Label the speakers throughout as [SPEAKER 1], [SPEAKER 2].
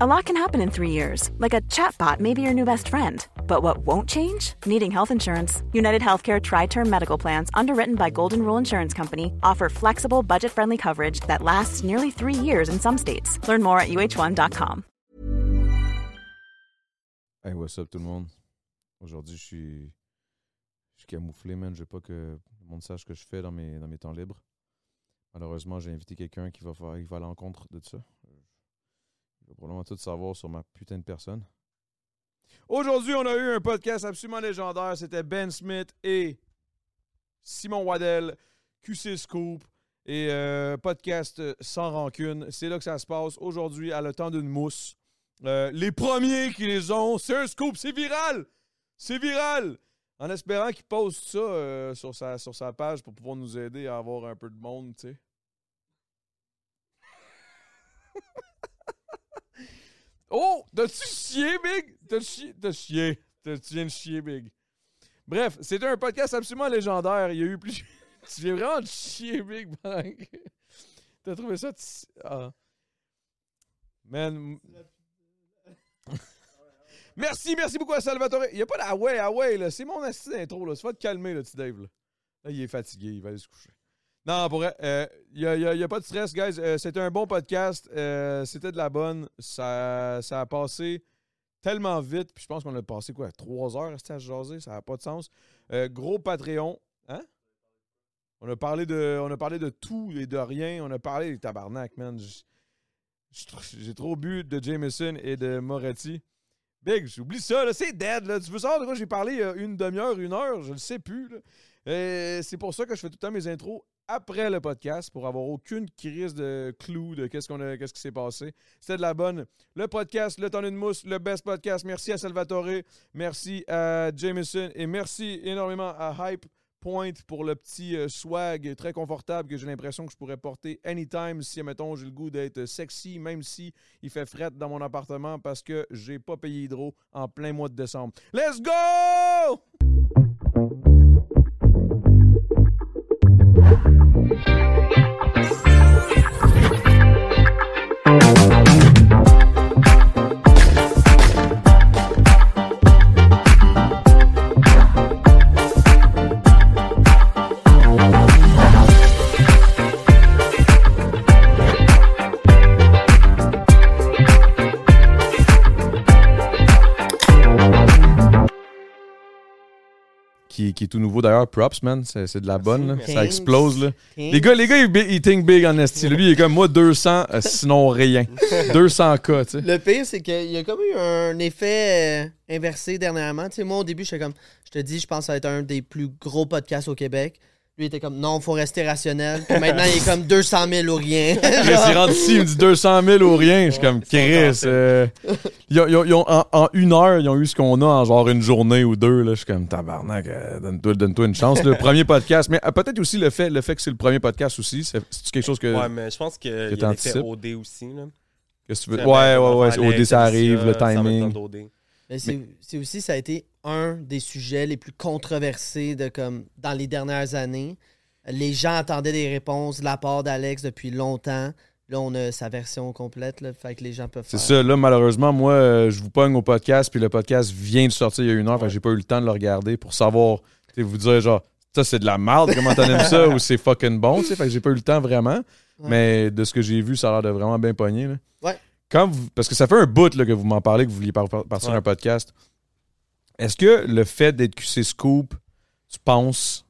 [SPEAKER 1] A lot can happen in three years, like a chatbot may be your new best friend. But what won't change? Needing health insurance. United Healthcare Tri Term Medical Plans, underwritten by Golden Rule Insurance Company, offer flexible, budget friendly coverage that lasts nearly three years in some states. Learn more at uh1.com.
[SPEAKER 2] Hey, what's up tout le monde? Aujourd'hui, je suis. Je suis camouflé, man. Je veux pas que le monde sache ce que je fais dans mes, dans mes temps libres. Malheureusement, j'ai invité quelqu'un qui va faire qui va à l'encontre de ça. Euh, Il va probablement tout savoir sur ma putain de personne. Aujourd'hui, on a eu un podcast absolument légendaire. C'était Ben Smith et Simon Waddell, QC Scoop et euh, podcast sans rancune. C'est là que ça se passe. Aujourd'hui, à le temps d'une mousse. Euh, les premiers qui les ont, c'est un scoop, c'est viral! C'est viral! En espérant qu'il poste ça euh, sur, sa, sur sa page pour pouvoir nous aider à avoir un peu de monde, tu sais. oh! T'as-tu chié, Big? T'as chié? T'as chié. T'as- tu viens de chier, Big. Bref, c'était un podcast absolument légendaire. Il y a eu plus... tu viens vraiment de chier, Big, pendant que- T'as trouvé ça... tss- Ah. Man, Merci, merci beaucoup à Salvatore. Il n'y a pas de ah ouais, ah ouais, là. C'est mon assis d'intro, là. Ça va te calmer, le petit Dave, là. Là, il est fatigué, il va aller se coucher. Non, pour vrai, euh, il n'y a, il y a- il y a pas de stress, guys. Euh, C'était un bon podcast. Euh, C'était de la bonne. Ça, ça a passé tellement vite. Puis je pense qu'on a passé, quoi, trois heures esti, à se jaser. Ça n'a pas de sens. Euh, gros Patreon. Hein? On a, parlé de, on a parlé de tout et de rien. On a parlé des tabarnak, man. J- j- J'ai trop bu de Jameson et de Moretti. Big, j'oublie ça, là, c'est dead. Là. Tu veux savoir de quoi j'ai parlé euh, une demi-heure, une heure, je le sais plus. là. Euh, c'est pour ça que je fais tout le temps mes intros après le podcast pour avoir aucune crise de clou de qu'est-ce qu'on a, qu'est-ce qui s'est passé. C'était de la bonne. Le podcast, le temps d'une mousse, le best podcast. Merci à Salvatore, merci à Jameson et merci énormément à Hype Point pour le petit euh, swag très confortable que j'ai l'impression que je pourrais porter anytime si, mettons, j'ai le goût d'être sexy, même si il fait fret dans mon appartement parce que j'ai pas payé hydro en plein mois de décembre. Let's go! Qui, qui est tout nouveau d'ailleurs, props, man. C'est c'est de la bonne, là. Ça explose, là. Les gars, les gars ils, bi- ils think big en esti. Lui, il est comme moi, 200, euh, sinon rien. 200K, tu sais.
[SPEAKER 3] Le pire, c'est qu'il y a comme eu un effet euh, inversé dernièrement. Tu sais, moi, au début, j'étais comme, je te dis, je pense que ça va être un des plus gros podcasts au Québec. Lui, il était comme, non, faut rester rationnel. Puis maintenant, il est comme 200 000 ou rien.
[SPEAKER 2] Chris, il rentre ici, il me dit 200 000 ou rien. Je suis comme, Chris, euh, ils ont- ils ont- ils ont- en, en une heure, ils ont eu ce qu'on a en genre une journée ou deux. Là. Je suis comme, tabarnak, euh, donne-toi donne-toi une chance. Le premier podcast, mais euh, peut-être aussi le fait, le fait que c'est le premier podcast aussi, c'est c'est-tu quelque chose que,
[SPEAKER 4] Ouais, mais je pense qu'il y a
[SPEAKER 2] que t'anticipes.
[SPEAKER 4] l'effet OD aussi. Là.
[SPEAKER 2] que tu veux. Ouais, ouais, ouais. Au dé, ça arrive, le timing.
[SPEAKER 3] Mais c'est c'est aussi, ça a été un des sujets les plus controversés de comme dans les dernières années. Les gens attendaient des réponses de la part d'Alex depuis longtemps. Là, on a sa version complète, là, fait que les gens peuvent
[SPEAKER 2] C'est
[SPEAKER 3] faire.
[SPEAKER 2] ça, là, malheureusement, moi, euh, je vous pogne au podcast, puis le podcast vient de sortir il y a une heure, fait que j'ai pas eu le temps de le regarder pour savoir, tu sais, vous dire genre, ça c'est de la merde, comment t'en aimes ça, ou c'est fucking bon, tu sais, fait que j'ai pas eu le temps vraiment,
[SPEAKER 3] Ouais.
[SPEAKER 2] mais de ce que j'ai vu, ça a l'air de vraiment bien pogner, là.
[SPEAKER 3] Ouais.
[SPEAKER 2] Quand vous- parce que ça fait un bout, là, que vous m'en parlez, que vous vouliez par- par- partir
[SPEAKER 4] Ouais.
[SPEAKER 2] un podcast. Est-ce que le fait d'être QC Scoop, tu penses,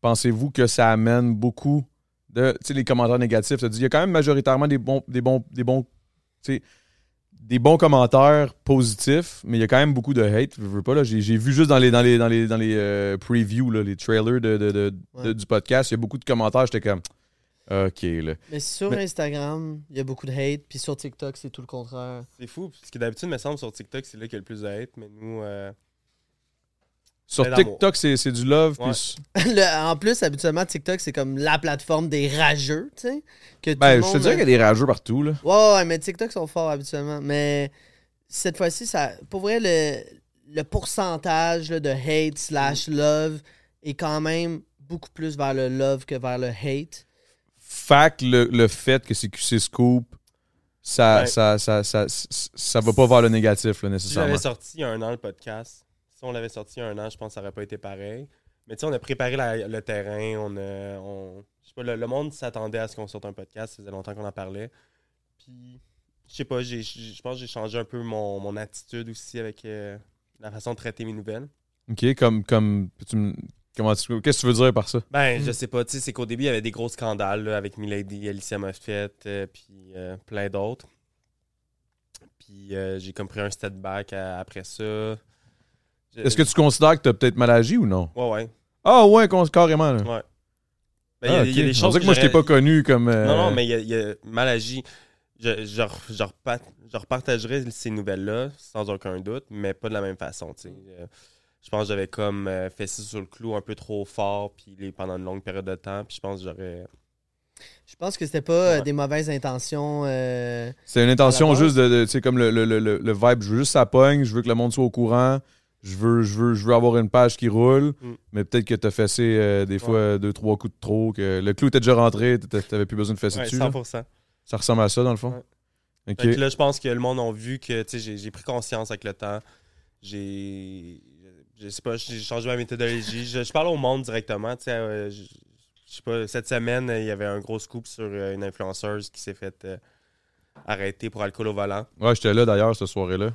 [SPEAKER 2] pensez-vous que ça amène beaucoup de, tu sais, les commentaires négatifs, tu dit, il y a quand même majoritairement des bons, des bons, des bons des bons commentaires positifs, mais il y a quand même beaucoup de hate. Je veux pas, là. J'ai, j'ai vu juste dans les, dans les, dans les, dans les euh, previews, là, les trailers de, de- de- de-
[SPEAKER 3] Ouais.
[SPEAKER 2] du podcast, il y a beaucoup de commentaires. J'étais comme, OK, là.
[SPEAKER 3] Mais sur
[SPEAKER 2] Mais-
[SPEAKER 3] Instagram, il y a beaucoup de hate, puis sur TikTok, c'est tout le contraire.
[SPEAKER 4] C'est fou, parce que d'habitude, il me semble, sur TikTok, c'est là qu'il y a le plus de hate, mais nous, euh,
[SPEAKER 2] Sur
[SPEAKER 4] Mais d'amour.
[SPEAKER 2] TikTok, c'est c'est du love. puis
[SPEAKER 4] Ouais.
[SPEAKER 2] su-
[SPEAKER 3] Le- en plus, habituellement, TikTok, c'est comme la plateforme des rageux, tu sais. que tout le
[SPEAKER 2] Ben, je te
[SPEAKER 3] monde-
[SPEAKER 2] dirais qu'il y a des rageux partout, là.
[SPEAKER 3] Ouais, ouais, mais TikTok sont forts habituellement. Mais cette fois-ci, ça, pour vrai, le, le pourcentage là, de hate slash love est quand même beaucoup plus vers le love que vers le hate.
[SPEAKER 2] Fac, le, le fait que c'est QC Scoop, ça,
[SPEAKER 4] Ouais.
[SPEAKER 2] ça, ça, ça, ça, ça va pas vers le négatif, là,
[SPEAKER 4] si j'avais
[SPEAKER 2] nécessairement.
[SPEAKER 4] sorti il y a un an le podcast, si on l'avait sorti il y a un an, je pense que ça aurait pas été pareil. Mais tu sais, on a préparé la- le terrain, on a. On, je sais pas, le, le monde s'attendait à ce qu'on sorte un podcast, ça faisait longtemps qu'on en parlait. Puis, je sais pas, j'ai- j'ai- je pense que j'ai changé un peu mon, mon attitude aussi avec euh, la façon de traiter mes nouvelles.
[SPEAKER 2] OK, comme... comme peux-tu me- comment tu- Qu'est-ce que tu veux dire par ça?
[SPEAKER 4] Ben, je sais pas, tu sais, c'est qu'au début, il y avait des gros scandales là, avec Milady, Alicia Moffett, euh, puis euh, plein d'autres. Puis euh, j'ai comme pris un step back à- après ça. Je-
[SPEAKER 2] Est-ce que tu considères que t'as peut-être mal agi ou non?
[SPEAKER 4] Ouais, ouais.
[SPEAKER 2] Ah ouais, con- carrément, là.
[SPEAKER 4] ouais. Ben, il y a-
[SPEAKER 2] Hmm. Ah,
[SPEAKER 4] il y a
[SPEAKER 2] ok.
[SPEAKER 4] des
[SPEAKER 2] On
[SPEAKER 4] choses
[SPEAKER 2] dirait que moi, je t'ai pas
[SPEAKER 4] j'aurais-
[SPEAKER 2] connu comme... euh,
[SPEAKER 4] Non, non, mais il y a, il y a mal agi. Je, je, re- je repa- je repartagerai ces nouvelles-là, sans aucun doute, mais pas de la même façon. tu sais.
[SPEAKER 2] Hmm.
[SPEAKER 4] Euh, Je pense que j'avais comme euh, fait ça sur le clou un peu trop fort puis les- pendant une longue période de temps. Puis je pense que j'aurais.
[SPEAKER 3] Je pense que c'était pas euh,
[SPEAKER 4] Ouais.
[SPEAKER 3] des mauvaises intentions. euh,
[SPEAKER 2] C'est une intention
[SPEAKER 3] À la base.
[SPEAKER 2] juste de, de- tu sais, comme le, le, le, le- le vibe, je veux juste que ça pogne, je veux que le monde soit au courant, je veux, je veux, je veux avoir une page qui roule,
[SPEAKER 4] Mm.
[SPEAKER 2] mais peut-être que t'as fessé euh, des fois euh, deux, trois coups de trop, que le clou était déjà rentré, t'étais- t'avais plus besoin de fesser
[SPEAKER 4] Ouais,
[SPEAKER 2] dessus. là.
[SPEAKER 4] 100%.
[SPEAKER 2] Ça ressemble à ça, dans le fond. OK.
[SPEAKER 4] Fait que là, je pense que le monde a vu que tu sais, j'ai j'ai pris conscience avec le temps. J'ai. Je sais pas, j'ai changé ma méthodologie. je, je parle au monde directement. tu sais, euh, je, je sais pas, cette semaine, il y avait un gros scoop sur euh, une influenceuse qui s'est faite euh, arrêter pour alcool au volant.
[SPEAKER 2] Ouais, j'étais là d'ailleurs, cette soirée-là.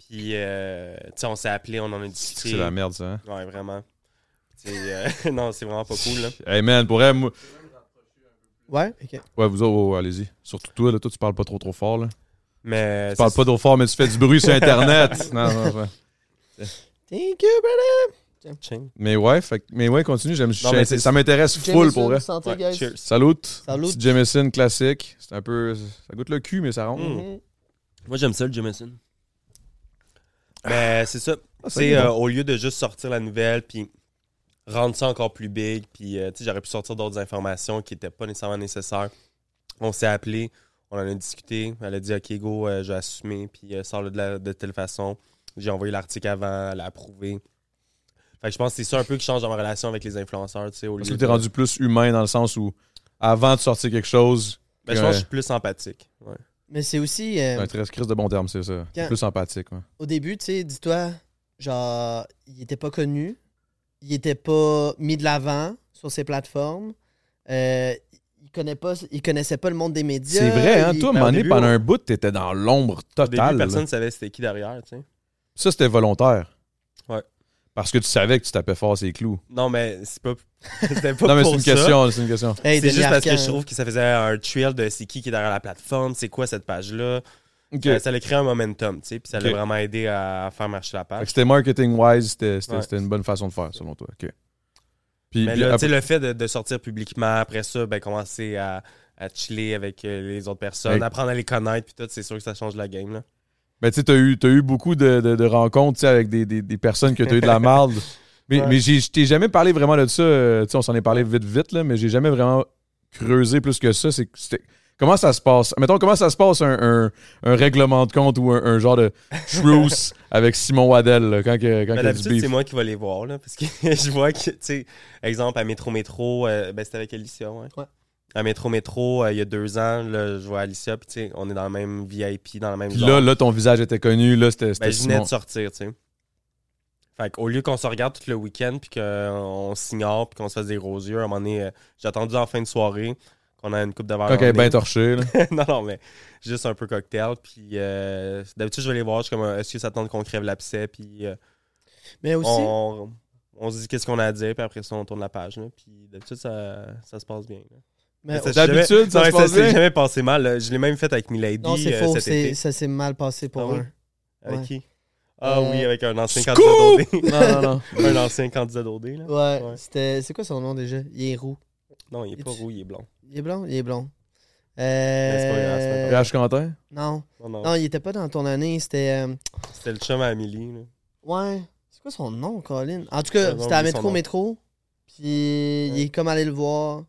[SPEAKER 4] Puis, euh, tu sais, on s'est appelé, on en a
[SPEAKER 2] C'est
[SPEAKER 4] discuté.
[SPEAKER 2] c'est la merde, ça. hein?
[SPEAKER 4] Ouais, vraiment. Tu sais, euh, non, c'est vraiment pas cool. Là.
[SPEAKER 2] Hey man, pour elle, moi-
[SPEAKER 3] Ouais, ok.
[SPEAKER 2] Ouais, vous autres, ouais, ouais, allez-y. Surtout toi, là, toi, tu parles pas trop trop fort, là.
[SPEAKER 4] Mais.
[SPEAKER 2] Tu parles pas trop fort, mais tu fais du bruit sur Internet. non, non, non.
[SPEAKER 3] Thank you, brother.
[SPEAKER 2] Mais ouais, fait que- mais ouais, continue, j'aime,
[SPEAKER 4] Non,
[SPEAKER 2] ça-
[SPEAKER 4] mais c'est-
[SPEAKER 2] ça m'intéresse full pour
[SPEAKER 3] Jameson,
[SPEAKER 2] vrai.
[SPEAKER 3] santé,
[SPEAKER 4] Ouais,
[SPEAKER 3] guys.
[SPEAKER 4] cheers.
[SPEAKER 2] Salut.
[SPEAKER 3] Salut.
[SPEAKER 2] Petit Jameson classique. C'est un peu. Ça goûte le cul, mais ça rentre.
[SPEAKER 4] Mm.
[SPEAKER 3] Mhm.
[SPEAKER 4] Moi, j'aime ça, le Jameson. Mais c'est ça.
[SPEAKER 2] Ah, ça,
[SPEAKER 4] Tu sais,
[SPEAKER 2] c'est
[SPEAKER 4] euh,
[SPEAKER 2] bon.
[SPEAKER 4] au lieu de juste sortir la nouvelle, puis rendre ça encore plus big, puis euh, tu sais, j'aurais pu sortir d'autres informations qui n'étaient pas nécessairement nécessaires. On s'est appelé, on en a discuté. Elle a dit, OK, go, euh, je vais assumer, puis euh, sors-le de, la- de telle façon. J'ai envoyé l'article avant, elle a approuvé. Fait que je pense que c'est ça un peu qui change dans ma relation avec les influenceurs, tu sais, au
[SPEAKER 2] Parce que
[SPEAKER 4] lieu
[SPEAKER 2] t'es
[SPEAKER 4] de-
[SPEAKER 2] rendu plus humain dans le sens où avant de sortir quelque chose,
[SPEAKER 4] Ben, je pense que je
[SPEAKER 2] Ouais.
[SPEAKER 4] suis plus empathique. ouais.
[SPEAKER 3] Mais c'est aussi. euh,
[SPEAKER 2] un très crise de bon terme, c'est ça.
[SPEAKER 3] Quand-
[SPEAKER 2] Plus sympathique. ouais.
[SPEAKER 3] au début, tu sais, dis-toi, genre, il était pas connu, il était pas mis de l'avant sur ces plateformes, euh, il, connaît pas, il connaissait pas le monde des médias.
[SPEAKER 2] C'est vrai, hein?
[SPEAKER 3] il-
[SPEAKER 2] Toi, à un
[SPEAKER 4] ben, au
[SPEAKER 2] moment donné,
[SPEAKER 4] début,
[SPEAKER 2] pendant
[SPEAKER 4] on-
[SPEAKER 2] un bout, t'étais dans l'ombre
[SPEAKER 4] Au début,
[SPEAKER 2] totale. là.
[SPEAKER 4] personne ne savait c'était qui derrière, tu sais.
[SPEAKER 2] Ça, c'était volontaire.
[SPEAKER 4] Ouais.
[SPEAKER 2] Parce que tu savais que tu tapais fort ses clous.
[SPEAKER 4] Non, mais c'est pas, c'était pas
[SPEAKER 2] non, mais
[SPEAKER 4] pour
[SPEAKER 2] c'est une
[SPEAKER 4] ça.
[SPEAKER 2] question. C'est une question.
[SPEAKER 3] Hey,
[SPEAKER 4] c'est
[SPEAKER 3] Denis
[SPEAKER 4] juste parce que
[SPEAKER 3] Arcand.
[SPEAKER 4] je trouve que ça faisait un trail de c'est qui qui est derrière la plateforme, c'est quoi cette page-là. Euh,
[SPEAKER 2] Ok.
[SPEAKER 4] Ça- Ça a créé un momentum, tu sais, puis ça l'a
[SPEAKER 2] Ok.
[SPEAKER 4] vraiment aidé à, à faire marcher la
[SPEAKER 2] Fait
[SPEAKER 4] page.
[SPEAKER 2] que c'était marketing-wise, c'était c'était-
[SPEAKER 4] Ouais.
[SPEAKER 2] c'était une bonne façon de faire, selon toi. OK. Puis,
[SPEAKER 4] Mais
[SPEAKER 2] puis
[SPEAKER 4] là, tu
[SPEAKER 2] après-
[SPEAKER 4] sais, le fait de, de sortir publiquement, après ça, ben, commencer à, à chiller avec euh, les autres personnes,
[SPEAKER 2] Hey.
[SPEAKER 4] apprendre à les connaître, puis tout, c'est sûr que ça change la game, là.
[SPEAKER 2] Ben, tu sais, t'as eu, t'as eu beaucoup de, de- de rencontres, tu sais, avec des, des- des personnes que t'as eu de la marde. Mais,
[SPEAKER 4] Ouais.
[SPEAKER 2] mais j'ai- je t'ai jamais parlé vraiment de ça. euh, Tu sais, on s'en est parlé vite, vite, là, mais j'ai jamais vraiment creusé plus que ça. C'est, que c'était- comment ça se passe? Mettons, comment ça se passe un, un- un règlement de compte ou un, un genre de truce avec Simon Waddell, là, quand, que, quand
[SPEAKER 4] Ben,
[SPEAKER 2] qu'il y a du
[SPEAKER 4] D'habitude,
[SPEAKER 2] beef?
[SPEAKER 4] c'est moi qui vais les voir, là, parce que je vois que, tu sais, exemple, à Métro Métro, euh, ben, c'était avec Alicia, ouais.
[SPEAKER 3] Ouais.
[SPEAKER 4] À Métro Métro, euh, il y a deux ans, là, je vois Alicia, puis tu sais, on est dans le même VIP, dans la même
[SPEAKER 2] Puis
[SPEAKER 4] zone.
[SPEAKER 2] là, là, ton visage était connu, là, c'était, c'était
[SPEAKER 4] Ben, je venais
[SPEAKER 2] Simon.
[SPEAKER 4] de sortir, tu sais. Fait qu'au lieu qu'on se regarde tout le week-end, puis qu'on s'ignore, puis qu'on se fasse des gros yeux, à un moment donné, euh, j'ai attendu en fin de soirée qu'on a une coupe de verre.
[SPEAKER 2] Quand
[SPEAKER 4] en
[SPEAKER 2] elle est bien
[SPEAKER 4] ligne.
[SPEAKER 2] torchée, là.
[SPEAKER 4] non, non, mais juste un peu cocktail. Puis euh, d'habitude, je vais les voir, je suis comme, euh, est-ce que ça tente qu'on crève l'abcès? Puis euh,
[SPEAKER 3] Mais aussi,
[SPEAKER 4] on, on se dit qu'est-ce qu'on a à dire, puis après ça, on tourne la page. là. Puis d'habitude, ça, ça se passe bien. là.
[SPEAKER 3] mais
[SPEAKER 4] Ça,
[SPEAKER 3] aussi-
[SPEAKER 4] s'est
[SPEAKER 2] D'habitude,
[SPEAKER 4] jamais-
[SPEAKER 2] ça
[SPEAKER 4] non,
[SPEAKER 2] se
[SPEAKER 4] mais
[SPEAKER 2] passe
[SPEAKER 4] s'est
[SPEAKER 2] bien.
[SPEAKER 4] jamais passé mal. là. Je l'ai même fait avec Milady
[SPEAKER 3] non, c'est
[SPEAKER 4] euh,
[SPEAKER 3] faux,
[SPEAKER 4] cet été.
[SPEAKER 3] c'est- ça s'est mal passé pour
[SPEAKER 4] Ah oui?
[SPEAKER 3] un.
[SPEAKER 4] Avec
[SPEAKER 3] ouais.
[SPEAKER 4] qui? Ah
[SPEAKER 3] Euh,
[SPEAKER 4] oui, avec un ancien
[SPEAKER 2] Scoop!
[SPEAKER 4] candidat d'OD.
[SPEAKER 2] Non, non, non.
[SPEAKER 4] un ancien candidat d'OD, là.
[SPEAKER 3] Ouais,
[SPEAKER 4] Ouais.
[SPEAKER 3] c'était. C'est quoi son nom déjà Il est roux.
[SPEAKER 4] Non, il est pas
[SPEAKER 3] Es-tu-
[SPEAKER 4] roux, il est blond.
[SPEAKER 3] Il est blond? Il est blond.
[SPEAKER 4] c'est pas grave, c'est
[SPEAKER 3] Euh,
[SPEAKER 4] pas grave.
[SPEAKER 2] PH Quentin?
[SPEAKER 3] non.
[SPEAKER 4] Non, non.
[SPEAKER 3] Non, il était pas dans ton année. C'était. euh,
[SPEAKER 4] C'était le chum à Amélie. là.
[SPEAKER 3] Ouais. C'est quoi son nom, Colin? En tout cas,
[SPEAKER 4] Ouais, j'ai
[SPEAKER 3] c'était à
[SPEAKER 4] oublié son
[SPEAKER 3] Métro
[SPEAKER 4] nom.
[SPEAKER 3] Métro. Puis il est comme allé le voir. Puis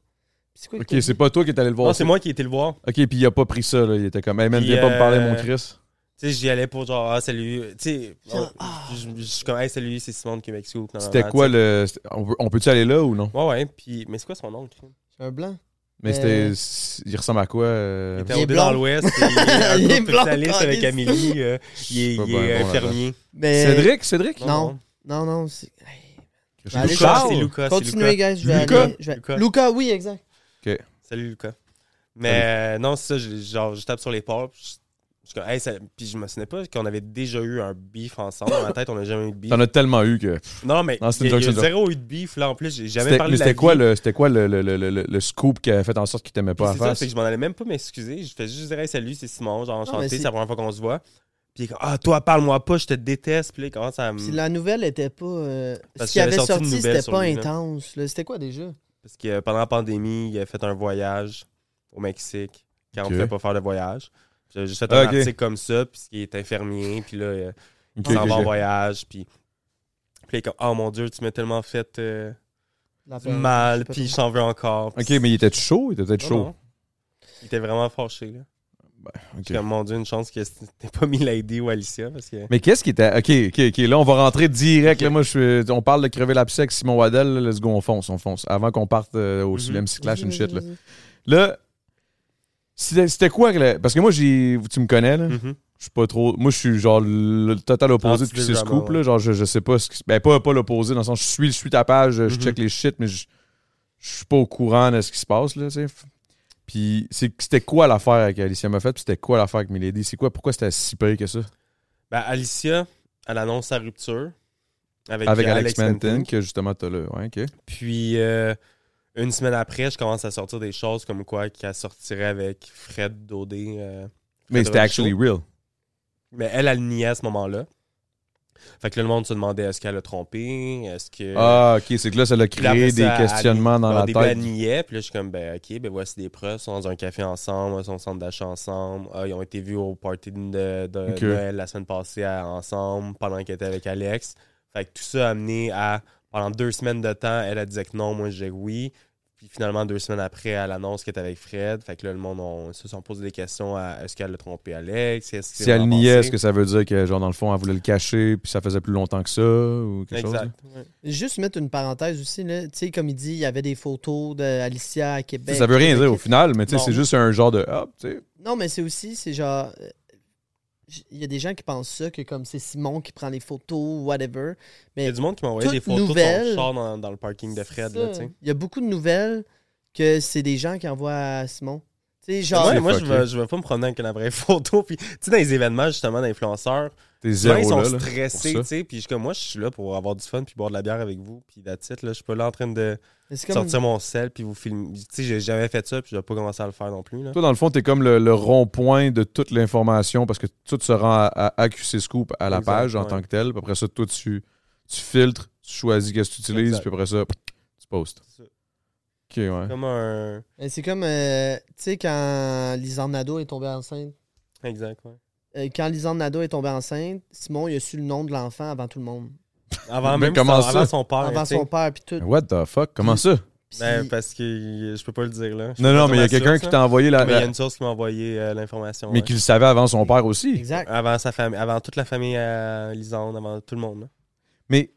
[SPEAKER 3] C'est quoi le
[SPEAKER 2] Ok, c'est pas toi qui est allé le voir.
[SPEAKER 4] Non, c'est moi qui ai été le voir.
[SPEAKER 2] Ok, puis il a pas pris ça, là. Il était comme, hey man,
[SPEAKER 4] Puis,
[SPEAKER 2] viens pas me parler,
[SPEAKER 4] euh,
[SPEAKER 2] mon Chris.
[SPEAKER 4] Tu sais, j'y allais pour genre, ah, salut. Tu sais, on-
[SPEAKER 3] Ah.
[SPEAKER 4] je je suis comme, hey, salut, c'est Simon de Québec Soup.
[SPEAKER 2] C'était quoi le. c'était- On peut- on peut-tu aller là ou non?
[SPEAKER 4] Ouais, ouais, puis. Mais c'est quoi son nom, le crime?
[SPEAKER 3] C'est un blanc.
[SPEAKER 2] Mais
[SPEAKER 3] Euh,
[SPEAKER 2] c'était. Il ressemble à quoi? euh,
[SPEAKER 4] Il était
[SPEAKER 3] Il est
[SPEAKER 4] au dans
[SPEAKER 3] blond.
[SPEAKER 4] l'Ouest. et Il est un
[SPEAKER 3] Il est
[SPEAKER 4] couple
[SPEAKER 3] blond,
[SPEAKER 4] saliste avec
[SPEAKER 3] Calis.
[SPEAKER 4] Amélie. euh, il est,
[SPEAKER 2] Je suis
[SPEAKER 4] il
[SPEAKER 2] pas
[SPEAKER 4] est
[SPEAKER 2] bon là-dedans.
[SPEAKER 4] infirmier.
[SPEAKER 3] Mais...
[SPEAKER 2] Cédric? Cédric?
[SPEAKER 3] Non. Non, non. c'est- Hey.
[SPEAKER 2] Chris,
[SPEAKER 3] Allez,
[SPEAKER 2] Lucas?
[SPEAKER 4] Lucas, c'est Lucas. c'est
[SPEAKER 3] Continuez,
[SPEAKER 4] Lucas.
[SPEAKER 3] guys. Je vais
[SPEAKER 2] Lucas?
[SPEAKER 3] aller. je vais-
[SPEAKER 4] Lucas.
[SPEAKER 3] Lucas, oui, exact.
[SPEAKER 4] Salut, Lucas. Mais euh, non, c'est ça, je- genre, je tape sur les portes. puis Je, je suis comme, hey, ça- puis je me souvenais pas qu'on avait déjà eu un beef ensemble. Dans ma tête, on n'a jamais eu de beef.
[SPEAKER 2] T'en as tellement eu que.
[SPEAKER 4] Non, mais
[SPEAKER 2] Non, c'est
[SPEAKER 4] il y
[SPEAKER 2] une
[SPEAKER 4] a,
[SPEAKER 2] joke,
[SPEAKER 4] il y a
[SPEAKER 2] c'est une
[SPEAKER 4] zéro eu de beef. Là, en plus, j'ai jamais
[SPEAKER 2] C'était-
[SPEAKER 4] parlé
[SPEAKER 2] mais
[SPEAKER 4] de la
[SPEAKER 2] c'était quoi,
[SPEAKER 4] vie.
[SPEAKER 2] le, c'était quoi le, le, le, le, le scoop qui a fait en sorte qu'il t'aimait
[SPEAKER 4] Puis
[SPEAKER 2] pas en
[SPEAKER 4] c'est ça,
[SPEAKER 2] face?
[SPEAKER 4] c'est que je m'en allais même pas m'excuser. Je fais juste dire hey, salut, c'est Simon, genre
[SPEAKER 3] mais
[SPEAKER 4] enchanté,
[SPEAKER 3] c'est-
[SPEAKER 4] c'est la première fois qu'on se voit. Puis il est comme, ah, toi, parle-moi pas, je te déteste. Puis là, il commence à me-
[SPEAKER 3] Puis la nouvelle était pas. euh,
[SPEAKER 4] Hmm. Parce
[SPEAKER 3] Ce qu'il
[SPEAKER 4] qu'il
[SPEAKER 3] avait
[SPEAKER 4] avait sorti une
[SPEAKER 3] sorti,
[SPEAKER 4] nouvelle
[SPEAKER 3] c'était
[SPEAKER 4] sur
[SPEAKER 3] pas
[SPEAKER 4] lui, là.
[SPEAKER 3] intense. là. C'était quoi déjà?
[SPEAKER 4] Parce que pendant la pandémie, il a fait un voyage au Mexique quand
[SPEAKER 2] Ok.
[SPEAKER 4] on
[SPEAKER 2] Ah,
[SPEAKER 4] ne pouvait pas faire de voyage. Puis J'ai juste fait un
[SPEAKER 2] Ok.
[SPEAKER 4] article comme ça, puis il est infirmier, puis là, euh,
[SPEAKER 2] Ok,
[SPEAKER 4] il s'en
[SPEAKER 2] ok,
[SPEAKER 4] va en
[SPEAKER 2] ok.
[SPEAKER 4] voyage, puis... Puis il est comme, oh mon Dieu, tu m'as tellement fait euh,
[SPEAKER 3] La
[SPEAKER 4] du
[SPEAKER 3] peur, je
[SPEAKER 4] mal,
[SPEAKER 3] sais Ah, ben, pas
[SPEAKER 4] puis je
[SPEAKER 3] trop.
[SPEAKER 4] t'en veux encore.
[SPEAKER 2] Ok, mais il était chaud? Il était peut-être
[SPEAKER 4] Non,
[SPEAKER 2] chaud.
[SPEAKER 4] non. Il était vraiment fâché, là.
[SPEAKER 2] Ok.
[SPEAKER 4] Puis comme, mon Dieu, une chance que t'aies pas mis Lady ou Alicia, parce que...
[SPEAKER 2] Mais qu'est-ce qui était. Ok, ok, ok. Là, on va rentrer direct. Là, moi, je suis... on parle de crever l'abcès avec Simon Waddell. Là, let's go, on fonce, on fonce. Avant qu'on parte euh, au
[SPEAKER 4] Mhm.
[SPEAKER 2] Sulem Cyclash,
[SPEAKER 3] Vas-y,
[SPEAKER 2] une
[SPEAKER 3] vas-y,
[SPEAKER 2] shit. Là,
[SPEAKER 3] vas-y.
[SPEAKER 2] là c'était c'était quoi? le- Parce que moi, j'ai tu me connais, là.
[SPEAKER 4] Mhm.
[SPEAKER 2] Je suis pas trop. Moi, je suis genre Ah, le total opposé de tous ces
[SPEAKER 4] Anti-drama,
[SPEAKER 2] scoops. Là.
[SPEAKER 4] ouais.
[SPEAKER 2] Genre, je, je sais pas ce qui. Ben, pas, pas l'opposé, dans le sens, je suis, je suis ta page, je
[SPEAKER 4] Mhm.
[SPEAKER 2] check les shit, mais je, je suis pas au courant de ce qui se passe, là, tu sais. Puis, c'est- c'était quoi l'affaire avec Alicia Moffett? Puis, c'était quoi l'affaire avec Milady? C'est quoi? Pourquoi c'était si pire que ça?
[SPEAKER 4] Ben, Alicia, elle annonce sa rupture avec,
[SPEAKER 2] Avec
[SPEAKER 4] euh,
[SPEAKER 2] Alex, Manton,
[SPEAKER 4] Manton.
[SPEAKER 2] que justement, t'as là. Ouais, ok.
[SPEAKER 4] Puis, euh, une semaine après, je commence à sortir des choses comme quoi qu'elle sortirait avec Fred Dodé. euh,
[SPEAKER 2] Mais
[SPEAKER 4] Fred
[SPEAKER 2] c'était
[SPEAKER 4] Robichaud.
[SPEAKER 2] actually real.
[SPEAKER 4] Mais elle, elle niait à ce moment-là. Fait que là, le monde se demandait est-ce qu'elle a trompé, est-ce que...
[SPEAKER 2] Ah, ok. C'est que là, ça l'a
[SPEAKER 4] Puis après
[SPEAKER 2] créé des
[SPEAKER 4] ça, elle-
[SPEAKER 2] questionnements dans
[SPEAKER 4] au
[SPEAKER 2] la
[SPEAKER 4] début,
[SPEAKER 2] tête.
[SPEAKER 4] Elle niait, puis là, je suis comme, ben, ok, ben, voici des preuves. Ils sont dans un café ensemble, ils sont au centre d'achat ensemble. Ah, ils ont été vus au party de, de
[SPEAKER 2] Ok.
[SPEAKER 4] Noël la semaine passée à- ensemble, pendant qu'elle était avec Alex. Fait que tout ça a amené à, pendant deux semaines de temps, elle, elle disait que non, moi, je disais oui. Puis finalement, deux semaines après, elle annonce qu'elle est avec Fred. Fait que là, le monde on, se sont posé des questions à est-ce qu'elle a trompé Alex? Est-ce que
[SPEAKER 2] Si elle niait, est-ce que ça veut dire que, genre, dans le fond, elle voulait le cacher, puis ça faisait plus longtemps que ça, ou quelque chose? là?
[SPEAKER 4] Exact. ouais.
[SPEAKER 3] Juste mettre une parenthèse aussi, là. Tu sais, comme il dit, il y avait des photos d'Alicia à
[SPEAKER 2] Tu
[SPEAKER 3] Québec.
[SPEAKER 2] sais, ça veut rien dire au
[SPEAKER 3] Québec.
[SPEAKER 2] final, mais tu sais, c'est
[SPEAKER 4] Non.
[SPEAKER 2] juste un genre de hop, tu sais.
[SPEAKER 3] Non, mais c'est aussi, c'est genre. euh, j- Il y a des gens qui pensent ça, que comme c'est Simon qui prend les photos, whatever.
[SPEAKER 4] Il y a du monde qui m'a envoyé
[SPEAKER 3] Toute
[SPEAKER 4] des photos de
[SPEAKER 3] nouvelle.
[SPEAKER 4] son char dans, dans le parking de Fred, là, tu
[SPEAKER 3] Ça.
[SPEAKER 4] sais.
[SPEAKER 3] Il y a beaucoup de nouvelles que c'est des gens qui envoient à Simon. Tu sais, genre.
[SPEAKER 4] Ouais, moi, je
[SPEAKER 2] fucké.
[SPEAKER 4] vais, je vais pas me promener avec une vraie photo. Puis, tu sais, dans les événements, justement, d'influenceurs,
[SPEAKER 2] T'es
[SPEAKER 4] souvent, ils
[SPEAKER 2] zéro
[SPEAKER 4] sont
[SPEAKER 2] là, là.
[SPEAKER 4] stressés,
[SPEAKER 2] pour
[SPEAKER 4] tu
[SPEAKER 2] ça.
[SPEAKER 4] sais. Puis, je suis comme, moi, je suis là pour avoir du fun, puis boire de la bière avec vous. Puis, la titre, là, je suis pas là en train de
[SPEAKER 3] mais c'est comme-
[SPEAKER 4] sortir mon sel, puis vous filmer. Tu sais, j'ai jamais fait ça, puis je vais pas commencer à le faire non plus, là.
[SPEAKER 2] Toi, dans le fond, t'es comme le, le rond-point de toute l'information parce que tout se rend à, à AQC Scoop à la
[SPEAKER 4] Exact,
[SPEAKER 2] page en
[SPEAKER 4] ouais.
[SPEAKER 2] tant que tel. Puis après ça, toi, tu, tu filtres, tu choisis qu'est-ce que tu utilises,
[SPEAKER 4] Exact.
[SPEAKER 2] puis après ça, tu postes.
[SPEAKER 4] C'est ça.
[SPEAKER 2] Ok, ouais.
[SPEAKER 4] Comme un.
[SPEAKER 3] Mais C'est comme, euh, tu sais, quand Lisanne Nadeau est tombée enceinte.
[SPEAKER 4] Exact, ouais.
[SPEAKER 3] euh, quand Lisanne Nadeau est tombée enceinte, Simon, il a su le nom de l'enfant avant tout le monde.
[SPEAKER 4] Avant
[SPEAKER 2] Mais
[SPEAKER 4] même son,
[SPEAKER 2] Ben, comment ça?
[SPEAKER 4] avant son père.
[SPEAKER 3] avant
[SPEAKER 4] Ah, tu sais.
[SPEAKER 3] son père, puis tout.
[SPEAKER 2] What the fuck? Comment ça?
[SPEAKER 3] Puis-
[SPEAKER 4] Ben, parce que je peux pas le dire, là. Je
[SPEAKER 2] Non,
[SPEAKER 4] peux
[SPEAKER 2] non,
[SPEAKER 4] pas
[SPEAKER 2] mais il y a
[SPEAKER 4] dire ma
[SPEAKER 2] quelqu'un
[SPEAKER 4] source,
[SPEAKER 2] qui
[SPEAKER 4] là.
[SPEAKER 2] t'a envoyé la.
[SPEAKER 4] Mais il y a
[SPEAKER 2] la-
[SPEAKER 4] une source qui m'a envoyé euh, l'information.
[SPEAKER 2] Mais
[SPEAKER 4] ouais.
[SPEAKER 2] qui le savait avant son père aussi.
[SPEAKER 3] Exact.
[SPEAKER 4] Avant sa famille, avant toute la famille à Lisande, avant tout le monde, là.
[SPEAKER 2] Mais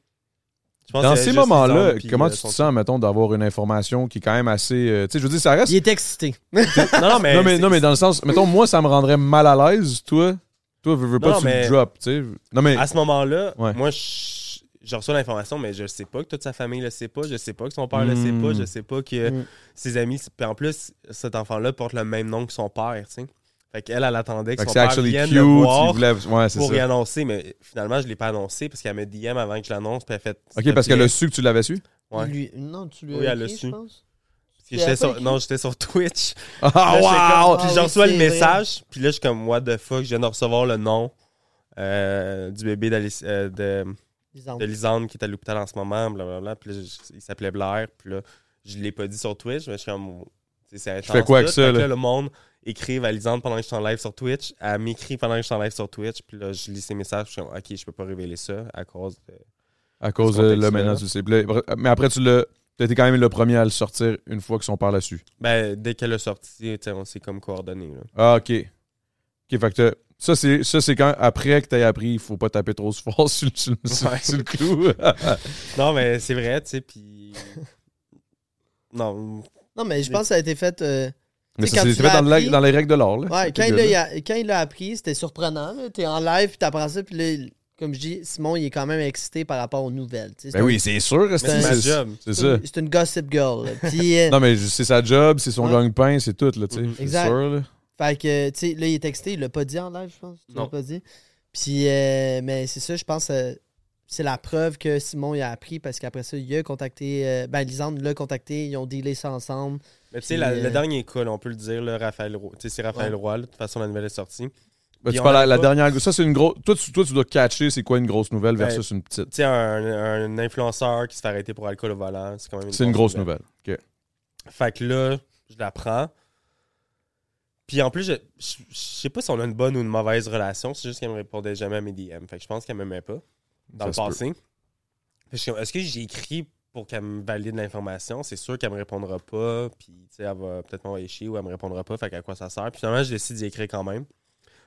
[SPEAKER 4] Je pense
[SPEAKER 2] Dans
[SPEAKER 4] que
[SPEAKER 2] ces
[SPEAKER 4] juste
[SPEAKER 2] moments-là,
[SPEAKER 4] Lisande, puis,
[SPEAKER 2] comment
[SPEAKER 4] euh,
[SPEAKER 2] tu te
[SPEAKER 4] son-
[SPEAKER 2] sens, mettons, d'avoir une information qui est quand même assez. euh, tu sais, je veux dire, ça reste.
[SPEAKER 3] Il est excité.
[SPEAKER 4] Non, non, mais.
[SPEAKER 2] non, mais,
[SPEAKER 4] c'est-
[SPEAKER 2] non, mais dans le sens. Mettons, moi, ça me rendrait mal à l'aise, toi. Toi, veux, veux pas,
[SPEAKER 4] Non,
[SPEAKER 2] tu
[SPEAKER 4] mais- Ah,
[SPEAKER 2] le drop, tu sais. Non, mais.
[SPEAKER 4] à ce moment-là,
[SPEAKER 2] Ouais.
[SPEAKER 4] moi, je, je reçois l'information, mais je sais pas que toute sa famille le sait pas, je sais pas que son père le sait
[SPEAKER 2] Mm.
[SPEAKER 4] pas, je sais pas que
[SPEAKER 2] Hmm.
[SPEAKER 3] Mm.
[SPEAKER 4] ses amis. Puis en plus, cet enfant-là porte le même nom que son père, tu sais. Fait qu'elle, elle attendait que
[SPEAKER 2] fait que
[SPEAKER 4] son
[SPEAKER 2] c'est
[SPEAKER 4] père
[SPEAKER 2] actually
[SPEAKER 4] vienne
[SPEAKER 2] cute.
[SPEAKER 4] le
[SPEAKER 2] Il
[SPEAKER 4] voir
[SPEAKER 2] voulait... Ouais, c'est
[SPEAKER 4] pour
[SPEAKER 2] ça.
[SPEAKER 4] y annoncer, mais finalement, je l'ai pas annoncé parce qu'elle me DM avant que je l'annonce, puis elle fait. s'il te
[SPEAKER 2] Ok, parce
[SPEAKER 4] plaît.
[SPEAKER 2] qu'elle a su que tu l'avais su.
[SPEAKER 4] Ouais.
[SPEAKER 3] Il lui- Non, tu lui
[SPEAKER 4] Oui,
[SPEAKER 3] as
[SPEAKER 4] elle
[SPEAKER 3] écrit,
[SPEAKER 4] le
[SPEAKER 3] je
[SPEAKER 4] su.
[SPEAKER 3] pense.
[SPEAKER 4] Parce que j'étais
[SPEAKER 3] Elle a pas
[SPEAKER 4] sur-
[SPEAKER 3] écrit.
[SPEAKER 4] Non, j'étais sur Twitch. Là, j'étais
[SPEAKER 2] Ah,
[SPEAKER 4] comme-
[SPEAKER 2] wow!
[SPEAKER 4] Puis
[SPEAKER 3] Ah
[SPEAKER 4] je
[SPEAKER 3] oui,
[SPEAKER 4] reçois le
[SPEAKER 3] c'est vrai.
[SPEAKER 4] message, puis là, je suis comme, what the fuck, je viens de recevoir le nom euh, du bébé d'Alice- euh, de.
[SPEAKER 3] Lisanne.
[SPEAKER 4] de Lisande qui est à l'hôpital en ce moment, blablabla. Puis là, je- il s'appelait Blair. Puis là, Je l'ai pas dit sur Twitch, mais je suis comme. tu sais, C'est intense.
[SPEAKER 2] fais quoi avec
[SPEAKER 4] tout.
[SPEAKER 2] ça,
[SPEAKER 4] Fait que
[SPEAKER 2] là?
[SPEAKER 4] le monde écrit à Lisande pendant que je suis en live sur Twitch. Elle m'écrit pendant que je suis en live sur Twitch. Puis là, je lis ses messages. Je suis comme, OK, je peux pas révéler ça à cause de.
[SPEAKER 2] À cause
[SPEAKER 4] Ce
[SPEAKER 2] de là,
[SPEAKER 4] contexte-là.
[SPEAKER 2] maintenant, tu le sais. Puis là, Mais après, tu l'as. T'as été quand même le premier à le sortir une fois qu'ils sont par là-dessus.
[SPEAKER 4] Ben, dès qu'elle a sorti, tu sais, on s'est comme coordonné.
[SPEAKER 2] Ah, OK. OK, fait que t'as- ça, c'est, ça, c'est quand après que t'as appris, il faut pas taper trop fort sur, le- sur le- sur-
[SPEAKER 4] Ouais.
[SPEAKER 2] sur le clou.
[SPEAKER 4] Non, mais c'est vrai, tu sais, puis. Non,
[SPEAKER 3] Non, mais je pense que ça a été fait. euh,
[SPEAKER 2] Mais
[SPEAKER 3] Tu sais,
[SPEAKER 2] ça
[SPEAKER 3] quand
[SPEAKER 2] s'est
[SPEAKER 3] tu
[SPEAKER 2] fait
[SPEAKER 3] l'as
[SPEAKER 2] dans, le
[SPEAKER 3] appris-
[SPEAKER 2] lag- dans les règles de l'or. Là,
[SPEAKER 3] Ouais,
[SPEAKER 2] C'était
[SPEAKER 3] quand il,
[SPEAKER 2] good, là.
[SPEAKER 3] l'a- il a- quand il l'a appris, c'était surprenant. là. T'es en live, puis t'apprends ça, puis là, il- comme je dis, Simon, il est quand même excité par rapport aux nouvelles. tu sais. C'est
[SPEAKER 2] Ben
[SPEAKER 3] un-
[SPEAKER 2] oui, c'est sûr. C'est,
[SPEAKER 4] c'est ma job.
[SPEAKER 2] c'est
[SPEAKER 3] c'est
[SPEAKER 2] ça.
[SPEAKER 3] une- C'est une gossip girl. là. Puis, euh,
[SPEAKER 2] Non, mais je- c'est sa job, c'est son
[SPEAKER 3] Ouais.
[SPEAKER 2] gang-pain, c'est tout, là, tu sais.
[SPEAKER 4] Mhm.
[SPEAKER 2] C'est
[SPEAKER 3] Exact.
[SPEAKER 2] sûr, là. Ben,
[SPEAKER 3] Fait que, tu sais, là, il est texté, il l'a pas dit en live, je pense. Tu l'as
[SPEAKER 4] Non.
[SPEAKER 3] pas dit. Puis, euh, mais c'est ça, je pense, euh, c'est la preuve que Simon, il a appris parce qu'après ça, il a contacté, euh, ben, Lisande l'a contacté, ils ont dealé ça ensemble.
[SPEAKER 4] Mais tu sais,
[SPEAKER 3] Puis,
[SPEAKER 4] la-
[SPEAKER 3] euh,
[SPEAKER 4] le dernier coup, on peut le dire, le Raphaël Roy. Tu sais, c'est Raphaël
[SPEAKER 3] Ouais.
[SPEAKER 4] Roy, là, de toute façon, la nouvelle est sortie.
[SPEAKER 2] Ben,
[SPEAKER 4] Puis
[SPEAKER 2] tu
[SPEAKER 4] on
[SPEAKER 2] parles la,
[SPEAKER 4] avait
[SPEAKER 2] la
[SPEAKER 4] pas-
[SPEAKER 2] dernière. Ça, c'est une grosse. Toi tu, toi, tu dois catcher c'est quoi une grosse nouvelle
[SPEAKER 4] Ben,
[SPEAKER 2] versus une petite.
[SPEAKER 4] Tu sais, un, un influenceur qui se fait arrêter pour alcool au volant, c'est quand même une
[SPEAKER 2] C'est une grosse nouvelle. OK.
[SPEAKER 4] Fait que là, je la prends. Puis en plus, je, je, je sais pas si on a une bonne ou une mauvaise relation, c'est juste qu'elle me répondait jamais à mes DM. Fait que je pense qu'elle m'aimait pas dans
[SPEAKER 2] Ça se
[SPEAKER 4] le passé. Fait que je suis comme, Est-ce que j'ai écrit pour qu'elle me valide l'information? C'est sûr qu'elle me répondra pas, puis tu sais, elle va peut-être m'envoyer chier ou elle me répondra pas, fait qu'à quoi ça sert? Puis finalement, je décide d'y écrire quand même.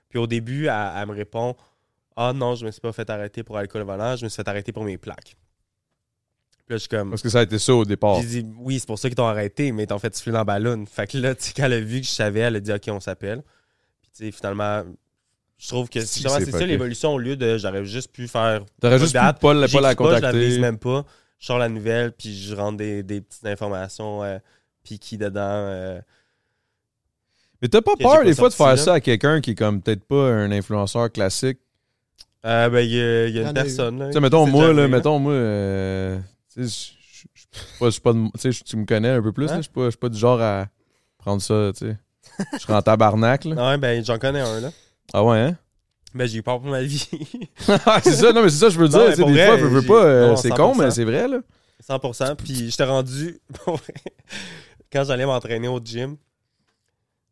[SPEAKER 4] Puis au début, elle, elle me répond Ah non, je me suis pas fait arrêter pour alcool au volant, je me suis fait arrêter pour mes plaques. Puis là, je suis comme.
[SPEAKER 2] Parce que ça a été ça au départ.
[SPEAKER 4] Puis J'ai dit, oui, c'est pour ça qu'ils t'ont arrêté, mais ils t'ont fait souffler dans la ballon. Fait que là, tu sais, quand elle a vu que je savais, elle a dit, OK, on s'appelle. Puis, tu sais, finalement, je trouve que
[SPEAKER 2] Si,
[SPEAKER 4] justement,
[SPEAKER 2] c'est
[SPEAKER 4] c'est ça
[SPEAKER 2] fucké.
[SPEAKER 4] l'évolution au lieu de j'aurais juste pu faire.
[SPEAKER 2] T'aurais
[SPEAKER 4] pas
[SPEAKER 2] juste
[SPEAKER 4] de
[SPEAKER 2] pu
[SPEAKER 4] date,
[SPEAKER 2] pas, la- pas la
[SPEAKER 4] j'écris je la
[SPEAKER 2] contacter.
[SPEAKER 4] vise même pas. Je sors la nouvelle, puis je rentre des, des petites informations euh, piquées dedans. euh.
[SPEAKER 2] mais t'as pas
[SPEAKER 4] j'ai
[SPEAKER 2] peur
[SPEAKER 4] pas
[SPEAKER 2] des fois de
[SPEAKER 4] sorti,
[SPEAKER 2] faire
[SPEAKER 4] là.
[SPEAKER 2] ça à quelqu'un qui est comme peut-être pas un influenceur classique.
[SPEAKER 4] Euh, ben, il y a, il y a
[SPEAKER 3] Il y en a
[SPEAKER 4] une personne. là,
[SPEAKER 2] Tu
[SPEAKER 4] qui
[SPEAKER 2] sais, mettons,
[SPEAKER 4] s'est
[SPEAKER 2] moi,
[SPEAKER 4] déjà
[SPEAKER 2] là,
[SPEAKER 4] arrivé, hein.
[SPEAKER 2] mettons, moi, euh, tu sais, je- je- je suis pas- je suis pas, de- tu sais, je- tu me connais un peu plus, là,
[SPEAKER 4] Hein?
[SPEAKER 2] je suis pas, je suis pas du genre à prendre ça, tu sais. Je serais en tabarnak, là.
[SPEAKER 4] Ouais, ben, j'en connais un, là.
[SPEAKER 2] Ah ouais, hein?
[SPEAKER 4] Ben, j'ai eu peur pour ma vie.
[SPEAKER 2] c'est ça, non, mais c'est ça, que je veux
[SPEAKER 4] Non,
[SPEAKER 2] dire, tu
[SPEAKER 4] mais
[SPEAKER 2] sais,
[SPEAKER 4] pour
[SPEAKER 2] des
[SPEAKER 4] vrai,
[SPEAKER 2] fois, je veux
[SPEAKER 4] j'ai-
[SPEAKER 2] pas, euh,
[SPEAKER 4] non,
[SPEAKER 2] c'est con,
[SPEAKER 4] 100%.
[SPEAKER 2] mais c'est vrai, là.
[SPEAKER 4] 100%. Puis j'étais rendu quand j'allais m'entraîner au gym.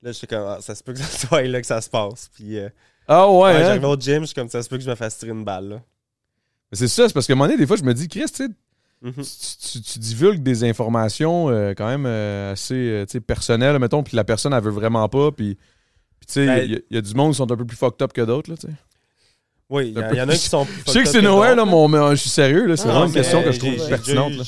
[SPEAKER 4] Là, je suis comme, Ah, ça se peut que ça soit là que ça se passe. Puis euh,
[SPEAKER 2] Ah ouais,
[SPEAKER 4] quand
[SPEAKER 2] hein?
[SPEAKER 4] j'arrivais au gym, je suis comme, ça se peut que je me fasse tirer une balle. Là.
[SPEAKER 2] Mais C'est ça, c'est parce que à un moment donné, des fois, je me dis, Chris, tu sais,
[SPEAKER 4] Mhm.
[SPEAKER 2] tu, tu- tu divulgues des informations euh, quand même euh, assez euh, tu sais, personnelles, mettons, puis la personne, elle veut vraiment pas, puis, puis tu sais, il
[SPEAKER 4] Ben-
[SPEAKER 2] y, a- y a du monde qui sont un peu plus fucked up que d'autres, là, tu sais.
[SPEAKER 4] Oui, il y,
[SPEAKER 2] Un
[SPEAKER 4] en-
[SPEAKER 2] peu-
[SPEAKER 4] il y en a qui sont. plus
[SPEAKER 2] Je sais que
[SPEAKER 4] fucked
[SPEAKER 2] c'est
[SPEAKER 4] up
[SPEAKER 2] nowhere, là,
[SPEAKER 4] d'autres,
[SPEAKER 2] mon, mais euh, je suis sérieux, là, c'est vraiment
[SPEAKER 3] Non,
[SPEAKER 2] une
[SPEAKER 4] Ah, mais
[SPEAKER 2] question que je
[SPEAKER 4] j'ai-
[SPEAKER 2] trouve
[SPEAKER 4] j'ai
[SPEAKER 2] pertinente,
[SPEAKER 4] déjà eu-
[SPEAKER 2] là.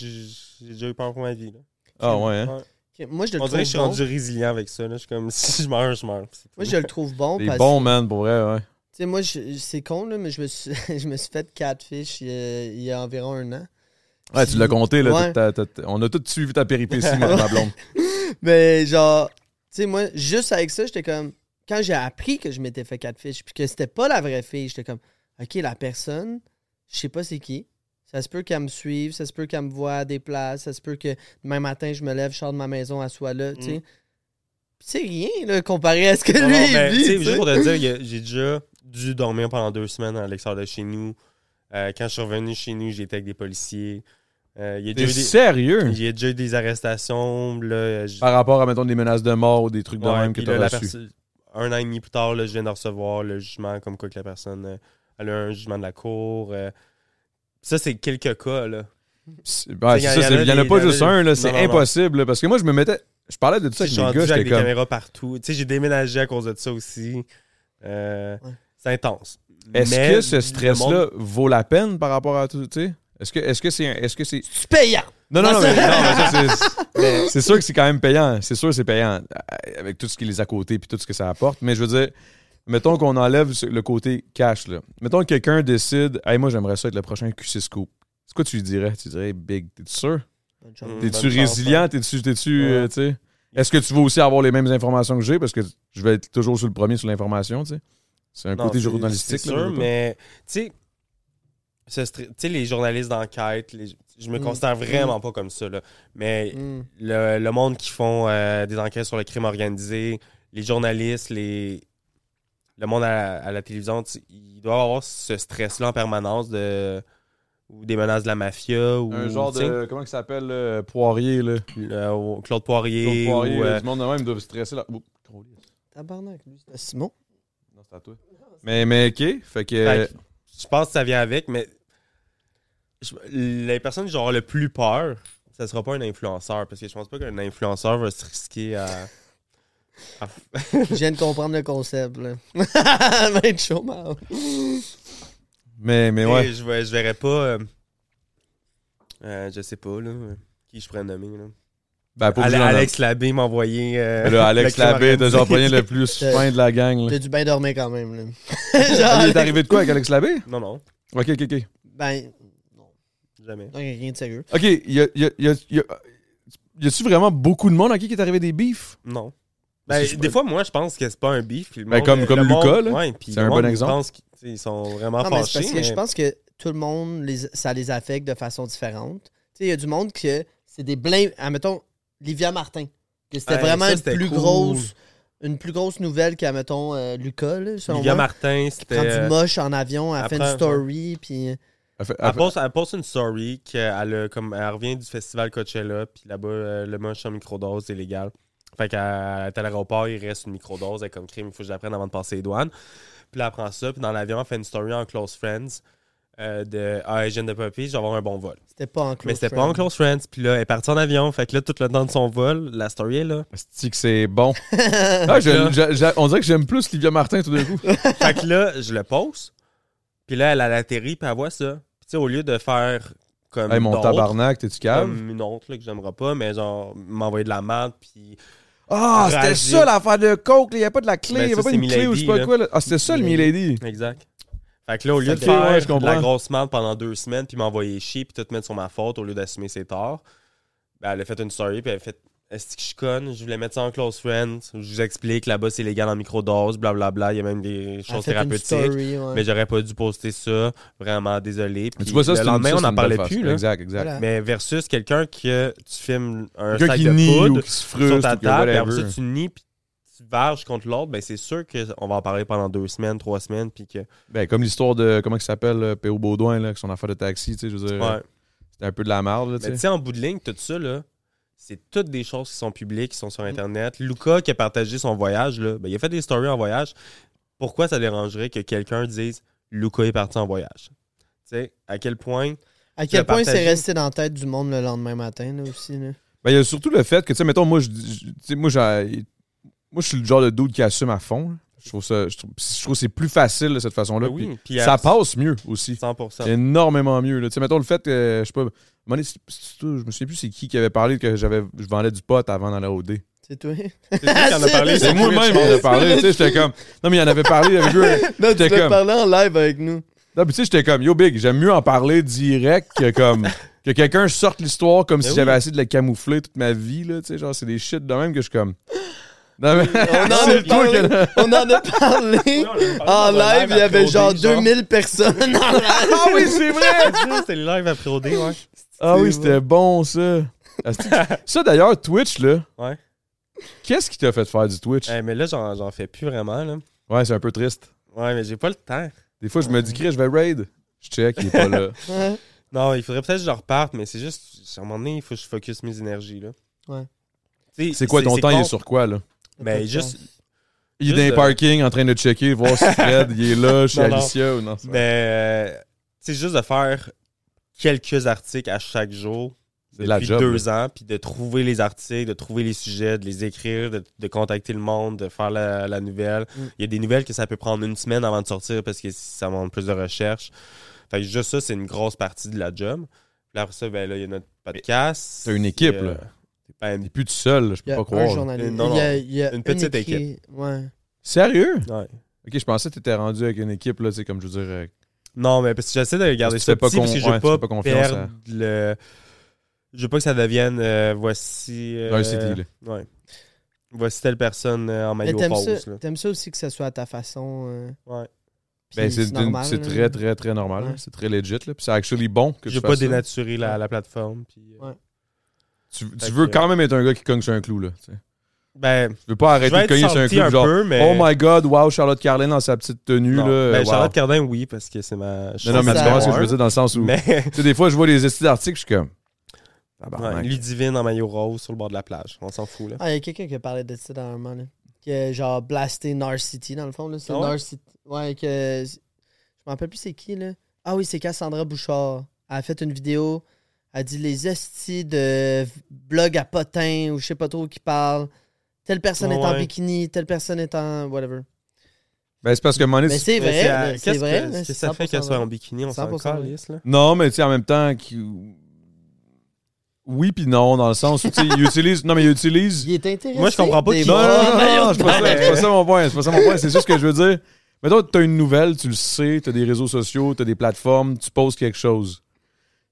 [SPEAKER 4] J'ai j'ai déjà eu peur pour ma vie. là.
[SPEAKER 2] Ah ouais, hein?
[SPEAKER 4] Ouais.
[SPEAKER 3] Moi, je le
[SPEAKER 4] On dirait
[SPEAKER 3] trouve
[SPEAKER 4] que je suis
[SPEAKER 3] bon.
[SPEAKER 4] rendu résilient avec ça. Là. Je suis comme, si je meurs, je meurs. C'est
[SPEAKER 3] Moi,
[SPEAKER 4] tout.
[SPEAKER 3] je le trouve bon
[SPEAKER 2] Des
[SPEAKER 3] parce
[SPEAKER 2] bons, man, pour vrai, ouais.
[SPEAKER 3] Tu sais, moi, je- c'est con, là, mais je me suis, je me suis fait catfish il y a, il y a environ un an.
[SPEAKER 2] Ouais, tu l'as compté, là.
[SPEAKER 3] Ouais.
[SPEAKER 2] t'as- t'as- t'as- on a tous suivi ta péripétie, moi, ma blonde.
[SPEAKER 3] Mais genre, tu sais, moi, juste avec ça, j'étais comme. Quand j'ai appris que je m'étais fait catfish, puis que c'était pas la vraie fille, j'étais comme, OK, la personne, je sais pas c'est qui. Ça se peut qu'elle me suive, ça se peut qu'elle me voie à des places, ça se peut que demain matin, je me lève, je sors de ma maison, elle soit là, tu sais.
[SPEAKER 4] Mm.
[SPEAKER 3] C'est rien, là, comparé à ce que
[SPEAKER 4] Non,
[SPEAKER 3] lui,
[SPEAKER 4] Ah, non,
[SPEAKER 3] il
[SPEAKER 4] mais,
[SPEAKER 3] vit,
[SPEAKER 4] tu sais,
[SPEAKER 3] tu sais.
[SPEAKER 4] Juste pour te dire, il y a- j'ai déjà dû dormir pendant deux semaines à l'extérieur de chez nous. Euh, quand je suis revenu chez nous, j'étais avec des policiers. Euh, il y a
[SPEAKER 2] T'es
[SPEAKER 4] déjà eu des-
[SPEAKER 2] sérieux?
[SPEAKER 4] Il y a déjà eu des arrestations. Là, je-
[SPEAKER 2] Par rapport à, mettons, des menaces de mort ou des trucs Ah, de
[SPEAKER 4] Ouais,
[SPEAKER 2] même que
[SPEAKER 4] puis
[SPEAKER 2] t'as
[SPEAKER 4] là, la
[SPEAKER 2] reçu.
[SPEAKER 4] perso- Un an et demi plus tard, là, je viens de recevoir le jugement comme quoi que la personne euh, elle a un jugement de la cour. euh. Ça, c'est quelques cas. Là.
[SPEAKER 2] C'est- ouais, c'est
[SPEAKER 4] Tu sais, y en
[SPEAKER 2] ça,
[SPEAKER 4] a
[SPEAKER 2] c'est- il y en a
[SPEAKER 4] des-
[SPEAKER 2] pas
[SPEAKER 4] y en a
[SPEAKER 2] juste
[SPEAKER 4] des-
[SPEAKER 2] un, là.
[SPEAKER 4] Non,
[SPEAKER 2] C'est
[SPEAKER 4] non, non.
[SPEAKER 2] impossible, là, Parce que moi, je me mettais. Je parlais de tout ça
[SPEAKER 4] Je
[SPEAKER 2] avec
[SPEAKER 4] suis
[SPEAKER 2] les
[SPEAKER 4] rendu
[SPEAKER 2] gars,
[SPEAKER 4] avec
[SPEAKER 2] j'étais
[SPEAKER 4] des
[SPEAKER 2] comme.
[SPEAKER 4] caméras partout. Tu sais, J'ai déménagé à cause de ça aussi. Euh,
[SPEAKER 3] Ouais.
[SPEAKER 4] C'est intense.
[SPEAKER 2] Est-ce
[SPEAKER 4] Mais
[SPEAKER 2] que ce
[SPEAKER 4] le
[SPEAKER 2] stress-là
[SPEAKER 4] monde-
[SPEAKER 2] vaut la peine par rapport à tout, tu sais? Est-ce que est-ce que c'est un- est-ce que c'est
[SPEAKER 3] C'est payant.
[SPEAKER 2] non non
[SPEAKER 3] Non,
[SPEAKER 2] non
[SPEAKER 3] ça-
[SPEAKER 2] mais, non, mais ça, c'est- c'est c'est sûr que c'est quand même payant c'est sûr que c'est payant euh, avec tout ce qui les à côté puis tout ce que ça apporte mais je veux dire mettons qu'on enlève ce- le côté cash là mettons que quelqu'un décide hey moi j'aimerais ça être le prochain QC Scoop c'est quoi tu lui dirais tu lui dirais Hey, big t'es sûr
[SPEAKER 3] Bonne chance.
[SPEAKER 4] Mm.
[SPEAKER 2] t'es-tu
[SPEAKER 4] bonne chance,
[SPEAKER 2] résilient
[SPEAKER 4] hein.
[SPEAKER 2] t'es-tu t'es-tu
[SPEAKER 4] Ouais.
[SPEAKER 2] euh, tu sais est-ce que tu veux aussi avoir les mêmes informations que j'ai parce que je vais être toujours sur le premier sur l'information tu sais c'est un
[SPEAKER 4] Non,
[SPEAKER 2] côté
[SPEAKER 4] c'est-
[SPEAKER 2] journalistique
[SPEAKER 4] C'est
[SPEAKER 2] là,
[SPEAKER 4] sûr,
[SPEAKER 2] veux pas.
[SPEAKER 4] mais tu sais, ce stre- tu sais, les journalistes d'enquête, les- je me
[SPEAKER 3] Mm.
[SPEAKER 4] considère vraiment pas comme ça. là. Mais
[SPEAKER 3] Mm.
[SPEAKER 4] le, le monde qui font euh, des enquêtes sur le crime organisé, les journalistes, les le monde à, à la télévision, tu- il doit avoir ce stress-là en permanence de ou des menaces de la mafia ou
[SPEAKER 2] Un genre
[SPEAKER 4] tu sais,
[SPEAKER 2] de. Comment il s'appelle, là, Poirier, là.
[SPEAKER 4] le- au- Claude Poirier,
[SPEAKER 2] Claude Poirier,
[SPEAKER 4] ou,
[SPEAKER 2] là,
[SPEAKER 4] euh,
[SPEAKER 2] du monde de même, ils doivent stresser là. Oups, gros lisse.
[SPEAKER 3] Tabarnak, lui, c'était Simon.
[SPEAKER 2] Non, c'est à toi. Mais, mais ok, fait que.
[SPEAKER 4] Fait que, Euh, je pense que ça vient avec, mais je- les personnes qui vont avoir le plus peur, ça sera pas un influenceur. Parce que je pense pas qu'un influenceur va se risquer à. à-
[SPEAKER 3] Je viens de comprendre le concept, là. Mais de chaud, man.
[SPEAKER 2] mais, mais ouais.
[SPEAKER 4] Et je, vais- je verrais pas. euh, euh, je sais pas, là. euh, Qui je pourrais nommer, là.
[SPEAKER 2] Ben, pas
[SPEAKER 4] Ale-
[SPEAKER 2] obligé d'en
[SPEAKER 4] Alex Labbé m'a envoyé. euh,
[SPEAKER 2] Mais là, Alex
[SPEAKER 4] le crime
[SPEAKER 2] Labbé, t'es
[SPEAKER 4] organisé.
[SPEAKER 2] genre pogné le plus
[SPEAKER 3] Euh,
[SPEAKER 2] fin de la gang. Là.
[SPEAKER 3] T'as du bien dormir quand même, là.
[SPEAKER 2] Il est
[SPEAKER 3] Genre,
[SPEAKER 2] arrivé de quoi avec Alex Labbé?
[SPEAKER 4] Non, non,
[SPEAKER 2] Ok, ok, ok.
[SPEAKER 3] ben,
[SPEAKER 4] jamais.
[SPEAKER 3] non, y a rien de sérieux.
[SPEAKER 2] Ok, y a, y a, y a, y a, y a-tu vraiment beaucoup de monde à qui qui est arrivé des beefs?
[SPEAKER 4] Non. Ben,
[SPEAKER 2] C'est-
[SPEAKER 4] des fois, moi, je pense que c'est pas un beef. puis le
[SPEAKER 2] Ben,
[SPEAKER 4] monde- euh,
[SPEAKER 2] comme- comme
[SPEAKER 4] le
[SPEAKER 2] Lucas,
[SPEAKER 4] monde-
[SPEAKER 2] là.
[SPEAKER 4] ouais, puis
[SPEAKER 2] C'est
[SPEAKER 4] le
[SPEAKER 2] un
[SPEAKER 4] monde,
[SPEAKER 2] bon
[SPEAKER 4] ils
[SPEAKER 2] exemple.
[SPEAKER 4] pensent qu'ils tu sais, ils sont vraiment
[SPEAKER 3] Non, mais c'est
[SPEAKER 4] fâchés.
[SPEAKER 3] parce que je
[SPEAKER 4] mais-
[SPEAKER 3] pense que tout le monde, les- ça les affecte de façon différente. Tu sais, il y a du monde que c'est des blâmes. Admettons, Livia Martin, que c'était
[SPEAKER 4] Hey,
[SPEAKER 3] vraiment
[SPEAKER 4] ça,
[SPEAKER 3] une
[SPEAKER 4] c'était
[SPEAKER 3] plus
[SPEAKER 4] cool.
[SPEAKER 3] grosse une plus grosse nouvelle qu'admettons euh, Lucas, là, selon
[SPEAKER 4] Olivia
[SPEAKER 3] moi.
[SPEAKER 4] Martin,
[SPEAKER 3] Prend
[SPEAKER 4] c'était. euh,
[SPEAKER 3] du moche en avion, elle fait
[SPEAKER 4] après,
[SPEAKER 3] une story, puis euh,
[SPEAKER 2] Elle fait- elle
[SPEAKER 4] Elle
[SPEAKER 2] fait-
[SPEAKER 4] poste, elle poste une story qu'elle a comme elle revient du festival Coachella, puis là-bas, euh, le moche en microdose, c'est légal. Fait qu'elle est à l'aéroport, il reste une microdose, elle est comme crime, il faut que je l'apprenne avant de passer les douanes. Puis là, elle prend ça, puis dans l'avion, elle fait une story en close friends euh, de Ah, Eugène de Poppy, je vais avoir un bon vol.
[SPEAKER 3] c'était pas en close
[SPEAKER 4] Mais c'était pas en
[SPEAKER 3] friend.
[SPEAKER 4] close friends, puis là, elle est partie en avion, fait que là, tout le temps de son vol, la story est là.
[SPEAKER 2] Asti que c'est bon. Ah, je-
[SPEAKER 4] Là.
[SPEAKER 2] je- je- on dirait que j'aime plus Livia Martin tout d'un coup.
[SPEAKER 4] fait que là, je le pose, puis là, elle elle atterrit, puis elle voit ça. Puis tu sais, au lieu de faire comme.
[SPEAKER 2] hey, mon
[SPEAKER 4] d'autres,
[SPEAKER 2] tabarnak, t'es-tu calme?
[SPEAKER 4] comme une autre là, que j'aimerais pas, mais genre m'envoyer de la merde, puis
[SPEAKER 2] Ah, c'était
[SPEAKER 4] Rager.
[SPEAKER 2] ça l'affaire de Coke, il n'y a pas de la
[SPEAKER 4] Ben,
[SPEAKER 2] clé, il n'y
[SPEAKER 4] ça,
[SPEAKER 2] avait pas
[SPEAKER 4] c'est
[SPEAKER 2] une clé
[SPEAKER 4] Milady,
[SPEAKER 2] ou je sais pas
[SPEAKER 4] là.
[SPEAKER 2] quoi. là. Ah, c'était ça le Milady.
[SPEAKER 4] exact. Fait que là, au lieu
[SPEAKER 2] Fait
[SPEAKER 4] de
[SPEAKER 2] que-
[SPEAKER 4] faire
[SPEAKER 2] ouais, je
[SPEAKER 4] de la
[SPEAKER 2] comprends.
[SPEAKER 4] grosse merde pendant deux semaines, puis m'envoyer chier, puis tout mettre sur ma faute au lieu d'assumer ses torts, ben, elle a fait une story, puis elle a fait Est-ce que je suis conne Je voulais mettre ça en close friends. Je vous explique, là-bas, c'est légal en microdose, blablabla. Il y a même des
[SPEAKER 3] Elle
[SPEAKER 4] choses
[SPEAKER 3] fait une
[SPEAKER 4] thérapeutiques.
[SPEAKER 3] story, ouais.
[SPEAKER 4] Mais j'aurais pas dû poster ça. Vraiment désolé.
[SPEAKER 2] Mais
[SPEAKER 4] Puis
[SPEAKER 2] tu vois, ça,
[SPEAKER 4] le
[SPEAKER 2] c'est une-
[SPEAKER 4] lendemain,
[SPEAKER 2] ça,
[SPEAKER 4] on
[SPEAKER 2] c'est
[SPEAKER 4] n'en
[SPEAKER 2] une
[SPEAKER 4] parlait
[SPEAKER 2] belle face.
[SPEAKER 4] plus. Là.
[SPEAKER 2] Exact, exact.
[SPEAKER 3] Voilà.
[SPEAKER 4] Mais versus quelqu'un que tu filmes un
[SPEAKER 2] Quelqu'un
[SPEAKER 4] sac
[SPEAKER 2] qui
[SPEAKER 4] de
[SPEAKER 2] nie
[SPEAKER 4] poudre.
[SPEAKER 2] ou qui se
[SPEAKER 4] sur
[SPEAKER 2] frustre
[SPEAKER 4] ta
[SPEAKER 2] ou que
[SPEAKER 4] table, puis après ça,
[SPEAKER 2] whatever.
[SPEAKER 4] tu nies, puis tu varges contre l'autre, ben c'est sûr qu'on va en parler pendant deux semaines, trois semaines, puis que...
[SPEAKER 2] Ben, comme l'histoire de, comment il s'appelle, euh, P.O. Baudouin, là, avec son affaire de taxi, Euh, tu sais, je veux dire,
[SPEAKER 4] Ouais.
[SPEAKER 2] c'était un peu de la merde, là, tu
[SPEAKER 4] Mais tu
[SPEAKER 2] sais.
[SPEAKER 4] sais, en bout de ligne, tout ça, là, c'est toutes des choses qui sont publiques, qui sont
[SPEAKER 2] Mm.
[SPEAKER 4] sur Internet. Luca, qui a partagé son voyage, là, ben, il a fait des stories en voyage. Pourquoi ça dérangerait que quelqu'un dise « Luca est parti en voyage ». Tu sais, à quel point...
[SPEAKER 3] à quel
[SPEAKER 4] le
[SPEAKER 3] point c'est
[SPEAKER 4] partager.
[SPEAKER 3] resté dans la tête du monde le lendemain matin, là, aussi, là.
[SPEAKER 2] Ben, il y a surtout le fait que, tu sais, mettons, moi, je, dis- je- tu sais, moi, j'ai- moi, je suis le genre de dude qui assume à fond. là. Je trouve ça, je trouve, je trouve que c'est plus facile de cette façon-là. puis
[SPEAKER 4] Ben oui, puis euh,
[SPEAKER 2] ça
[SPEAKER 4] à
[SPEAKER 2] passe mieux aussi.
[SPEAKER 4] 100%.
[SPEAKER 2] Énormément mieux. là. Tu sais, mettons le fait que, je sais pas, à un moment donné, c'est- c'est- je me souviens plus c'est qui qui avait parlé que j'avais, je vendais du pot avant d'aller au dé.
[SPEAKER 3] C'est toi.
[SPEAKER 4] C'est toi qui en a parlé.
[SPEAKER 2] C'est moi-même qui en ai parlé. tu sais, J'étais comme, non, mais il en avait parlé avec eux.
[SPEAKER 3] Non, tu
[SPEAKER 2] J'étais
[SPEAKER 3] l'as
[SPEAKER 2] comme-
[SPEAKER 3] parlé en live avec nous.
[SPEAKER 2] Non, puis tu sais, j'étais comme, yo, Big, j'aime mieux en parler direct que comme. Que quelqu'un sorte l'histoire comme si
[SPEAKER 4] oui.
[SPEAKER 2] j'avais essayé de la camoufler toute ma vie, là, tu sais, genre, c'est des shit de même que je suis comme... Non, mais...
[SPEAKER 3] On en a
[SPEAKER 2] Ah, C'est toi qui
[SPEAKER 3] parlé. On en a parlé. En live, il y avait genre 2000 personnes en live.
[SPEAKER 2] Ah oui, c'est vrai!
[SPEAKER 4] C'était le live après OD, ouais.
[SPEAKER 2] Ah
[SPEAKER 3] C'est
[SPEAKER 2] oui, c'était bon, ça. Asti- Ça, d'ailleurs, Twitch, là...
[SPEAKER 4] Ouais.
[SPEAKER 2] Qu'est-ce qui t'a fait faire du Twitch?
[SPEAKER 4] Eh, mais là, j'en j'en fais plus vraiment, là.
[SPEAKER 2] Ouais, c'est un peu triste.
[SPEAKER 4] Ouais, mais j'ai pas le temps.
[SPEAKER 2] Des fois, je me dis, Chris, je vais raid. Je check, il est pas là.
[SPEAKER 3] Ouais.
[SPEAKER 4] Non, il faudrait peut-être que je reparte, mais c'est juste, à un moment donné, il faut que je focus mes énergies, là.
[SPEAKER 3] Ouais.
[SPEAKER 4] Tu sais,
[SPEAKER 2] C'est quoi ton temps? Il est
[SPEAKER 4] con-
[SPEAKER 2] sur quoi, là?
[SPEAKER 4] Ben, juste...
[SPEAKER 2] Il est
[SPEAKER 4] Juste,
[SPEAKER 2] dans
[SPEAKER 4] euh,
[SPEAKER 2] le parking en train de checker, voir si Fred, il est là, chez
[SPEAKER 4] Non, Ben, non.
[SPEAKER 2] Alicia ou non. c'est vrai.
[SPEAKER 4] Mais, euh, c'est juste de faire quelques articles à chaque jour
[SPEAKER 2] C'est de la
[SPEAKER 4] depuis
[SPEAKER 2] job,
[SPEAKER 4] deux ans, puis de trouver les articles, de trouver les sujets, de les écrire, de, de contacter le monde, de faire la, la nouvelle.
[SPEAKER 3] Mm.
[SPEAKER 4] Il y a des nouvelles que ça peut prendre une semaine avant de sortir parce que ça demande plus de recherche. Fait que juste ça, c'est une grosse partie de la job. Puis après ça, ben là, il y a notre podcast.
[SPEAKER 2] t'as une équipe,
[SPEAKER 4] Euh,
[SPEAKER 2] là.
[SPEAKER 4] ben,
[SPEAKER 2] T'es plus tout seul, je
[SPEAKER 3] Il
[SPEAKER 2] peux
[SPEAKER 3] y a
[SPEAKER 2] pas
[SPEAKER 3] un
[SPEAKER 2] croire. là.
[SPEAKER 3] journaliste.
[SPEAKER 4] Non, non.
[SPEAKER 3] Il y a- il y a
[SPEAKER 4] Une petite
[SPEAKER 3] écri- Ouais.
[SPEAKER 2] Sérieux?
[SPEAKER 4] ouais.
[SPEAKER 2] Ok, je pensais que t'étais rendu avec une équipe, là, tu sais, comme je veux dire. euh,
[SPEAKER 4] Non, mais parce que j'essaie de
[SPEAKER 2] Parce
[SPEAKER 4] garder
[SPEAKER 2] que
[SPEAKER 4] ça
[SPEAKER 2] tu fais pas
[SPEAKER 4] petit parce
[SPEAKER 2] con-
[SPEAKER 4] que je veux
[SPEAKER 2] ouais, tu
[SPEAKER 4] pas,
[SPEAKER 2] fais pas confiance
[SPEAKER 4] perdre
[SPEAKER 2] à-
[SPEAKER 4] le... Je veux pas que ça devienne, euh, voici... euh,
[SPEAKER 2] Varsity, là.
[SPEAKER 4] Ouais. Voici telle personne euh, en
[SPEAKER 3] Mais
[SPEAKER 4] maillot
[SPEAKER 3] t'aimes
[SPEAKER 4] pause,
[SPEAKER 3] ça,
[SPEAKER 4] là.
[SPEAKER 3] t'aimes ça aussi que ça soit à ta façon. euh,
[SPEAKER 4] Ouais.
[SPEAKER 3] puis
[SPEAKER 2] Ben, c'est une-
[SPEAKER 3] normal,
[SPEAKER 2] c'est
[SPEAKER 3] là.
[SPEAKER 2] très, très, très normal. là.
[SPEAKER 3] Ouais.
[SPEAKER 2] C'est très legit, là. Puis c'est actually bon que
[SPEAKER 4] Je
[SPEAKER 2] tu
[SPEAKER 4] veux pas
[SPEAKER 2] fasses ça.
[SPEAKER 4] dénaturer la, la plateforme. puis, euh,
[SPEAKER 3] Ouais.
[SPEAKER 2] Tu, tu
[SPEAKER 4] Fait
[SPEAKER 2] veux
[SPEAKER 4] que-
[SPEAKER 2] quand même être un gars qui cogne sur un clou, là. tu sais.
[SPEAKER 4] Ben,
[SPEAKER 2] Je veux pas
[SPEAKER 4] je
[SPEAKER 2] arrêter
[SPEAKER 4] vais
[SPEAKER 2] de
[SPEAKER 4] être
[SPEAKER 2] cogner sur un
[SPEAKER 4] sorti
[SPEAKER 2] club
[SPEAKER 4] un
[SPEAKER 2] genre
[SPEAKER 4] peu, mais-
[SPEAKER 2] Oh my god, wow, Charlotte Carlin dans sa petite tenue.
[SPEAKER 4] non.
[SPEAKER 2] Là,
[SPEAKER 4] Ben,
[SPEAKER 2] wow.
[SPEAKER 4] Charlotte Cardin, oui, parce que c'est ma.
[SPEAKER 2] Non, non, mais tu
[SPEAKER 3] Ça-
[SPEAKER 2] comprends ce que je veux dire Ah, dans le sens où.
[SPEAKER 4] Mais
[SPEAKER 2] Tu sais, des fois, je vois les estis d'articles, je suis comme.
[SPEAKER 4] ouais,
[SPEAKER 2] Tabarnak.
[SPEAKER 4] Ludivine en maillot rose sur le bord de la plage. On s'en fout, là.
[SPEAKER 3] Ah, il y a quelqu'un qui a parlé de ça dans un moment, là. Qui a genre blasté Narcity, dans le fond, là. C'est
[SPEAKER 4] Ah ouais?
[SPEAKER 3] Narcity. Ouais, que. Je m'en rappelle plus c'est qui, là. Ah oui, c'est Cassandra Bouchard. Elle a fait une vidéo. Elle dit les hosties de blog à potin ou je sais pas trop qui parle. Telle personne
[SPEAKER 4] Ah
[SPEAKER 3] est en
[SPEAKER 4] ouais.
[SPEAKER 3] bikini, telle personne est en. whatever.
[SPEAKER 2] Ben, c'est parce que à un moment donné,
[SPEAKER 3] Mais
[SPEAKER 2] tu-
[SPEAKER 3] c'est
[SPEAKER 4] Mais
[SPEAKER 3] vrai,
[SPEAKER 4] c'est à-
[SPEAKER 3] là, c'est
[SPEAKER 4] qu'est-ce
[SPEAKER 3] vrai.
[SPEAKER 4] que-
[SPEAKER 3] là,
[SPEAKER 4] Qu'est-ce que
[SPEAKER 3] c'est
[SPEAKER 4] ça fait
[SPEAKER 3] 100%
[SPEAKER 4] qu'elle soit
[SPEAKER 3] vrai.
[SPEAKER 4] en bikini? On s'en
[SPEAKER 3] 100% vrai.
[SPEAKER 4] calisse, là.
[SPEAKER 2] Non, mais tu sais, en même temps, qui- oui puis non, dans le sens où tu sais, il utilise. Non, mais il utilise.
[SPEAKER 3] Il est intéressé.
[SPEAKER 4] Moi, je comprends pas
[SPEAKER 3] des
[SPEAKER 4] qui-
[SPEAKER 2] Non,
[SPEAKER 3] bons
[SPEAKER 2] non, non, non, Oh, non,
[SPEAKER 3] maillots
[SPEAKER 2] c'est pas
[SPEAKER 3] Oh, de
[SPEAKER 2] ça,
[SPEAKER 3] bain.
[SPEAKER 2] c'est pas ça mon point. C'est pas ça mon point. C'est juste que je veux dire. Mettons, t'as une nouvelle, tu le sais, t'as des réseaux sociaux, t'as des plateformes, tu poses quelque chose.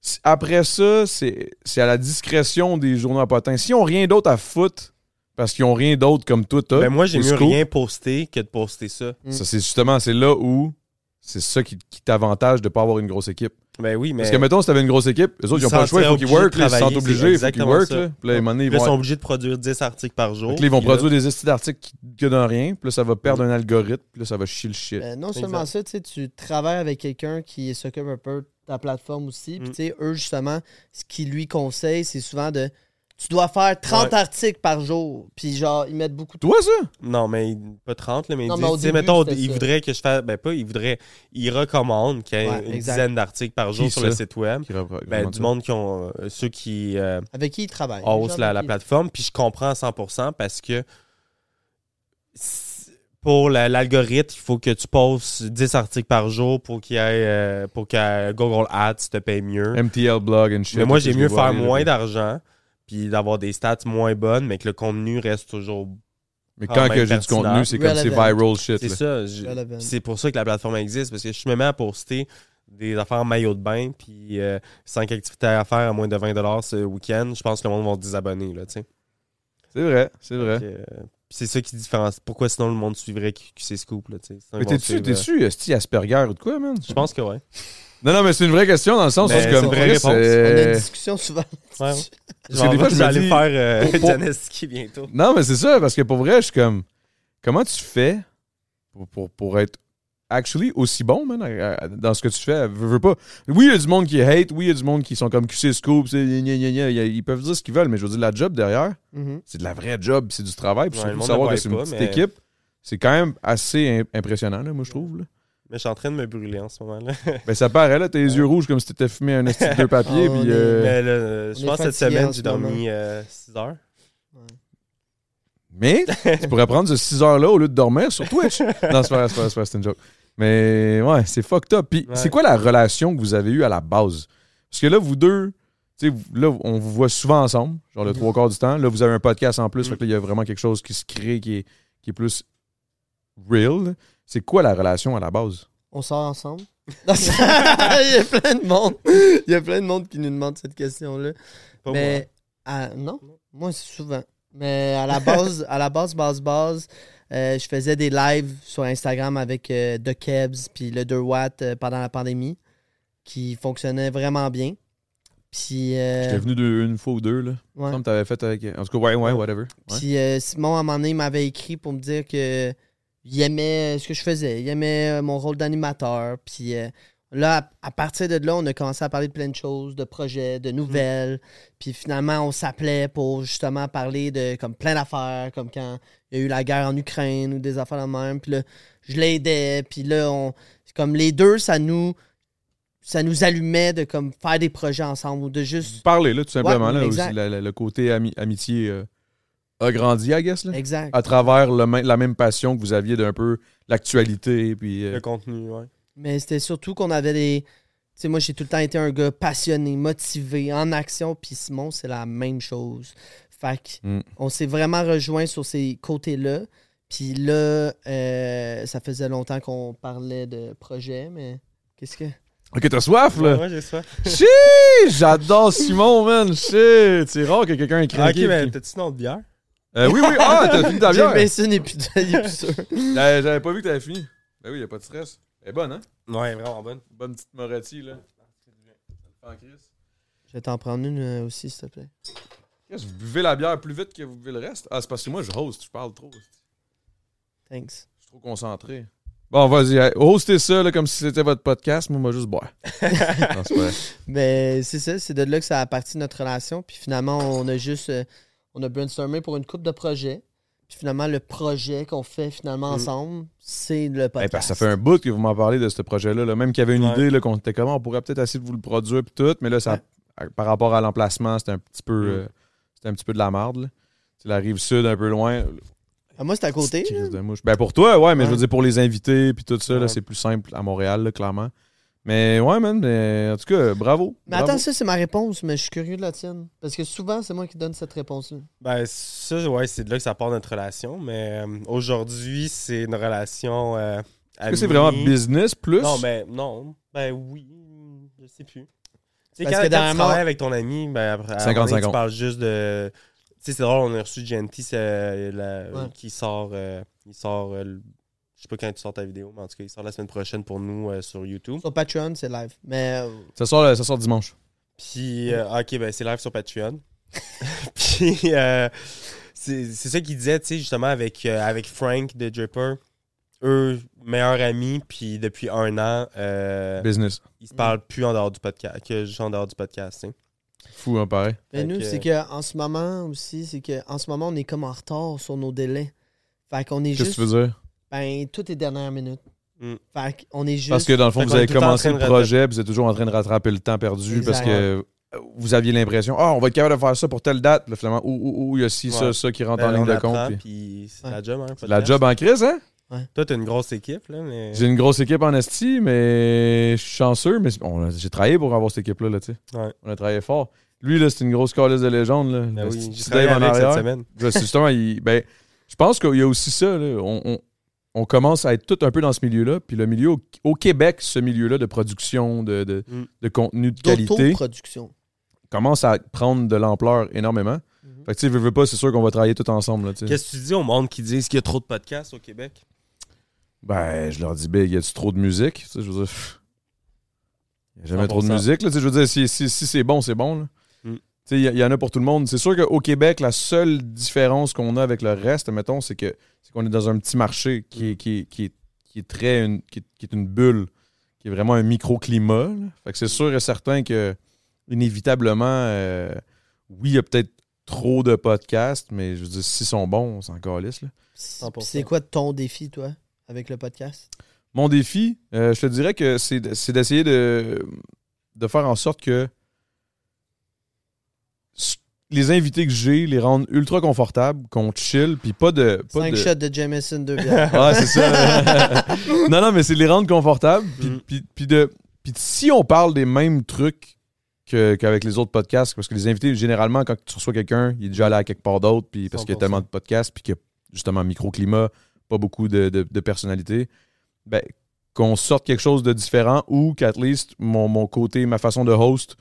[SPEAKER 2] Si- Après ça, c'est c'est à la discrétion des journaux à potins. S'ils ont rien d'autre à foutre, parce qu'ils ont rien d'autre comme toi, t'as.
[SPEAKER 4] Ben, moi, j'ai
[SPEAKER 2] au
[SPEAKER 4] mieux
[SPEAKER 2] scoop,
[SPEAKER 4] rien posté que de poster ça.
[SPEAKER 2] Ça, c'est justement, c'est là où c'est ça qui, qui t'avantage de pas avoir une grosse équipe.
[SPEAKER 4] Ben oui, mais.
[SPEAKER 2] Parce que, mettons, si t'avais une grosse équipe, eux autres, ils ont
[SPEAKER 4] Ils
[SPEAKER 2] pas le choix, il faut
[SPEAKER 4] seraient
[SPEAKER 2] qu'ils
[SPEAKER 4] obligés de
[SPEAKER 2] work, là, ils se sentent
[SPEAKER 4] travailler,
[SPEAKER 2] obligés, il
[SPEAKER 4] c'est
[SPEAKER 2] faut qu'ils
[SPEAKER 4] exactement
[SPEAKER 2] work,
[SPEAKER 4] ça.
[SPEAKER 2] là. Puis là, à un moment donné, ils
[SPEAKER 4] Là, ils
[SPEAKER 2] vont,
[SPEAKER 4] sont obligés de produire 10 articles par jour.
[SPEAKER 3] Oh,
[SPEAKER 2] Fait que là, ils vont
[SPEAKER 4] Puis là-
[SPEAKER 2] produire des estis d'articles qui que dans rien, puis là, ça va perdre un algorithme, puis là, ça va chier le shit.
[SPEAKER 3] Mm. Euh, non seulement ça, tu sais, tu travailles avec quelqu'un qui s'occupe un peu de ta plateforme aussi. Puis,
[SPEAKER 4] Mm.
[SPEAKER 3] tu sais, eux, justement, ce qu'ils lui conseillent, c'est souvent de. Tu dois faire 30
[SPEAKER 4] Ouais.
[SPEAKER 3] articles par jour. Puis, genre, ils mettent beaucoup de.
[SPEAKER 2] Toi, ça?
[SPEAKER 4] Non, mais il- pas 30, là, mais ils
[SPEAKER 3] Non,
[SPEAKER 4] disent,
[SPEAKER 3] mais au
[SPEAKER 4] tu sais,
[SPEAKER 3] début,
[SPEAKER 4] mettons,
[SPEAKER 3] c'était
[SPEAKER 4] ils
[SPEAKER 3] ça.
[SPEAKER 4] voudraient que je fasse. Ben pas, ils voudraient. Ils recommandent qu'il y ait
[SPEAKER 3] Ouais,
[SPEAKER 4] une
[SPEAKER 3] exact.
[SPEAKER 4] dizaine d'articles par jour
[SPEAKER 2] Qui
[SPEAKER 4] sur
[SPEAKER 2] ça?
[SPEAKER 4] le site web.
[SPEAKER 2] Qui repro-
[SPEAKER 4] Ben,
[SPEAKER 2] comment
[SPEAKER 4] du
[SPEAKER 2] ça?
[SPEAKER 4] monde qui ont. euh, ceux qui euh,
[SPEAKER 3] Avec qui ils travaillent. les gens
[SPEAKER 4] haussent la,
[SPEAKER 3] avec
[SPEAKER 4] la
[SPEAKER 3] qui-
[SPEAKER 4] plateforme. Puis je comprends à 100% parce que. c'est- Pour la- l'algorithme, il faut que tu postes 10 articles par jour pour qu'il y ait, euh, pour que Google Ads te paye mieux.
[SPEAKER 2] MTL blog and shit.
[SPEAKER 4] Mais moi,
[SPEAKER 2] tout ce
[SPEAKER 4] j'ai
[SPEAKER 2] que
[SPEAKER 4] mieux
[SPEAKER 2] je vois
[SPEAKER 4] faire
[SPEAKER 2] aller, là,
[SPEAKER 4] moins
[SPEAKER 2] mais-
[SPEAKER 4] d'argent, puis d'avoir des stats moins bonnes, mais que le contenu reste toujours.
[SPEAKER 2] Mais
[SPEAKER 4] quand
[SPEAKER 2] quand
[SPEAKER 4] même
[SPEAKER 2] que j'ai du
[SPEAKER 4] pertinent.
[SPEAKER 2] contenu, c'est comme c'est
[SPEAKER 3] Relevant.
[SPEAKER 2] viral shit,
[SPEAKER 4] C'est
[SPEAKER 2] là.
[SPEAKER 4] ça. je-
[SPEAKER 3] Relevant.
[SPEAKER 4] puis C'est pour ça que la plateforme existe, parce que je me mets à poster des affaires en maillot de bain, puis euh, 5 activités à faire à moins de 20 ce week-end, je pense que le monde va se désabonner, là, tu sais.
[SPEAKER 2] C'est vrai, c'est vrai.
[SPEAKER 4] Fait que, euh, puis c'est ça qui différencie. Pourquoi sinon le monde suivrait QC Scoop, là, tu sais. Sinon,
[SPEAKER 2] Mais
[SPEAKER 4] ils vont
[SPEAKER 2] t'es-tu,
[SPEAKER 4] suivre, euh,
[SPEAKER 2] t'es-tu, esti Asperger ou de quoi, man?
[SPEAKER 4] Je pense que ouais.
[SPEAKER 2] Non, non, mais c'est une vraie question dans le sens où
[SPEAKER 4] Mais
[SPEAKER 2] c'est
[SPEAKER 4] c'est
[SPEAKER 2] comme.
[SPEAKER 4] une vraie
[SPEAKER 2] Chris,
[SPEAKER 4] réponse.
[SPEAKER 3] On a une
[SPEAKER 2] euh,
[SPEAKER 3] discussion souvent.
[SPEAKER 4] Ouais, ouais.
[SPEAKER 2] Parce que des fois, je me
[SPEAKER 4] vais aller
[SPEAKER 2] dis-
[SPEAKER 4] faire euh,
[SPEAKER 2] Pour- pour-
[SPEAKER 4] Janeski bientôt.
[SPEAKER 2] Non, mais c'est ça, parce que pour vrai, je suis comme. Comment tu fais pour, pour, pour être actually aussi bon, man, à- à- dans ce que tu fais? Veux, veux pas. Oui, il y a du monde qui hate, oui, il y a du monde qui sont comme QC Scoop, c'est gna, gna, gna, gna. ils peuvent dire ce qu'ils veulent, mais je veux dire, la job derrière,
[SPEAKER 3] Mhm.
[SPEAKER 2] c'est de la vraie job, c'est du travail, puis
[SPEAKER 4] Ouais, le
[SPEAKER 2] surtout
[SPEAKER 4] monde
[SPEAKER 2] savoir
[SPEAKER 4] ne
[SPEAKER 2] que
[SPEAKER 4] voit
[SPEAKER 2] c'est une
[SPEAKER 4] pas,
[SPEAKER 2] petite
[SPEAKER 4] mais-
[SPEAKER 2] équipe, c'est quand même assez im- impressionnant, là, moi, je trouve. là.
[SPEAKER 4] Mais je suis en train de me brûler en ce moment, là.
[SPEAKER 2] Ben, ça paraît, là, t'as les yeux rouges comme si t'étais fumé un esti de papier,
[SPEAKER 3] Ah, on
[SPEAKER 2] puis.
[SPEAKER 3] est-
[SPEAKER 2] euh,
[SPEAKER 4] Mais là, euh,
[SPEAKER 3] On
[SPEAKER 4] je
[SPEAKER 3] est
[SPEAKER 4] pense que cette
[SPEAKER 3] fatigué en
[SPEAKER 4] semaine,
[SPEAKER 3] ce
[SPEAKER 4] j'ai
[SPEAKER 3] moment.
[SPEAKER 4] dormi 6 heures.
[SPEAKER 2] Mais tu pourrais prendre ce 6 heures-là au lieu de dormir sur Twitch. non, c'est pas vrai, c'est pas vrai, c'est pas vrai, c'est une joke. Mais ouais, c'est fucked up. Puis
[SPEAKER 4] Ouais.
[SPEAKER 2] c'est quoi la relation que vous avez eue à la base? Parce que là, vous deux, tu sais, vous- là, on vous voit souvent ensemble, genre le trois quarts du temps. Là, vous avez un podcast en
[SPEAKER 3] Mm.
[SPEAKER 2] plus,
[SPEAKER 4] Mhm.
[SPEAKER 2] fait que là, il y a vraiment quelque chose qui se crée, qui est, qui est plus real. C'est quoi la relation à la base?
[SPEAKER 3] On sort ensemble. Non, c'est- il y a plein de monde. Il y a plein de monde qui nous demande cette question-là.
[SPEAKER 4] Pas moi.
[SPEAKER 3] Mais à- non, moi c'est souvent. Mais à la base, à la base, base, base, euh, je faisais des lives sur Instagram avec euh, The Kebs puis le 2 Watt euh, pendant la pandémie qui fonctionnait vraiment bien. Puis, euh,
[SPEAKER 2] J'étais venu deux- une fois ou deux, là.
[SPEAKER 3] ouais.
[SPEAKER 2] Comme t'avais fait avec. En tout cas, ouais, ouais, whatever. Ouais.
[SPEAKER 3] Puis euh, Simon, à un moment donné, il m'avait écrit pour me dire que il aimait ce que je faisais. Il aimait euh, mon rôle d'animateur. Puis euh, là, à, à partir de là, on a commencé à parler de plein de choses, de projets, de nouvelles. Puis finalement, on s'appelait pour justement parler de comme plein d'affaires, comme quand il y a eu la guerre en Ukraine ou des affaires de même. Puis là, je l'aidais. Puis là, on, c'est comme les deux, ça nous, ça nous allumait de comme faire des projets ensemble ou de juste...
[SPEAKER 2] Parler, là, tout simplement,
[SPEAKER 3] Ouais,
[SPEAKER 2] là,
[SPEAKER 3] exact.
[SPEAKER 2] aussi, la- la- le côté ami- amitié euh, a grandi, I guess, là.
[SPEAKER 3] Exact.
[SPEAKER 2] à travers le mê- la même passion que vous aviez d'un peu l'actualité. Puis, euh,
[SPEAKER 4] Le contenu, ouais.
[SPEAKER 3] Mais c'était surtout qu'on avait des. Tu sais, moi, j'ai tout le temps été un gars passionné, motivé, en action. Puis Simon, c'est la même chose. Fait que
[SPEAKER 2] Mm.
[SPEAKER 3] on s'est vraiment rejoints sur ces côtés-là. Puis là, euh, ça faisait longtemps qu'on parlait de projet, mais qu'est-ce que.
[SPEAKER 2] Ok, t'as soif, là?
[SPEAKER 4] Ouais, j'ai ça.
[SPEAKER 2] Shit! J'adore Simon, man! Shit! C'est rare que quelqu'un ait
[SPEAKER 4] Ah, ok,
[SPEAKER 2] craqué.
[SPEAKER 4] mais
[SPEAKER 2] puis-
[SPEAKER 4] t'as-tu une autre bière?
[SPEAKER 2] Euh, oui, oui! Ah, t'as fini ta
[SPEAKER 3] Jim
[SPEAKER 2] bière!
[SPEAKER 3] Mason n'est plus, il est plus sûr.
[SPEAKER 2] Euh, J'avais pas vu que t'avais fini. Ben oui, y a pas de stress. Elle est bonne, hein?
[SPEAKER 4] Ouais, vraiment bonne.
[SPEAKER 2] Bonne petite Moretti, là. En crise.
[SPEAKER 3] Je vais t'en prendre une euh, aussi, s'il te plaît.
[SPEAKER 2] Qu'est-ce Qu'est-ce que Vous buvez la bière plus vite que vous buvez le reste? Ah, c'est parce que moi, je host, je parle trop. Je
[SPEAKER 3] Thanks.
[SPEAKER 2] suis trop concentré. Bon, vas-y, hey, hostez ça là, comme si c'était votre podcast. Moi, moi, juste boire. Non, c'est pas vrai.
[SPEAKER 3] Mais Ben, c'est ça, c'est de là que ça a parti notre relation. Puis finalement, on a juste. euh, on a brainstormé pour une coupe de projets. Puis finalement, le projet qu'on fait finalement ensemble, c'est le
[SPEAKER 2] Eh,
[SPEAKER 3] podcast.
[SPEAKER 2] Mm. parce que ça fait un bout que vous m'en parlez de ce projet-là. là. Même qu'il y avait une
[SPEAKER 4] Ouais.
[SPEAKER 2] idée là, qu'on était comment, on pourrait peut-être essayer de vous le produire puis tout, mais là, ça, à- par rapport à l'emplacement, c'était un petit peu,
[SPEAKER 3] Mm.
[SPEAKER 2] euh, c'était un petit peu de la marde. là. C'est la rive sud, un peu loin.
[SPEAKER 3] Ah, moi, c'est à côté.
[SPEAKER 2] Petite
[SPEAKER 3] là.
[SPEAKER 2] crise de mouche. Ben pour toi, ouais, mais je veux
[SPEAKER 3] Ouais.
[SPEAKER 2] dire pour les invités puis tout ça, là,
[SPEAKER 4] Ouais.
[SPEAKER 2] c'est plus simple à Montréal, là, clairement. Mais ouais, man, mais en tout cas, bravo.
[SPEAKER 3] Mais
[SPEAKER 2] bravo.
[SPEAKER 3] attends, ça, c'est ma réponse, mais je suis curieux de la tienne. Parce que souvent, c'est moi qui donne cette réponse-là.
[SPEAKER 4] Ben, ça, ouais, c'est de là que ça part notre relation. Mais euh, aujourd'hui, c'est une relation. Euh,
[SPEAKER 2] Est-ce que c'est
[SPEAKER 4] amie.
[SPEAKER 2] vraiment business plus?
[SPEAKER 4] Non, mais non. Ben oui, je sais plus. Tu
[SPEAKER 3] Parce
[SPEAKER 4] sais, quand,
[SPEAKER 3] que
[SPEAKER 4] quand tu
[SPEAKER 3] dernièrement-
[SPEAKER 4] travailles avec ton ami, ben après, à un moment
[SPEAKER 2] 50-50.
[SPEAKER 4] donné, tu parles juste de. Tu sais, c'est drôle, on a reçu Genty c'est, euh, la-
[SPEAKER 3] Ouais.
[SPEAKER 4] qui sort. euh, il sort. euh, le- je sais pas quand tu sors ta vidéo, mais en tout cas, il sort la semaine prochaine pour nous euh, sur YouTube.
[SPEAKER 3] Sur Patreon, c'est live. Mais euh,
[SPEAKER 2] Ça, sort, le- ça sort dimanche.
[SPEAKER 4] Puis, euh, ok, ben c'est live sur Patreon. Puis, euh, c'est c'est ça qu'il disait, tu sais, justement, avec, euh, avec Frank de Dripper. Eux, meilleurs amis, puis depuis un an, euh,
[SPEAKER 2] Business.
[SPEAKER 4] ils se parlent plus en dehors du podcast, que juste en dehors du podcast, tu sais.
[SPEAKER 2] Fou, hein, pareil.
[SPEAKER 3] mais
[SPEAKER 4] Fait
[SPEAKER 3] nous,
[SPEAKER 4] que-
[SPEAKER 3] c'est que en ce moment aussi, c'est que en ce moment, on est comme en retard sur nos délais. Fait qu'on est
[SPEAKER 2] Qu'est-ce que
[SPEAKER 3] juste.
[SPEAKER 2] tu veux dire?
[SPEAKER 3] Ben, toutes les dernières minutes.
[SPEAKER 4] Mm.
[SPEAKER 3] Fait qu'on est juste.
[SPEAKER 2] Parce que dans le fond,
[SPEAKER 4] Fait
[SPEAKER 2] vous
[SPEAKER 4] qu'on est
[SPEAKER 2] avez
[SPEAKER 4] tout le temps
[SPEAKER 2] commencé
[SPEAKER 4] en
[SPEAKER 2] le
[SPEAKER 4] train de
[SPEAKER 2] projet, puis vous êtes toujours en train de rattraper le temps perdu
[SPEAKER 3] Exact.
[SPEAKER 2] parce que euh, vous aviez l'impression, ah, on va être capable de faire ça pour telle date. Là, finalement, ou, ou, ou, il y a ci, ça,
[SPEAKER 4] Ouais.
[SPEAKER 2] ça qui rentre en
[SPEAKER 4] Ben, on
[SPEAKER 2] ligne de
[SPEAKER 4] apprend,
[SPEAKER 2] compte. puis-
[SPEAKER 4] puis c'est
[SPEAKER 3] Ouais.
[SPEAKER 4] la job, hein,
[SPEAKER 2] C'est la
[SPEAKER 4] podcast.
[SPEAKER 2] job en crise, hein?
[SPEAKER 4] Toi, t'as une grosse équipe, là, mais.
[SPEAKER 2] J'ai une grosse équipe en Esti, mais je suis chanceux. Mais c'est- on- j'ai travaillé pour avoir cette équipe-là, là, tu sais.
[SPEAKER 4] Ouais.
[SPEAKER 2] On a travaillé fort. Lui, là, c'est une grosse calice de légende. Là.
[SPEAKER 4] Ben
[SPEAKER 2] Le
[SPEAKER 4] oui,
[SPEAKER 2] petit
[SPEAKER 4] j'ai travaillé
[SPEAKER 2] Dave en
[SPEAKER 4] avec cette
[SPEAKER 2] arrière.
[SPEAKER 4] semaine.
[SPEAKER 2] Je sais, justement, il- ben, je pense qu'il y a aussi ça. là. On, on- on commence à être tout un peu dans ce milieu-là. Puis le milieu au, au Québec, ce milieu-là de production, de, de,
[SPEAKER 4] Mm.
[SPEAKER 2] de contenu de qualité,
[SPEAKER 3] D'auto-production.
[SPEAKER 2] commence à prendre de l'ampleur énormément. Fait que tu sais, veux, veux pas, c'est sûr qu'on va travailler tout ensemble. là, tu sais.
[SPEAKER 4] Qu'est-ce que tu dis au monde qui disent qu'il y a trop de podcasts au Québec?
[SPEAKER 2] Ben, je leur dis, ben, y a-tu trop de musique? Tu sais, je veux dire, pff, y a jamais trop de
[SPEAKER 4] 100%.
[SPEAKER 2] musique. Là, tu sais, je veux dire, si, si- si c'est bon, c'est bon. là.
[SPEAKER 4] Mm.
[SPEAKER 2] Tu sais, il y, en a pour tout le monde. C'est sûr qu'au Québec, la seule différence qu'on a avec le reste, mettons, c'est que c'est qu'on est dans un petit marché qui, est- qui, est- qui est, qui est très une, qui, est- qui est une bulle, qui est vraiment un microclimat. là. Fait que c'est sûr et certain que inévitablement, euh, oui, il y a peut-être trop de podcasts, mais je veux dire, s'ils sont bons, on s'en calisse. là.
[SPEAKER 3] Puis
[SPEAKER 4] 100%.
[SPEAKER 3] C'est quoi ton défi, toi, avec le podcast?
[SPEAKER 2] Mon défi, euh, je te dirais que c'est d- c'est d'essayer de, de faire en sorte que s- les invités que j'ai les rendent ultra confortables, qu'on chill, puis pas de. Pas
[SPEAKER 3] 5
[SPEAKER 2] de...
[SPEAKER 3] shots de Jameson, 2 bières.
[SPEAKER 2] Ouais, c'est ça. non, non, mais c'est de les rendre confortables, puis,
[SPEAKER 4] Mm.
[SPEAKER 2] puis- puis de. Puis si on parle des mêmes trucs que- qu'avec les autres podcasts, parce que les invités, généralement, quand tu reçois quelqu'un, il est déjà allé à quelque part d'autre, puis parce qu'il y a
[SPEAKER 4] 100%.
[SPEAKER 2] tellement de podcasts, puis qu'il y a justement un microclimat, pas beaucoup de, de, de personnalités, ben, qu'on sorte quelque chose de différent ou qu'at least mon, mon côté, ma façon de host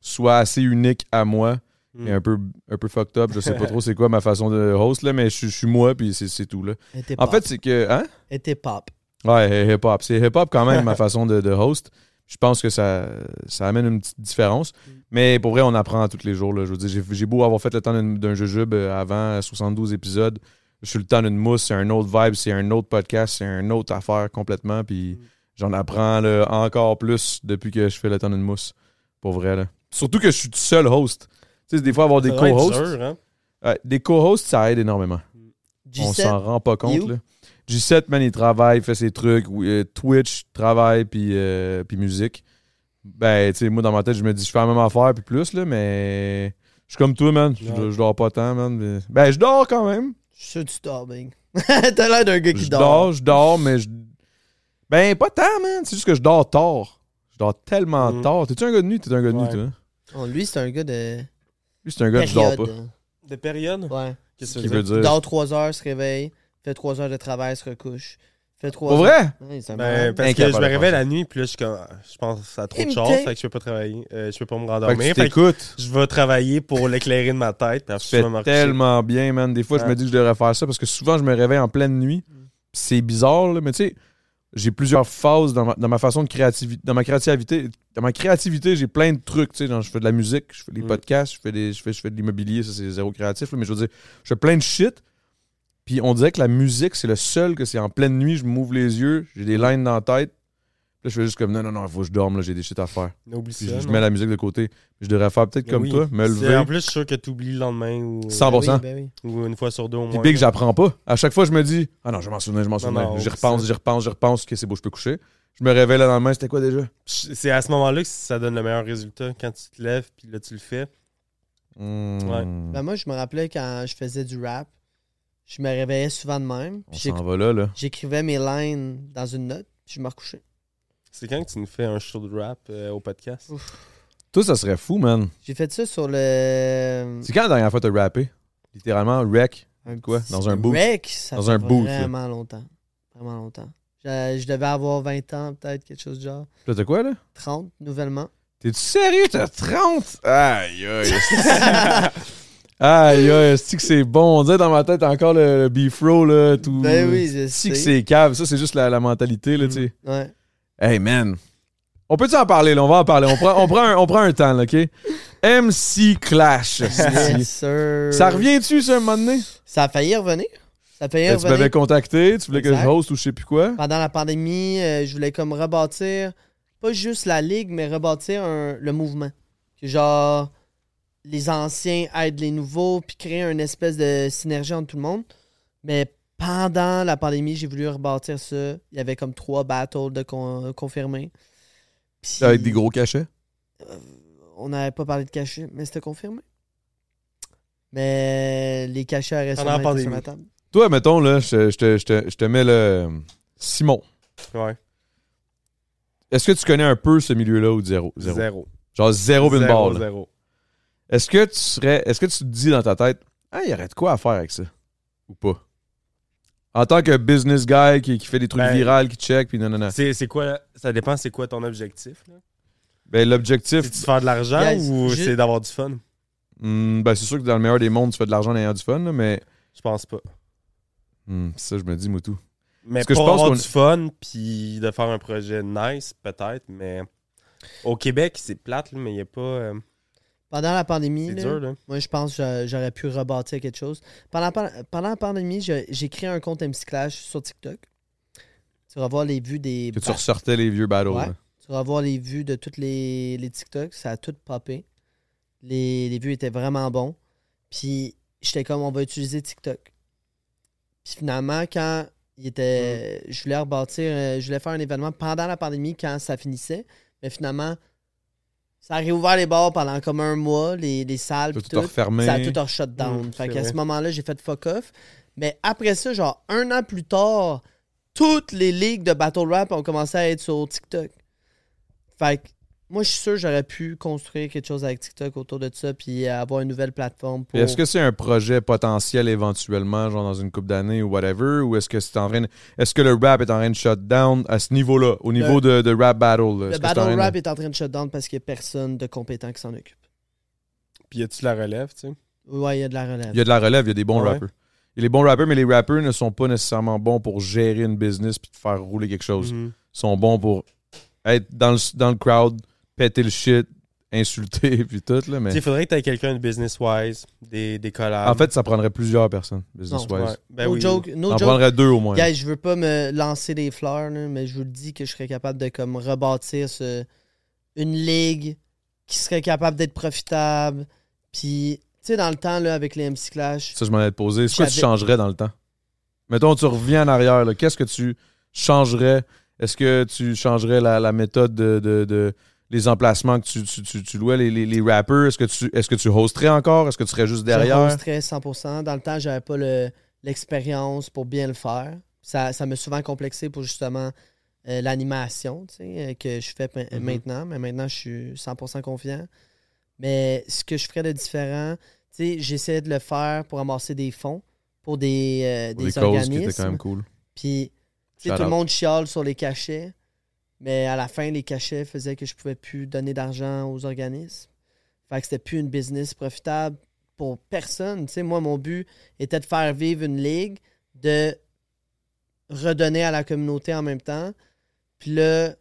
[SPEAKER 2] soit assez unique à moi
[SPEAKER 4] Mm.
[SPEAKER 2] et un peu, un peu fucked up. Je sais pas trop c'est quoi ma façon de host, là, mais je, suis- je suis moi, puis c'est c'est tout. Là.
[SPEAKER 3] Et t'es
[SPEAKER 2] En
[SPEAKER 3] pop.
[SPEAKER 2] fait, c'est que. Hein?
[SPEAKER 3] Et t'es pop.
[SPEAKER 2] Ouais, hip-hop. C'est hip-hop quand même, ma façon de, de host. Je pense que ça, ça amène une petite différence.
[SPEAKER 4] Mm.
[SPEAKER 2] Mais pour vrai, on apprend tous les jours. Là. Je veux dire, j'ai- j'ai beau avoir fait le temps d'un d'un jujube euh, avant 72 épisodes. Je suis le temps d'une mousse, c'est un autre vibe, c'est un autre podcast, c'est une autre affaire complètement.
[SPEAKER 4] Mm.
[SPEAKER 2] Puis j'en apprends là, encore plus depuis que je fais le temps d'une mousse. Pour vrai. Là. Surtout que je suis tout seul host. Tu sais, des fois, avoir des
[SPEAKER 4] Ça doit être
[SPEAKER 2] co-hosts.
[SPEAKER 4] dur, hein?
[SPEAKER 2] Ouais, des co-hosts, ça aide énormément. On s'en
[SPEAKER 3] G7,
[SPEAKER 2] rend pas
[SPEAKER 3] il est
[SPEAKER 2] compte.
[SPEAKER 3] où?
[SPEAKER 2] Là. G7, man, il travaille, fait ses trucs. oui, euh, Twitch, travaille, puis, euh, puis musique. Ben, tu sais, moi, dans ma tête, je me dis, je fais la même affaire, puis plus, là, mais je suis comme toi, man. Je- Je,
[SPEAKER 4] Ouais.
[SPEAKER 2] je dors pas tant, man. mais- Ben, je dors quand même.
[SPEAKER 3] je suis sûr que tu dors, Bing. T'as l'air d'un gars qui
[SPEAKER 2] Je
[SPEAKER 3] dort.
[SPEAKER 2] dors, je dors, mais je. Ben, pas tant, man. C'est juste que je dors tard. Je dors tellement
[SPEAKER 4] Mhm.
[SPEAKER 2] tard. T'es-tu un gars de nuit? T'es un gars de nuit,
[SPEAKER 4] Ouais.
[SPEAKER 2] toi? hein?
[SPEAKER 3] Oh, lui, c'est un gars de
[SPEAKER 2] Lui, c'est un gars que je dors pas.
[SPEAKER 3] période. hein.
[SPEAKER 4] De période?
[SPEAKER 3] Ouais.
[SPEAKER 4] Qu'est-ce que
[SPEAKER 2] Qui
[SPEAKER 4] tu
[SPEAKER 2] veut
[SPEAKER 4] veux dire?
[SPEAKER 3] Il
[SPEAKER 2] dire.
[SPEAKER 3] dort 3 heures, se réveille, fait 3 heures de travail, se recouche. Fait 3
[SPEAKER 2] Pour
[SPEAKER 3] heures.
[SPEAKER 2] vrai?
[SPEAKER 3] Ouais, c'est un
[SPEAKER 4] Ben,
[SPEAKER 3] malade.
[SPEAKER 4] parce que
[SPEAKER 2] Incapable
[SPEAKER 4] je
[SPEAKER 2] de
[SPEAKER 4] me
[SPEAKER 2] faire
[SPEAKER 4] réveille
[SPEAKER 2] ça.
[SPEAKER 4] la nuit, puis là, je, suis comme- ah, je pense à trop de
[SPEAKER 3] Imité.
[SPEAKER 4] chance, fait que je peux pas travailler, euh, je peux pas me
[SPEAKER 2] Fait que
[SPEAKER 4] rendormir.
[SPEAKER 2] tu
[SPEAKER 4] Fait que
[SPEAKER 2] t'écoutes.
[SPEAKER 4] je vais travailler pour l'éclairer de ma tête. Puis
[SPEAKER 2] Tu
[SPEAKER 4] ensuite,
[SPEAKER 2] fais
[SPEAKER 4] je vais me recoucher.
[SPEAKER 2] tellement bien, man. Des fois, je
[SPEAKER 4] Ouais. Mm.
[SPEAKER 2] me dis que je devrais faire ça parce que souvent, je me réveille en pleine nuit. Pis C'est bizarre, là, mais tu sais, j'ai plusieurs phases dans ma, dans ma façon de créativité. Dans ma créativité, dans ma créativité, j'ai plein de trucs. Tu sais, genre, je fais de la musique, je fais des
[SPEAKER 4] Mm.
[SPEAKER 2] podcasts, je fais, des, je fais, je fais de l'immobilier, ça c'est zéro créatif. là, mais je veux dire, je fais plein de shit. Puis on dirait que la musique, c'est le seul que c'est en pleine nuit, je m'ouvre les yeux, j'ai des lines dans la tête. Puis Là, je fais juste comme non, non, non, faut que je dorme, là, j'ai des shit à faire.
[SPEAKER 4] N'oublie
[SPEAKER 2] Puis
[SPEAKER 4] ça,
[SPEAKER 2] je, je
[SPEAKER 4] non?
[SPEAKER 2] mets la musique de côté. Je devrais faire peut-être
[SPEAKER 4] Mais
[SPEAKER 2] comme
[SPEAKER 4] oui.
[SPEAKER 2] toi, me
[SPEAKER 4] C'est-
[SPEAKER 2] lever.
[SPEAKER 4] En plus, je suis sûr que tu oublies le lendemain ou, euh,
[SPEAKER 2] 100%.
[SPEAKER 3] Ben oui, ben oui.
[SPEAKER 4] ou une fois sur deux au
[SPEAKER 2] Puis
[SPEAKER 4] moins.
[SPEAKER 2] Big, j'apprends pas. À chaque fois, je me dis Ah non, je m'en souviens, je m'en
[SPEAKER 4] Non,
[SPEAKER 2] souviens.
[SPEAKER 4] non,
[SPEAKER 2] J'y
[SPEAKER 4] c'est
[SPEAKER 2] repense,
[SPEAKER 4] ça.
[SPEAKER 2] j'y repense, j'y repense. Ok, c'est beau, je peux coucher. Je me réveille le lendemain, c'était quoi déjà
[SPEAKER 4] C'est à ce moment-là que ça donne le meilleur résultat. Quand tu te lèves, puis là, tu le fais.
[SPEAKER 2] Hmm.
[SPEAKER 3] Ben moi, je me rappelais quand je faisais du rap, je me réveillais souvent de même.
[SPEAKER 2] On
[SPEAKER 3] puis
[SPEAKER 2] s'en
[SPEAKER 3] j'éc-
[SPEAKER 2] va là, là.
[SPEAKER 3] J'écrivais mes lines dans une note, puis je me recouchais.
[SPEAKER 4] C'est quand que tu nous fais un show de rap euh, au podcast?
[SPEAKER 2] Toi, ça serait fou, man.
[SPEAKER 3] J'ai fait ça sur le.
[SPEAKER 2] C'est quand la dernière fois t'as rappé Littéralement, wreck.
[SPEAKER 3] un
[SPEAKER 2] quoi?
[SPEAKER 3] petit
[SPEAKER 2] Dans un booth?
[SPEAKER 3] break, ça
[SPEAKER 2] Dans
[SPEAKER 3] fait
[SPEAKER 2] un booth, là.
[SPEAKER 3] Vraiment longtemps. Vraiment longtemps. Je, je devais avoir 20 ans, peut-être, quelque chose du genre.
[SPEAKER 2] Là, t'as quoi, là
[SPEAKER 3] 30, nouvellement.
[SPEAKER 2] T'es-tu sérieux T'as 30 Aïe, aïe. Aïe, aïe, c'est que c'est bon. On dirait dans ma tête encore le, le beef row, là, tout.
[SPEAKER 3] Ben oui, je
[SPEAKER 2] Si
[SPEAKER 3] sais.
[SPEAKER 2] que c'est cave. Ça, c'est juste la, la mentalité, là, tu sais.
[SPEAKER 3] Ouais.
[SPEAKER 2] Hey man. On peut-tu en parler, là? On va en parler. On prend, on prend, un, on prend un temps, là, OK? MC Clash.
[SPEAKER 3] Yes,
[SPEAKER 2] esti.
[SPEAKER 3] sir.
[SPEAKER 2] Ah, ça revient-tu, ça, un moment donné?
[SPEAKER 3] Ça a failli revenir. Ça a failli
[SPEAKER 2] Ben, tu
[SPEAKER 3] revenir.
[SPEAKER 2] m'avais contacté, tu voulais que je
[SPEAKER 3] Exact.
[SPEAKER 2] host ou je sais plus quoi.
[SPEAKER 3] Pendant la pandémie, euh, je voulais comme rebâtir, pas juste la ligue, mais rebâtir un- le mouvement. Que genre, les anciens aident les nouveaux, puis créer une espèce de synergie entre tout le monde. Mais pendant la pandémie, j'ai voulu rebâtir ça. Il y avait comme trois battles de con- confirmés. Puis-
[SPEAKER 2] Avec des gros cachets.
[SPEAKER 3] euh, on n'avait pas parlé de cachet, mais c'était confirmé. Mais les cachets auraient
[SPEAKER 4] Pendant la
[SPEAKER 3] sûrement été sur
[SPEAKER 4] pandémie.
[SPEAKER 3] la table.
[SPEAKER 2] Toi, mettons, là, je, je te, je te- je te mets le. euh, Simon.
[SPEAKER 4] Ouais.
[SPEAKER 2] Est-ce que tu connais un peu ce milieu-là ou zéro? Zéro.
[SPEAKER 4] Zéro. Zéro.
[SPEAKER 2] Genre zéro bin
[SPEAKER 4] zéro,
[SPEAKER 2] ball. là. Est-ce que tu serais. Est-ce que tu te dis dans ta tête, ah, il y aurait de quoi à faire avec ça? Ou pas? En tant que business guy qui, qui fait des trucs
[SPEAKER 4] Ben,
[SPEAKER 2] virals, qui check, puis non, non, non.
[SPEAKER 4] C'est c'est quoi? Ça dépend, c'est quoi ton objectif? là?
[SPEAKER 2] Ben,
[SPEAKER 4] C'est
[SPEAKER 2] l'objectif,
[SPEAKER 4] de faire de l'argent
[SPEAKER 3] Guys,
[SPEAKER 4] ou
[SPEAKER 3] ju-
[SPEAKER 4] c'est d'avoir du fun?
[SPEAKER 2] Hmm, ben, c'est sûr que dans le meilleur des mondes, tu fais de l'argent en ayant du fun, là, mais
[SPEAKER 4] Je pense pas.
[SPEAKER 2] hmm, ça, je me dis, Moutou.
[SPEAKER 4] Mais
[SPEAKER 2] Parce que
[SPEAKER 4] pour
[SPEAKER 2] je pense
[SPEAKER 4] avoir
[SPEAKER 2] qu'on-
[SPEAKER 4] du fun, puis de faire un projet nice, peut-être, mais au Québec, c'est plate, là, mais il n'y a pas... euh,
[SPEAKER 3] Pendant la pandémie,
[SPEAKER 4] c'est
[SPEAKER 3] là,
[SPEAKER 4] dur, là.
[SPEAKER 3] moi je pense que j'a- j'aurais pu rebâtir quelque chose. Pendant, la pan- pendant la pandémie, je- j'ai créé un compte MC Clash sur TikTok. Tu vas voir les vues des.
[SPEAKER 2] Que tu
[SPEAKER 3] ba-
[SPEAKER 2] ressortais les vieux battles.
[SPEAKER 3] Ben, Ouais.
[SPEAKER 2] là.
[SPEAKER 3] Tu vas voir les vues de toutes les, les TikTok. Ça a tout popé. Les, les vues étaient vraiment bons. Puis j'étais comme, on va utiliser TikTok. Puis finalement, quand il était, je voulais rebâtir, euh, je voulais faire un événement pendant la pandémie quand ça finissait. Mais finalement, ça a réouvert les bars pendant comme un mois, les, les salles.
[SPEAKER 2] T'as
[SPEAKER 3] puis
[SPEAKER 2] tout
[SPEAKER 3] tout.
[SPEAKER 2] refermé.
[SPEAKER 3] Ça a tout en shut down.
[SPEAKER 4] Mm,
[SPEAKER 3] fait
[SPEAKER 4] c'est
[SPEAKER 3] qu'à
[SPEAKER 4] vrai.
[SPEAKER 3] ce moment-là, j'ai fait fuck off. Mais après ça, genre un an plus tard, toutes les ligues de battle rap ont commencé à être sur TikTok. Fait que moi, je suis sûr que j'aurais pu construire quelque chose avec TikTok autour de ça puis avoir une nouvelle plateforme
[SPEAKER 2] Puis
[SPEAKER 3] pour...
[SPEAKER 2] Est-ce que c'est un projet potentiel éventuellement, genre dans une coupe d'années ou whatever, ou est-ce que c'est en train de- Est-ce que le rap est en train de shut down à ce niveau-là, au niveau de, de rap battle? là? Est-ce
[SPEAKER 3] Le
[SPEAKER 2] que c'est en train
[SPEAKER 3] battle
[SPEAKER 2] de-
[SPEAKER 3] rap est en train de shut down parce qu'il n'y a personne de compétent qui s'en occupe.
[SPEAKER 4] Puis y a-tu la relève, tu sais?
[SPEAKER 3] Ouais, il y a de la relève.
[SPEAKER 2] Il y a de la relève, il y a des bons
[SPEAKER 4] Ouais.
[SPEAKER 2] rappers. Il y a des bons rappers, mais les rappers ne sont pas nécessairement bons pour gérer une business puis de faire rouler quelque chose.
[SPEAKER 3] Mm.
[SPEAKER 4] Mhm.
[SPEAKER 2] Ils sont bons pour être dans le, dans le crowd, péter le shit, insulter puis tout, là, mais...
[SPEAKER 4] Tu sais, faudrait que tu aies quelqu'un de business-wise, des, des collabs.
[SPEAKER 2] En
[SPEAKER 3] Ah.
[SPEAKER 2] fait, ça prendrait plusieurs personnes, business-wise.
[SPEAKER 4] Ouais. Ben
[SPEAKER 3] no
[SPEAKER 4] oui.
[SPEAKER 3] joke, no
[SPEAKER 2] T'en
[SPEAKER 3] joke.
[SPEAKER 2] prendrais deux au moins.
[SPEAKER 3] Guys, je veux pas me lancer des fleurs, là, mais je vous le dis que je serais capable de comme rebâtir ce- une ligue qui serait capable d'être profitable. Puis, tu sais, dans le temps, là, avec les MC Clash,
[SPEAKER 2] Ça, je m'en ai posé. C'est quoi que tu
[SPEAKER 3] J'avais-
[SPEAKER 2] changerais dans le temps? Mettons, tu reviens en arrière. là. Qu'est-ce que tu changerais? Est-ce que tu changerais la, la méthode de, de- de- les emplacements que tu, tu, tu- tu louais, les, les, les rappers? Est-ce que, tu, est-ce que tu hosterais encore? Est-ce que tu serais juste
[SPEAKER 3] je
[SPEAKER 2] derrière?
[SPEAKER 3] hosterais 100%. Dans le temps, j'avais pas le- l'expérience pour bien le faire. Ça, ça m'a souvent complexé pour justement euh, l'animation tu sais, euh, que je fais pe-
[SPEAKER 2] Mm-hmm.
[SPEAKER 4] Mhm.
[SPEAKER 3] maintenant, mais maintenant, je suis 100% confiant. Mais ce que je ferais de différent, tu sais, j'essayais de le faire pour amasser des fonds pour des, euh,
[SPEAKER 2] Pour causes qui
[SPEAKER 3] des
[SPEAKER 2] étaient quand même
[SPEAKER 3] organismes.
[SPEAKER 2] cool.
[SPEAKER 3] Puis, tu sais,
[SPEAKER 2] Shout
[SPEAKER 3] tout le
[SPEAKER 2] out.
[SPEAKER 3] monde chiale sur les cachets, mais à la fin, les cachets faisaient que je pouvais plus donner d'argent aux organismes. Fait que c'était plus une business profitable pour personne. Tu sais, moi, mon but était de faire vivre une ligue, de redonner à la communauté en même temps. Puis là,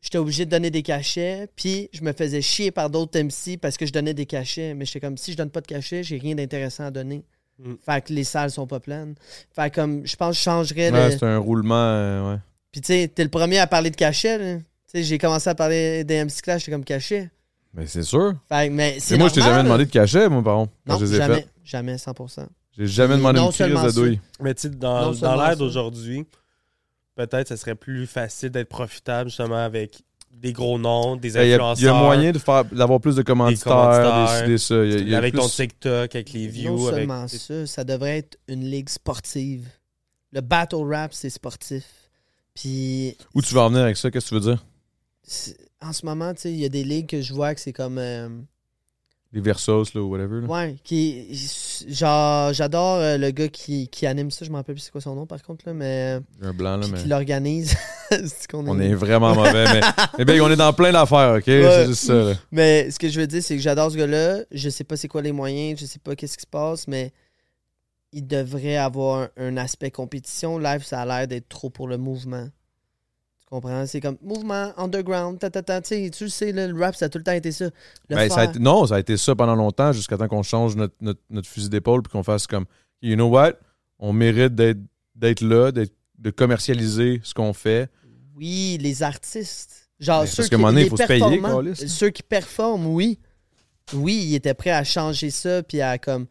[SPEAKER 3] j'étais obligé de donner des cachets. Puis je me faisais chier par d'autres MC parce que je donnais des cachets. Mais j'étais comme, si je donne pas de cachets, j'ai rien d'intéressant à donner.
[SPEAKER 4] Mm.
[SPEAKER 3] Fait que les salles sont pas pleines. Fait que comme, je pense que je changerais
[SPEAKER 2] Ouais,
[SPEAKER 3] le...
[SPEAKER 2] c'est un roulement, euh, ouais.
[SPEAKER 3] Puis tu sais, t'es le premier à parler de cachets, là. Tu sais, j'ai commencé à parler des MC Clash, j'étais comme cachet.
[SPEAKER 2] Mais c'est sûr.
[SPEAKER 3] Fait que, mais c'est
[SPEAKER 2] Mais moi, je t'ai
[SPEAKER 3] normal,
[SPEAKER 2] jamais
[SPEAKER 3] là.
[SPEAKER 2] demandé de cachet, moi, par contre, quand
[SPEAKER 3] Non,
[SPEAKER 2] je les ai
[SPEAKER 3] jamais,
[SPEAKER 2] faites.
[SPEAKER 3] jamais, 100%.
[SPEAKER 2] J'ai jamais demandé
[SPEAKER 3] Non
[SPEAKER 2] une crise
[SPEAKER 3] seulement
[SPEAKER 2] de
[SPEAKER 3] ça.
[SPEAKER 2] douille.
[SPEAKER 4] Mais tu sais, dans,
[SPEAKER 3] Non
[SPEAKER 4] dans
[SPEAKER 3] seulement ça.
[SPEAKER 4] l'ère d'aujourd'hui, peut-être ce serait plus facile d'être profitable justement avec des gros noms, des
[SPEAKER 2] Il Ben, y, a-
[SPEAKER 4] influenceurs.
[SPEAKER 2] il y a moyen de faire- d'avoir plus de commanditaires,
[SPEAKER 4] commanditaires,
[SPEAKER 2] des, des ça. Il y a- il y a
[SPEAKER 4] avec
[SPEAKER 2] plus-
[SPEAKER 4] ton TikTok, avec les views.
[SPEAKER 3] non
[SPEAKER 4] avec...
[SPEAKER 3] seulement ça, ça devrait être une ligue sportive. Le battle rap, c'est sportif. Puis
[SPEAKER 2] Où tu vas en venir avec ça? Qu'est-ce que tu veux dire?
[SPEAKER 3] c'est- en ce moment, tu sais, il y a des ligues que je vois que c'est comme... euh,
[SPEAKER 2] Les Versos, là, ou whatever. là.
[SPEAKER 3] ouais, qui... Genre, j'adore euh, le gars qui, qui anime ça, je m'en rappelle plus c'est quoi son nom par contre, là, mais...
[SPEAKER 2] J'ai un blanc, là,
[SPEAKER 3] puis
[SPEAKER 2] mais.
[SPEAKER 3] qui l'organise. C'est-tu qu'on
[SPEAKER 2] On est vraiment mauvais, mais. Eh bien, on est dans plein d'affaires, OK? C'est juste ça, là.
[SPEAKER 3] Mais ce que je veux dire, c'est que j'adore ce gars-là. Je sais pas c'est quoi les moyens, je sais pas qu'est-ce qui se passe, mais il devrait avoir un, un aspect compétition. Live, ça a l'air d'être trop pour le mouvement. Tu comprends? C'est comme mouvement, underground, ta, ta, ta. Tu sais, tu le sais, là, le rap, ça a tout le temps été ça. Le
[SPEAKER 2] Ben, ça a
[SPEAKER 3] faire.
[SPEAKER 2] été- non, ça a été ça pendant longtemps, jusqu'à temps qu'on change notre, notre- notre fusil d'épaule puis qu'on fasse comme, you know what, on mérite d'être, d'être là, d'être- de commercialiser ce qu'on fait.
[SPEAKER 3] Oui, les artistes. Genre,
[SPEAKER 2] Ben,
[SPEAKER 3] ceux
[SPEAKER 2] parce
[SPEAKER 3] qui,
[SPEAKER 2] qu'à un moment donné,
[SPEAKER 3] les
[SPEAKER 2] il faut se payer,
[SPEAKER 3] performants,
[SPEAKER 2] câlisse.
[SPEAKER 3] Ceux qui performent, oui. Oui, ils étaient prêts à changer ça, puis à comme.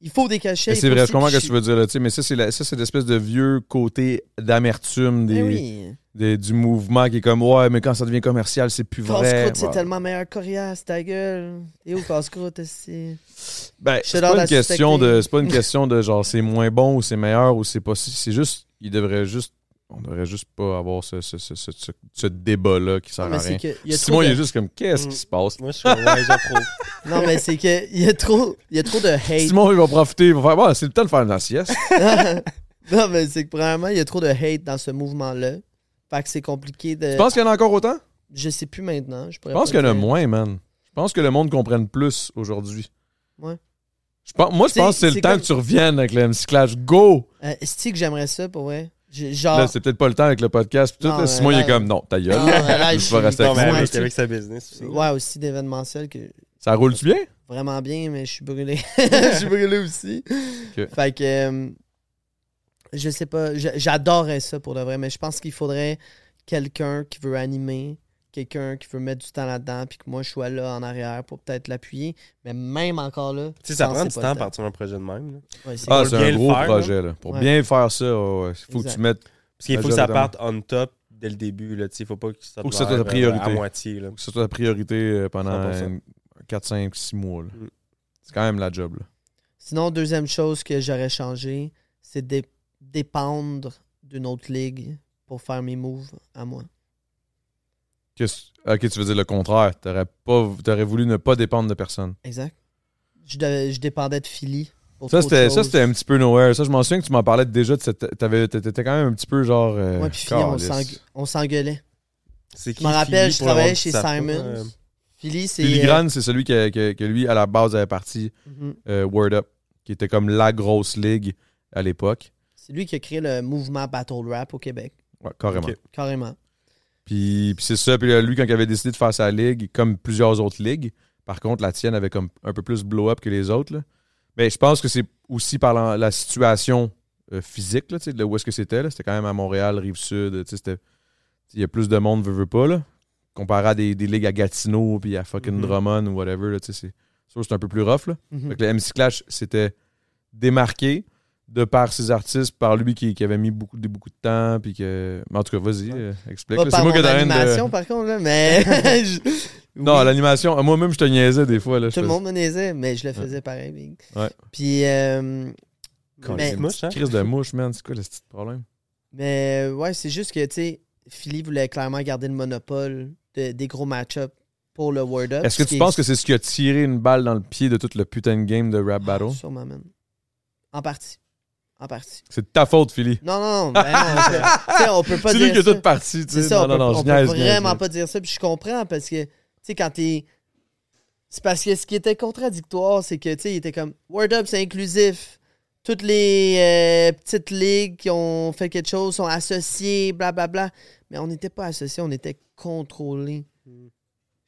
[SPEAKER 3] Il faut des cachets.
[SPEAKER 2] Mais
[SPEAKER 3] il
[SPEAKER 2] c'est
[SPEAKER 3] faut
[SPEAKER 2] vrai,
[SPEAKER 3] ci,
[SPEAKER 2] je comprends
[SPEAKER 3] puis
[SPEAKER 2] ce que tu veux dire, là, tu sais, mais ça, c'est, la- ça, c'est l'espèce de vieux côté d'amertume des,
[SPEAKER 3] Ben oui.
[SPEAKER 2] des- du mouvement qui est comme, ouais, mais quand ça devient commercial, c'est plus vrai.
[SPEAKER 3] Casse-croûte, c'est
[SPEAKER 2] Ouais.
[SPEAKER 3] tellement meilleur coriace, ta gueule. Et où casse-croûte, c'est.
[SPEAKER 2] Ben,
[SPEAKER 3] Je suis
[SPEAKER 2] c'est
[SPEAKER 3] dans
[SPEAKER 2] pas,
[SPEAKER 3] la
[SPEAKER 2] une question
[SPEAKER 3] suspectée.
[SPEAKER 2] de, c'est pas une question de genre c'est moins bon ou c'est meilleur ou c'est pas si. C'est juste, il devrait juste. On devrait juste pas avoir ce, ce, ce, ce, ce- ce débat-là qui sert
[SPEAKER 3] Non, mais
[SPEAKER 2] à rien.
[SPEAKER 3] c'est que. il y a
[SPEAKER 2] Simon,
[SPEAKER 3] trop
[SPEAKER 2] il
[SPEAKER 3] de- Mm.
[SPEAKER 2] est juste comme qu'est-ce qui se passe?
[SPEAKER 4] Moi, je suis comme, ouais, j'approuve.
[SPEAKER 3] Non, mais c'est que. Il y a trop, il y a trop de hate.
[SPEAKER 2] Simon, il va profiter, il va faire bon, c'est le temps de faire une sieste.
[SPEAKER 3] non, mais c'est que, premièrement, il y a trop de hate dans ce mouvement-là. Fait que c'est compliqué de.
[SPEAKER 2] tu penses qu'il y en a encore autant?
[SPEAKER 3] Je sais plus maintenant. Je, pourrais
[SPEAKER 2] Je pense
[SPEAKER 3] pas
[SPEAKER 2] qu'il y en a
[SPEAKER 3] dire.
[SPEAKER 2] moins, man. Je pense que le monde comprenne plus aujourd'hui.
[SPEAKER 3] Ouais.
[SPEAKER 2] Je pense, moi, je
[SPEAKER 3] C'est-
[SPEAKER 2] pense que c'est
[SPEAKER 3] c'est
[SPEAKER 2] le temps
[SPEAKER 3] comme-
[SPEAKER 2] que tu reviennes avec le MC Clash. Go!
[SPEAKER 3] Euh, Est-ce que j'aimerais ça pour vrai? Je- Genre.
[SPEAKER 2] Là, c'est peut-être pas le temps avec le podcast. pis tout,
[SPEAKER 3] Ah. Non,
[SPEAKER 2] là, Simon,
[SPEAKER 3] mais
[SPEAKER 2] il
[SPEAKER 3] là-
[SPEAKER 2] est comme, non, ta gueule.
[SPEAKER 3] Non, mais là,
[SPEAKER 2] je vais
[SPEAKER 3] je-
[SPEAKER 2] rester
[SPEAKER 4] Non,
[SPEAKER 2] avec
[SPEAKER 4] mais
[SPEAKER 2] Simon.
[SPEAKER 4] avec,
[SPEAKER 3] c'est-
[SPEAKER 4] avec sa business aussi.
[SPEAKER 3] ouais, aussi d'événementiel que.
[SPEAKER 2] Ça roule-tu bien?
[SPEAKER 3] Vraiment bien, mais je suis brûlé. je suis brûlé aussi.
[SPEAKER 2] Ok.
[SPEAKER 3] Fait que. euh, je sais pas. je- J'adorerais ça pour de vrai, mais je pense qu'il faudrait quelqu'un qui veut animer, quelqu'un qui veut mettre du temps là-dedans, puis que moi je sois là en arrière pour peut-être l'appuyer. Mais même encore là.
[SPEAKER 4] Tu sais,
[SPEAKER 3] je
[SPEAKER 4] ça
[SPEAKER 3] pense
[SPEAKER 4] prend
[SPEAKER 3] que
[SPEAKER 4] du
[SPEAKER 3] c'est
[SPEAKER 4] temps
[SPEAKER 3] pas
[SPEAKER 4] à
[SPEAKER 3] le
[SPEAKER 4] partir d'un projet de même. là.
[SPEAKER 3] Ouais, c'est-
[SPEAKER 2] Ah,
[SPEAKER 4] Pour
[SPEAKER 2] c'est
[SPEAKER 4] bien
[SPEAKER 2] un
[SPEAKER 4] le
[SPEAKER 2] gros
[SPEAKER 4] faire, là.
[SPEAKER 2] projet. Là. Pour
[SPEAKER 3] Ouais.
[SPEAKER 2] bien faire ça, il faut que
[SPEAKER 3] Exact.
[SPEAKER 2] tu mettes.
[SPEAKER 4] Parce qu'il faut que ça
[SPEAKER 2] Majoritairement.
[SPEAKER 4] parte on top dès le début. Là, tu sais, faut pas que ça,
[SPEAKER 2] Faut que
[SPEAKER 4] te
[SPEAKER 2] ça soit
[SPEAKER 4] l'air,
[SPEAKER 2] ta priorité.
[SPEAKER 4] euh, à moitié. Là.
[SPEAKER 2] que ce soit ta priorité euh, pendant
[SPEAKER 4] 100%.
[SPEAKER 2] une- 4, 5, 6 mois. là.
[SPEAKER 4] Mm.
[SPEAKER 2] C'est quand même la job. là.
[SPEAKER 3] Sinon, deuxième chose que j'aurais changé, c'est de dé- dépendre d'une autre ligue pour faire mes moves à moi.
[SPEAKER 2] Qu'est-ce- Ok, tu veux dire le contraire. T'aurais pas, t'aurais voulu ne pas dépendre de personne.
[SPEAKER 3] Exact. Je, devais- je dépendais de Philly. pour
[SPEAKER 2] Ça
[SPEAKER 3] trop de
[SPEAKER 2] c'était, ça,
[SPEAKER 3] choses.
[SPEAKER 2] c'était un petit peu nowhere. Ça, je m'en souviens que tu m'en parlais déjà. de cette- t'avais- T'étais t'étais quand même un petit peu genre. euh,
[SPEAKER 3] Ouais, puis Philly, on
[SPEAKER 2] caliste.
[SPEAKER 3] s'engue- on s'engueulait.
[SPEAKER 4] C'est
[SPEAKER 3] Je m'en rappelle, je travaillais chez
[SPEAKER 4] euh,
[SPEAKER 3] Simons. Philly, c'est.
[SPEAKER 2] Billy
[SPEAKER 3] euh,
[SPEAKER 2] Graham, c'est celui que, que- que lui, à la base, avait parti
[SPEAKER 3] mhm.
[SPEAKER 2] euh, Word Up, qui était comme la grosse ligue à l'époque.
[SPEAKER 3] C'est lui qui a créé le mouvement Battle Rap au Québec.
[SPEAKER 2] Ouais, carrément.
[SPEAKER 4] Ok.
[SPEAKER 3] Carrément.
[SPEAKER 2] Puis, puis c'est ça. Puis là, lui, quand il avait décidé de faire sa ligue, comme plusieurs autres ligues, par contre, la tienne avait comme un peu plus blow-up que les autres. là. Mais je pense que c'est aussi par la, la situation euh, physique, là, tu sais, de où est-ce que c'était. là. C'était quand même à Montréal, Rive-Sud. tu sais, c'était- Il y a plus de monde, veut, veut pas, là. Comparé à des, des ligues à Gatineau, puis à fucking
[SPEAKER 4] Mhm.
[SPEAKER 2] Drummond ou whatever, là, tu sais, c'est sûr c'est un peu plus rough, là.
[SPEAKER 3] Mhm.
[SPEAKER 2] Fait que le MC Clash s'était démarqué de par ses artistes, par lui qui, qui avait mis beaucoup de, beaucoup de temps, puis que... Mais en tout cas, vas-y, euh, explique.
[SPEAKER 3] Pas
[SPEAKER 2] là.
[SPEAKER 3] par
[SPEAKER 2] moi qui
[SPEAKER 3] mon
[SPEAKER 2] ai rien de-
[SPEAKER 3] animation, par contre, là, mais. je-
[SPEAKER 2] Non,
[SPEAKER 3] Oui,
[SPEAKER 2] l'animation, euh, moi-même, je te niaisais des fois. Là, je
[SPEAKER 3] Tout le
[SPEAKER 2] faisais-
[SPEAKER 3] monde me niaisait, mais je le faisais pareil. big.
[SPEAKER 2] Ouais.
[SPEAKER 3] Puis. euh,
[SPEAKER 4] Mais...
[SPEAKER 3] Mais-
[SPEAKER 4] Mouche, hein?
[SPEAKER 2] Crise de mouche, man, c'est quoi le petit problème?
[SPEAKER 3] Mais euh, ouais, c'est juste que, tu sais, Philly voulait clairement garder le monopole de- des gros match-ups pour le Word Up.
[SPEAKER 2] Est-ce que tu penses que c'est ce qui a tiré une balle dans le pied de tout le putain de game de Rap Battle?
[SPEAKER 3] Sûrement, man. En partie. En partie.
[SPEAKER 2] C'est de ta faute, Philly.
[SPEAKER 3] Non, non, non. ben non, c'est- tu sais, on peut pas
[SPEAKER 2] C'est
[SPEAKER 3] dire.
[SPEAKER 2] lui qui a
[SPEAKER 3] ça.
[SPEAKER 2] tout parti, tu
[SPEAKER 3] C'est
[SPEAKER 2] sais.
[SPEAKER 3] ça, on
[SPEAKER 2] non, non,
[SPEAKER 3] peut,
[SPEAKER 2] non,
[SPEAKER 3] on
[SPEAKER 2] je
[SPEAKER 3] peut
[SPEAKER 2] niaise, niaise,
[SPEAKER 3] vraiment
[SPEAKER 2] niaise.
[SPEAKER 3] pas dire ça. Puis je comprends parce que, tu sais, quand t'es. C'est parce que ce qui était contradictoire, c'est que, tu sais, il était comme Word Up, c'est inclusif. toutes les euh, petites ligues qui ont fait quelque chose sont associées, blablabla. Bla, bla. Mais on n'était pas associés, on était contrôlés.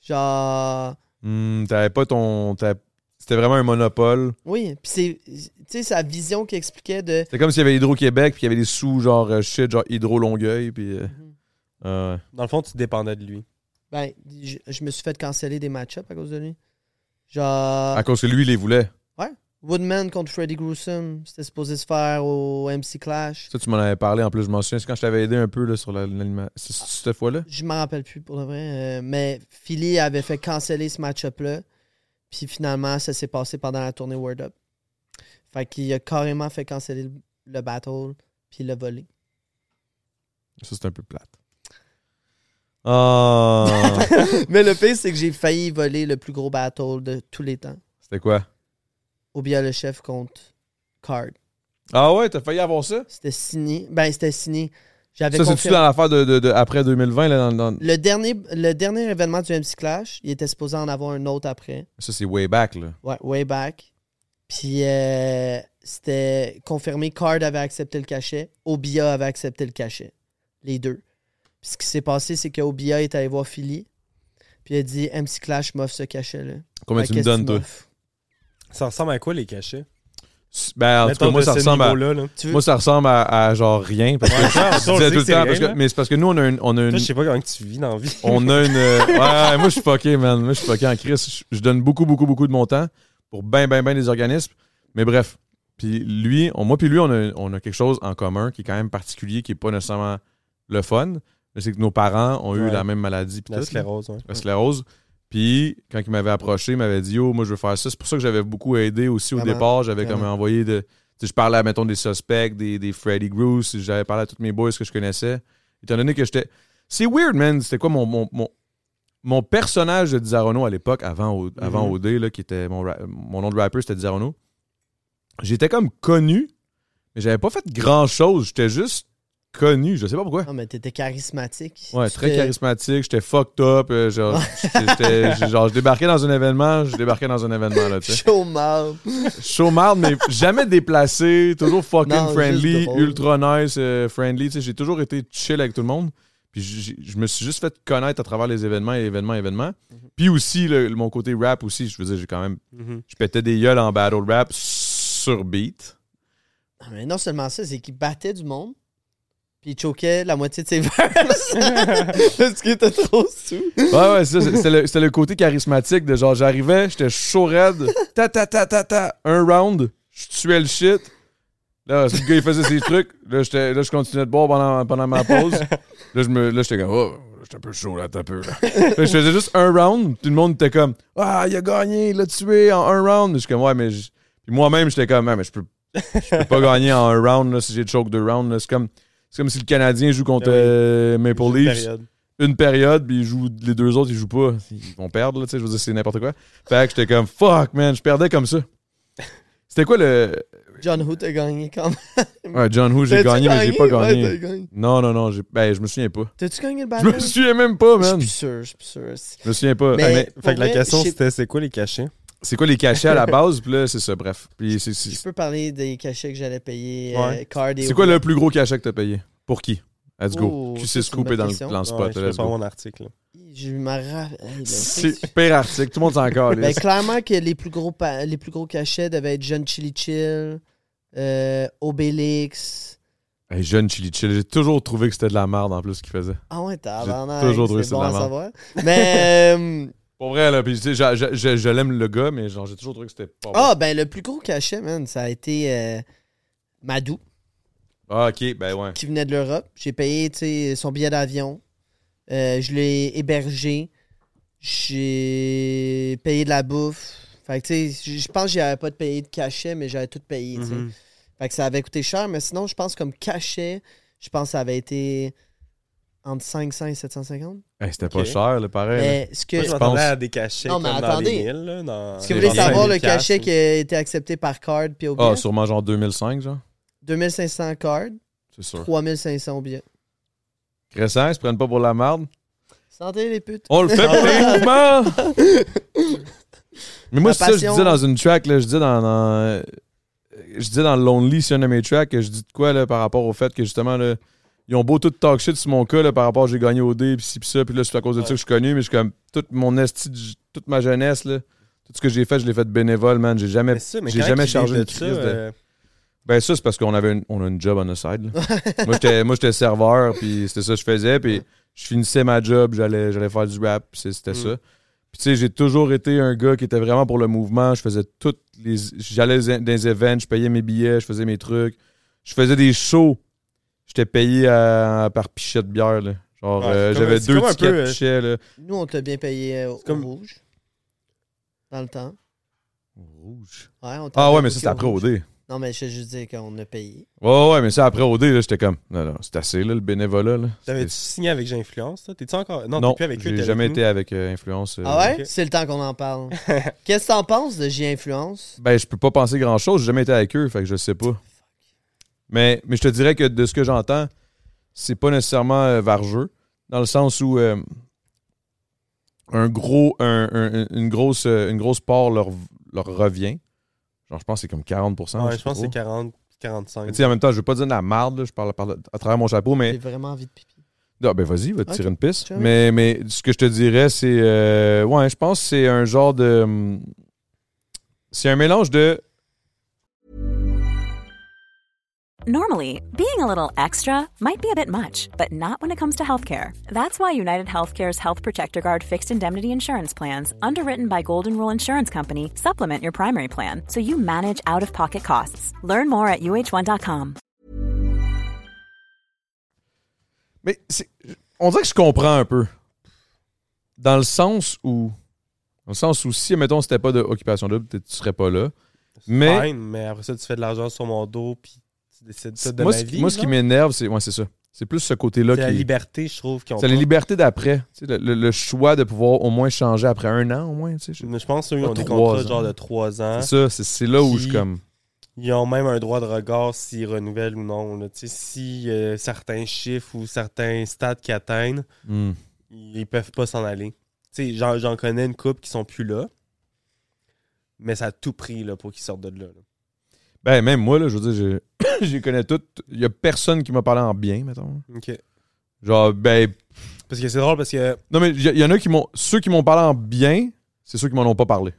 [SPEAKER 3] Genre.
[SPEAKER 2] Hmm, t'avais pas ton. t'avais- C'était vraiment un monopole.
[SPEAKER 3] Oui, puis c'est. Tu sais, sa vision qui expliquait de.
[SPEAKER 2] C'était comme s'il y avait Hydro-Québec, puis il y avait des sous, genre euh, shit, genre Hydro-Longueuil, puis.
[SPEAKER 4] Mhm.
[SPEAKER 2] euh, ah ouais.
[SPEAKER 4] Dans le fond, tu dépendais de lui.
[SPEAKER 3] Ben, je, je me suis fait canceller des match-ups à cause de lui. Genre.
[SPEAKER 2] À cause que lui, il les voulait.
[SPEAKER 3] Woodman contre Freddy Gruesome, c'était supposé se faire au MC Clash.
[SPEAKER 2] Ça, tu m'en avais parlé en plus, je m'en souviens. C'est quand je t'avais aidé un peu là, sur la- l'aliment. C'est c'est cette fois-là?
[SPEAKER 3] Je m'en rappelle plus pour de vrai, euh, mais Philly avait fait canceller ce match-up-là. Puis finalement, ça s'est passé pendant la tournée World Up. Fait qu'il a carrément fait canceller le, le battle, puis le volé.
[SPEAKER 2] Ça, c'est un peu plate. Ah!
[SPEAKER 3] mais le pire, c'est que j'ai failli voler le plus gros battle de tous les temps.
[SPEAKER 2] C'était quoi?
[SPEAKER 3] Obia le chef contre Card.
[SPEAKER 2] Ah ouais, t'as failli avoir ça?
[SPEAKER 3] C'était signé. Ben, c'était signé. J'avais
[SPEAKER 2] Ça, c'est-tu
[SPEAKER 3] confirmé-
[SPEAKER 2] dans l'affaire de, de- de- après 2020? Là, dans- dans-
[SPEAKER 3] le, dernier, le dernier événement du MC Clash, il était supposé en avoir un autre après.
[SPEAKER 2] Ça, c'est way back, là.
[SPEAKER 3] Ouais, way back. Puis euh, c'était confirmé, Card avait accepté le cachet, Obia avait accepté le cachet. Les deux. Puis ce qui s'est passé, c'est que Obia est allé voir Philly. Puis il a dit MC Clash m'offre ce cachet-là.
[SPEAKER 2] Combien
[SPEAKER 3] Fait
[SPEAKER 2] tu me
[SPEAKER 3] qu'est-ce
[SPEAKER 2] donnes,
[SPEAKER 3] que
[SPEAKER 2] toi?
[SPEAKER 3] m'offres?
[SPEAKER 4] Ça ressemble à quoi les cachets?
[SPEAKER 2] Ben, en tout cas, moi, ça ressemble à.
[SPEAKER 4] Là, là.
[SPEAKER 3] Tu veux-
[SPEAKER 2] Moi, ça ressemble à, à genre rien. Parce que
[SPEAKER 4] Ouais, ça,
[SPEAKER 2] je
[SPEAKER 4] on
[SPEAKER 2] disais
[SPEAKER 4] sait
[SPEAKER 2] tout le
[SPEAKER 4] que c'est
[SPEAKER 2] temps.
[SPEAKER 4] rien,
[SPEAKER 2] parce que-
[SPEAKER 4] là.
[SPEAKER 2] mais c'est parce que nous, on a une. On a une,
[SPEAKER 4] Toi, je sais pas comment que tu vis dans la vie.
[SPEAKER 2] on a une euh, ouais, moi, je suis fucké, man. Moi, je suis fucké en crise. Je, je donne beaucoup, beaucoup, beaucoup de mon temps pour ben, ben, ben des organismes. Mais bref. Puis lui, on- moi, puis lui, on a, on a quelque chose en commun qui est quand même particulier, qui n'est pas nécessairement le fun. Mais C'est que nos parents ont eu
[SPEAKER 4] Ouais.
[SPEAKER 2] la même maladie. puis
[SPEAKER 4] La
[SPEAKER 2] tout, là.
[SPEAKER 4] sclérose, ouais.
[SPEAKER 2] la sclérose. Puis, quand il m'avait approché, il m'avait dit Yo, moi, je veux faire ça. C'est pour ça que j'avais beaucoup aidé aussi au
[SPEAKER 3] Vraiment,
[SPEAKER 2] départ. J'avais comme
[SPEAKER 3] vraiment.
[SPEAKER 2] envoyé de. Tu sais, je parlais, mettons, des suspects, des, des Freddy Groose. J'avais parlé à tous mes boys que je connaissais. Étant donné que j'étais. C'est weird, man. C'était quoi mon. mon, mon mon personnage de Dizarono à l'époque, avant, O- avant
[SPEAKER 3] Mm-hmm.
[SPEAKER 4] Mhm.
[SPEAKER 2] OD, là, qui était mon, ra- mon nom de rapper, c'était Dizarono. J'étais comme connu, mais j'avais pas fait grand chose. J'étais juste connu. Je sais pas pourquoi.
[SPEAKER 3] Non, mais t'étais charismatique.
[SPEAKER 2] Ouais,
[SPEAKER 3] Tu
[SPEAKER 2] très
[SPEAKER 3] te-
[SPEAKER 2] charismatique, j'étais fucked up, euh, genre, j'étais- j'étais- j'ai- genre, je débarquais dans un événement, je débarquais dans un événement, là, tu sais.
[SPEAKER 3] Show mouth.
[SPEAKER 2] Chaud marde, mais jamais déplacé, toujours fucking
[SPEAKER 3] Non, juste
[SPEAKER 2] friendly,
[SPEAKER 3] drôle.
[SPEAKER 2] ultra nice, euh, friendly, tu sais, j'ai toujours été chill avec tout le monde. Puis j'ai- je me suis juste fait connaître à travers les événements et événements, événements.
[SPEAKER 3] Mhm.
[SPEAKER 2] Puis aussi, le- le- mon côté rap aussi, je veux dire, j'ai quand même,
[SPEAKER 4] Mhm.
[SPEAKER 2] je pétais des gueules en battle rap sur beat.
[SPEAKER 3] Non, mais non seulement ça, c'est qu'il battait du monde, puis il choquait la moitié de ses verses. Parce qu'il était trop sous.
[SPEAKER 2] Ouais, ouais, c'est ça, c'est- c'est le, c'est le côté charismatique de genre, j'arrivais, j'étais chaud raide, ta ta ta ta ta, un round, je tuais le shit. Là, ce gars, il faisait ses trucs. Là, j'étais- là, je continuais de boire pendant, pendant ma pause. Là, je me- là, j'étais comme, oh, j'étais un peu chaud, là, t'as peu, là. Là, je faisais juste un round, tout le monde était comme, ah, il a gagné, il l'a tué en un round. Je suis comme, ouais, mais. je- Puis moi-même, j'étais comme, ah, mais je peux, je peux pas gagner en un round, là, si j'ai choke deux rounds. là. C'est comme, c'est comme si le Canadien joue contre
[SPEAKER 4] Ben oui.
[SPEAKER 2] euh, Maple
[SPEAKER 4] Une
[SPEAKER 2] Leafs
[SPEAKER 4] période.
[SPEAKER 2] une période, puis ils jouent, les deux autres, ils jouent pas. Ils vont perdre, là, tu sais, je veux dire, c'est n'importe quoi. Fait que j'étais comme, fuck, man, je perdais comme ça. C'était quoi le.
[SPEAKER 3] John Hoot a gagné quand même.
[SPEAKER 2] Ouais, John Who, j'ai
[SPEAKER 3] T'as-tu
[SPEAKER 2] gagné, mais j'ai pas
[SPEAKER 3] Ouais,
[SPEAKER 2] gagné.
[SPEAKER 3] t'as gagné.
[SPEAKER 2] non, non, non, j'ai- ben, je me souviens pas.
[SPEAKER 3] T'as-tu gagné le
[SPEAKER 2] Je
[SPEAKER 3] battle?
[SPEAKER 2] me souviens même pas,
[SPEAKER 3] Je suis
[SPEAKER 2] man.
[SPEAKER 3] plus sûr, je suis plus sûr.
[SPEAKER 2] Je me souviens pas.
[SPEAKER 3] Mais-
[SPEAKER 2] Mais
[SPEAKER 4] Fait
[SPEAKER 3] Pour
[SPEAKER 4] que la
[SPEAKER 3] vrai,
[SPEAKER 4] question,
[SPEAKER 3] je sais-
[SPEAKER 4] c'était c'est quoi les cachets?
[SPEAKER 2] c'est quoi les cachets à la base, puis là, c'est ça, bref. Puis c'est- c'est
[SPEAKER 3] Je peux parler des cachets que j'allais payer,
[SPEAKER 4] Ouais.
[SPEAKER 3] euh, card et
[SPEAKER 2] c'est quoi le plus gros cachet que t'as payé Pour qui Let's go.
[SPEAKER 3] Oh, ça,
[SPEAKER 2] Q6
[SPEAKER 3] c'est une
[SPEAKER 2] coupé
[SPEAKER 3] bonne
[SPEAKER 2] dans
[SPEAKER 3] question.
[SPEAKER 2] le plan
[SPEAKER 4] Ouais,
[SPEAKER 2] spot.
[SPEAKER 4] je
[SPEAKER 2] let's
[SPEAKER 4] pas
[SPEAKER 2] go.
[SPEAKER 4] mon article. là.
[SPEAKER 3] Je me rappelle.
[SPEAKER 2] C'est pire article, tout le monde s'en calisse.
[SPEAKER 3] Ben, clairement que les plus gros, pa- les plus gros cachets devaient être John Chili Chill, euh, Obélix. Ben,
[SPEAKER 2] Hey, jeune Chili Chill, j'ai toujours trouvé que c'était de la merde en plus ce qu'il faisait.
[SPEAKER 3] Ah ouais, t'as
[SPEAKER 2] J'ai toujours trouvé ça de
[SPEAKER 3] bon
[SPEAKER 2] la
[SPEAKER 3] à
[SPEAKER 2] merde.
[SPEAKER 3] savoir. Mais. euh,
[SPEAKER 2] Pour vrai, là, puis tu sais, j'a- j'a- je, je l'aime le gars, mais genre, j'ai toujours trouvé que c'était pas
[SPEAKER 3] Ah, ben le plus gros cachet, man, ça a été euh, Madou,
[SPEAKER 2] bon. Ah, ok, ben ouais.
[SPEAKER 3] qui venait de l'Europe. J'ai payé tu sais, son billet d'avion. Euh, je l'ai hébergé. J'ai payé de la bouffe. Fait que, tu sais, je pense que j'avais pas de payer de cachet, mais j'avais tout payé, tu sais.
[SPEAKER 4] Mhm.
[SPEAKER 3] Fait que ça avait coûté cher, mais sinon, je pense comme cachet, je pense que ça avait été entre 500 et 750.
[SPEAKER 2] Hey, c'était
[SPEAKER 4] Ok.
[SPEAKER 2] pas cher, là, pareil. là.
[SPEAKER 3] Mais ce que...
[SPEAKER 4] Moi, je
[SPEAKER 2] tu
[SPEAKER 4] m'attendais
[SPEAKER 2] penses-
[SPEAKER 4] à des cachets
[SPEAKER 3] Non, mais
[SPEAKER 4] comme
[SPEAKER 3] attendez.
[SPEAKER 4] dans les mille, là, dans-
[SPEAKER 3] Est-ce que vous
[SPEAKER 2] c'est
[SPEAKER 3] voulez savoir le
[SPEAKER 4] 25 000
[SPEAKER 3] cachet
[SPEAKER 4] piastres,
[SPEAKER 3] qui a été accepté par card puis au
[SPEAKER 2] Ah,
[SPEAKER 3] billet?
[SPEAKER 2] sûrement genre 2005, genre.
[SPEAKER 3] 2500 card,
[SPEAKER 2] C'est sûr.
[SPEAKER 3] 3500 au billet.
[SPEAKER 2] Récent, ils se prennent pas pour la merde.
[SPEAKER 3] Santé les putes.
[SPEAKER 2] On le fait pour les
[SPEAKER 4] Ah
[SPEAKER 2] mouvements! Mais moi,
[SPEAKER 3] La
[SPEAKER 2] c'est ça que je
[SPEAKER 3] passion.
[SPEAKER 2] disais dans une track, là, je disais dans. dans, euh, je disais dans le Lonely, c'est un de mes tracks, que je dis de quoi là, par rapport au fait que justement, là, ils ont beau tout talk shit sur mon cas là, par rapport à j'ai gagné au dé, puis ci, puis ça, puis là, c'est à cause de ça que je suis connu, mais je suis comme toute mon esti, de- toute ma jeunesse, là, tout ce que j'ai fait, je l'ai fait bénévole, man. J'ai jamais,
[SPEAKER 4] Mais ça, mais
[SPEAKER 2] j'ai
[SPEAKER 4] quand
[SPEAKER 2] jamais
[SPEAKER 4] qu'il
[SPEAKER 2] chargé
[SPEAKER 4] vient
[SPEAKER 2] une
[SPEAKER 4] de
[SPEAKER 2] crise
[SPEAKER 4] ça,
[SPEAKER 2] de.
[SPEAKER 4] euh,
[SPEAKER 2] Ben, ça, c'est parce qu'on avait une, on a une job on the side. là. moi, j'étais, moi, j'étais serveur, puis c'était ça que je faisais, puis je finissais ma job, j'allais, j'allais faire du rap, puis c'est-
[SPEAKER 4] Mm.
[SPEAKER 2] c'était ça. Puis, tu sais, j'ai toujours été un gars qui était vraiment pour le mouvement. Je faisais toutes les. J'allais dans les events, je payais mes billets, je faisais mes trucs. Je faisais des shows. J'étais payé à- par pichet de bière, là. Genre,
[SPEAKER 4] Ouais,
[SPEAKER 2] euh,
[SPEAKER 4] c'est comme-
[SPEAKER 2] j'avais
[SPEAKER 4] c'est
[SPEAKER 2] deux
[SPEAKER 4] comme un
[SPEAKER 2] tickets
[SPEAKER 4] peu,
[SPEAKER 2] de
[SPEAKER 4] euh,
[SPEAKER 2] pichet, là.
[SPEAKER 3] Nous, on t'a bien payé euh, au
[SPEAKER 4] comme-
[SPEAKER 3] rouge. Dans le temps.
[SPEAKER 2] Rouge.
[SPEAKER 3] Ouais, on t'a
[SPEAKER 2] Ah,
[SPEAKER 3] bien
[SPEAKER 2] ouais, mais
[SPEAKER 3] booké
[SPEAKER 2] ça, c'est
[SPEAKER 3] au
[SPEAKER 2] après
[SPEAKER 3] rouge.
[SPEAKER 2] OD.
[SPEAKER 3] Non, mais je veux juste dire qu'on a payé.
[SPEAKER 2] Ouais, ouais, mais ça, après OD, là, j'étais comme. Non, non, c'est assez, là, le bénévolat, là.
[SPEAKER 4] T'avais-tu signé avec J'Influence, toi? T'es-tu encore. Non,
[SPEAKER 2] Non,
[SPEAKER 4] t'es plus avec eux.
[SPEAKER 2] j'ai
[SPEAKER 4] t'es
[SPEAKER 2] jamais
[SPEAKER 4] avec
[SPEAKER 2] été avec euh, Influence. euh,
[SPEAKER 3] Ah ouais?
[SPEAKER 4] ok.
[SPEAKER 3] C'est le temps qu'on en parle. Qu'est-ce que t'en penses de J-Influence?
[SPEAKER 2] Ben, je peux pas penser grand-chose. J'ai jamais été avec eux, fait que je sais pas. Mais, mais je te dirais que de ce que j'entends, c'est pas nécessairement euh, vargeux, dans le sens où euh, un gros, un- un- une, grosse, euh, une grosse part leur, leur revient. Genre, je pense que c'est comme 40
[SPEAKER 4] nous. Ouais, je
[SPEAKER 2] sais
[SPEAKER 4] pense que
[SPEAKER 2] pas
[SPEAKER 4] c'est
[SPEAKER 2] trop.
[SPEAKER 4] 40,
[SPEAKER 2] Mais
[SPEAKER 4] 45.
[SPEAKER 2] tu sais, en même temps, je veux pas dire de la marde, là, je parle, parle à travers mon chapeau, mais
[SPEAKER 3] J'ai vraiment envie de pipi.
[SPEAKER 2] ah, ben vas-y, va te
[SPEAKER 3] Ok,
[SPEAKER 2] tirer une piste.
[SPEAKER 3] sure.
[SPEAKER 2] Mais, mais ce que je te dirais, c'est. euh, ouais, je pense que c'est un genre de. hum, C'est un mélange de.
[SPEAKER 1] Normally, being a little extra might be a bit much, but not when it comes to healthcare. That's why United Healthcare's Health Protector Guard fixed indemnity insurance plans, underwritten by Golden Rule Insurance Company, supplement your primary plan so you manage out of pocket costs. Learn more at uh1.com.
[SPEAKER 2] Mais c'est- on dirait que je comprends un peu. Dans le sens où. Dans le sens où, si, mettons, c'était pas de occupation double, peut-être tu serais pas là. Mais.
[SPEAKER 4] Fine, mais après ça, tu fais de l'argent sur mon dos, puis tu décides ça de
[SPEAKER 2] Moi,
[SPEAKER 4] ma
[SPEAKER 2] ce,
[SPEAKER 4] vie.
[SPEAKER 2] moi, ce qui
[SPEAKER 4] genre.
[SPEAKER 2] m'énerve, c'est. Ouais, c'est ça. C'est plus ce côté-là
[SPEAKER 4] C'est la
[SPEAKER 2] qui.
[SPEAKER 4] liberté, je trouve. qu'ils ont
[SPEAKER 2] C'est la
[SPEAKER 4] pas.
[SPEAKER 2] liberté d'après. Tu sais, Le, le- le choix de pouvoir au moins changer après un an, au moins. tu sais, je-
[SPEAKER 4] Mais Je pense qu'ils
[SPEAKER 2] Pas
[SPEAKER 4] ont des
[SPEAKER 2] trois
[SPEAKER 4] contrats
[SPEAKER 2] ans.
[SPEAKER 4] genre de 3 ans.
[SPEAKER 2] C'est ça, c'est- c'est là où je suis
[SPEAKER 4] Qui-
[SPEAKER 2] comme.
[SPEAKER 4] Ils ont même un droit de regard s'ils renouvellent ou non. là. Tu sais, Si euh, certains chiffres ou certains stades qu'ils atteignent,
[SPEAKER 2] Hmm.
[SPEAKER 4] ils peuvent pas s'en aller. Tu sais, J'en j'en connais une couple qui sont plus là, mais ça a tout pris là, pour qu'ils sortent de là. là.
[SPEAKER 2] Ben, même moi, là, je veux dire, je, je les connais toutes. Il y a personne qui m'a parlé en bien, mettons. Genre, ben.
[SPEAKER 4] Parce que c'est drôle parce que.
[SPEAKER 2] Non, mais il y, il y en a qui m'ont. Ceux qui m'ont parlé en bien, c'est ceux qui m'en ont pas parlé.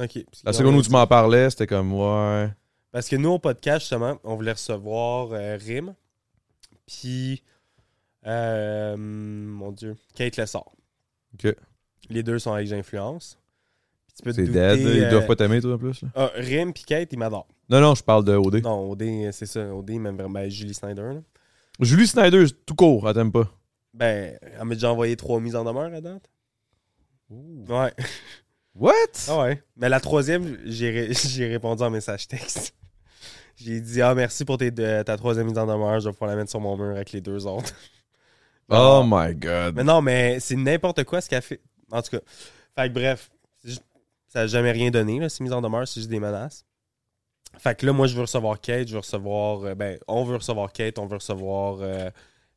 [SPEAKER 4] ok.
[SPEAKER 2] La seconde où tu m'en parlais, c'était comme, ouais.
[SPEAKER 4] Parce que nous, au podcast, justement, on voulait recevoir euh, Rim, puis. euh, mon Dieu, Kate Lessard.
[SPEAKER 2] Ok.
[SPEAKER 4] Les deux sont avec J'Influence. Puis tu peux te
[SPEAKER 2] C'est
[SPEAKER 4] douter,
[SPEAKER 2] dead. là, Ils
[SPEAKER 4] euh,
[SPEAKER 2] doivent pas t'aimer, toi, en plus. là.
[SPEAKER 4] Ah, Rim puis Kate, ils m'adorent.
[SPEAKER 2] Non, non, je parle de OD.
[SPEAKER 4] Non, OD, euh, c'est ça. OD, même vraiment ben, Julie Snyder. là.
[SPEAKER 2] Julie Snyder, tout court, elle t'aime pas.
[SPEAKER 4] Ben, elle m'a déjà envoyé trois mises en demeure à date. Ouais.
[SPEAKER 2] What?
[SPEAKER 4] Ah ouais. Mais la troisième, j'ai ré- j'ai répondu en message texte. J'ai dit Ah, merci pour tes deux- ta troisième mise en demeure. Je vais pouvoir la mettre sur mon mur avec les deux autres.
[SPEAKER 2] Oh my god.
[SPEAKER 4] Mais non, mais c'est n'importe quoi ce qu'elle fait. En tout cas. Fait que bref, c'est juste- ça n'a jamais rien donné, là, ces mises en demeure, c'est juste des menaces. Fait que là, moi, je veux recevoir Kate, je veux recevoir. euh, ben, on veut recevoir Kate, on veut recevoir euh,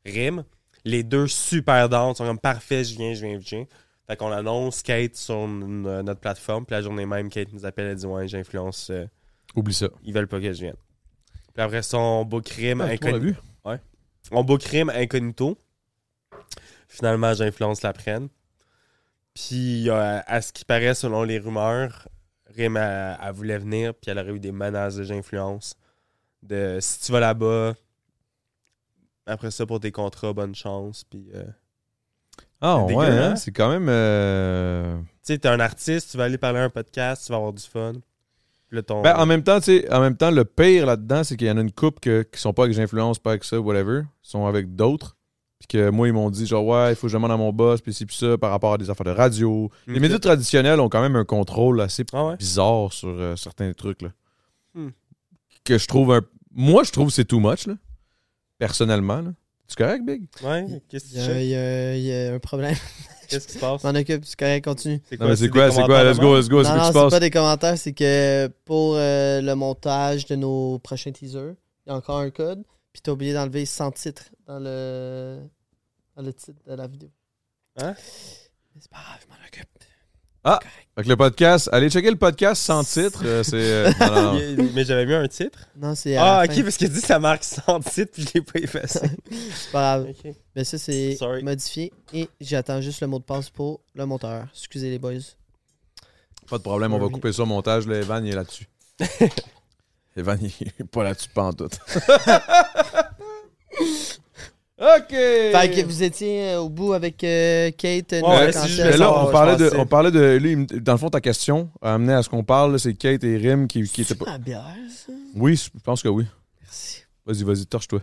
[SPEAKER 4] Rim. Les deux super dantes sont comme parfait, je viens, je viens, je viens. Fait qu'on annonce Kate sur n- euh, notre plateforme, puis la journée même, Kate nous appelle, elle dit Ouais, j'influence, euh,
[SPEAKER 2] Oublie ça.
[SPEAKER 4] ils veulent pas que je vienne. Puis après ça, on book Rim
[SPEAKER 2] Ah, tu m'en as
[SPEAKER 4] incognito.
[SPEAKER 2] vu?
[SPEAKER 4] On book Rim incognito. Finalement, j'influence la prenne. Puis, euh, à ce qui paraît, selon les rumeurs, Rim, elle, elle voulait venir, puis elle aurait eu des menaces de j'influence. De si tu vas là-bas, après ça, pour tes contrats, bonne chance. Puis, euh,
[SPEAKER 2] Ah,
[SPEAKER 4] C'est
[SPEAKER 2] ouais, hein?
[SPEAKER 4] dégueulasse.
[SPEAKER 2] C'est quand même. euh,
[SPEAKER 4] tu sais, t'es un artiste, tu vas aller parler à un podcast, tu vas avoir du fun. Puis là, ton.
[SPEAKER 2] Ben, en même temps, tu sais, en même temps, le pire là-dedans, c'est qu'il y en a une couple que, qui sont pas avec j'influence, pas avec ça, whatever, sont avec d'autres. Puis que moi, ils m'ont dit, genre, ouais, il faut que je demande à mon boss, puis ci, puis ça, par rapport à des affaires de radio. Les
[SPEAKER 4] Ok.
[SPEAKER 2] médias traditionnels ont quand même un contrôle assez
[SPEAKER 4] Hmm. Ah ouais?
[SPEAKER 2] bizarre sur euh, certains trucs, là.
[SPEAKER 4] Hmm.
[SPEAKER 2] Que je trouve un. Moi, je trouve que c'est too much, là. Personnellement, là. Tu correct, Big?
[SPEAKER 4] Ouais? Qu'est-ce
[SPEAKER 3] Il y, a,
[SPEAKER 4] que tu
[SPEAKER 3] il y a- il y a un problème.
[SPEAKER 4] Qu'est-ce qui se passe?
[SPEAKER 3] Je m'en occupe, c'est correct, continue.
[SPEAKER 2] Non, mais c'est
[SPEAKER 4] des
[SPEAKER 2] quoi, c'est quoi?
[SPEAKER 4] commentaires
[SPEAKER 2] Let's
[SPEAKER 4] de
[SPEAKER 2] go,
[SPEAKER 4] merde?
[SPEAKER 2] let's go, c'est quoi
[SPEAKER 3] non, non,
[SPEAKER 2] qui se
[SPEAKER 3] c'est
[SPEAKER 2] passe?
[SPEAKER 3] pas des commentaires, c'est que pour euh, le montage de nos prochains teasers, il y a encore un code, puis t'as oublié d'enlever sans titre dans le, dans le titre de la vidéo.
[SPEAKER 4] Hein?
[SPEAKER 3] Mais C'est pas grave, je m'en occupe.
[SPEAKER 2] Ah! Fait que le podcast, allez checker le podcast sans titre. euh, c'est. euh, non, non, non.
[SPEAKER 4] Il- Mais j'avais mis un titre.
[SPEAKER 3] Non, c'est. à
[SPEAKER 4] Ah,
[SPEAKER 3] la
[SPEAKER 4] ok,
[SPEAKER 3] fin.
[SPEAKER 4] parce qu'il dit ça marque sans titre, puis je l'ai pas effacé. Ben
[SPEAKER 3] C'est pas grave.
[SPEAKER 4] Ok.
[SPEAKER 3] Mais ça, c'est
[SPEAKER 4] Sorry.
[SPEAKER 3] modifié. Et j'attends juste le mot de passe pour le monteur. Excusez les boys.
[SPEAKER 2] Pas de problème, on va couper ça au montage. Là, Evan, il est là-dessus. Evan, il est pas là-dessus pantoute. OK!
[SPEAKER 3] Fait que vous étiez euh, au bout avec euh, Kate. euh,
[SPEAKER 4] Ouais,
[SPEAKER 3] Noah
[SPEAKER 4] c'est juste
[SPEAKER 3] Cancel.
[SPEAKER 2] Mais là, on
[SPEAKER 4] je
[SPEAKER 2] parlait, de,
[SPEAKER 4] pensais.
[SPEAKER 2] on parlait de. Lui, il me- dans le fond, ta question a amené à ce qu'on parle, là, c'est Kate et Rim qui, qui étaient
[SPEAKER 3] C'est
[SPEAKER 2] pas.
[SPEAKER 3] ma bière, ça?
[SPEAKER 2] Oui, je pense que oui.
[SPEAKER 3] Merci.
[SPEAKER 2] Vas-y, vas-y, torche-toi.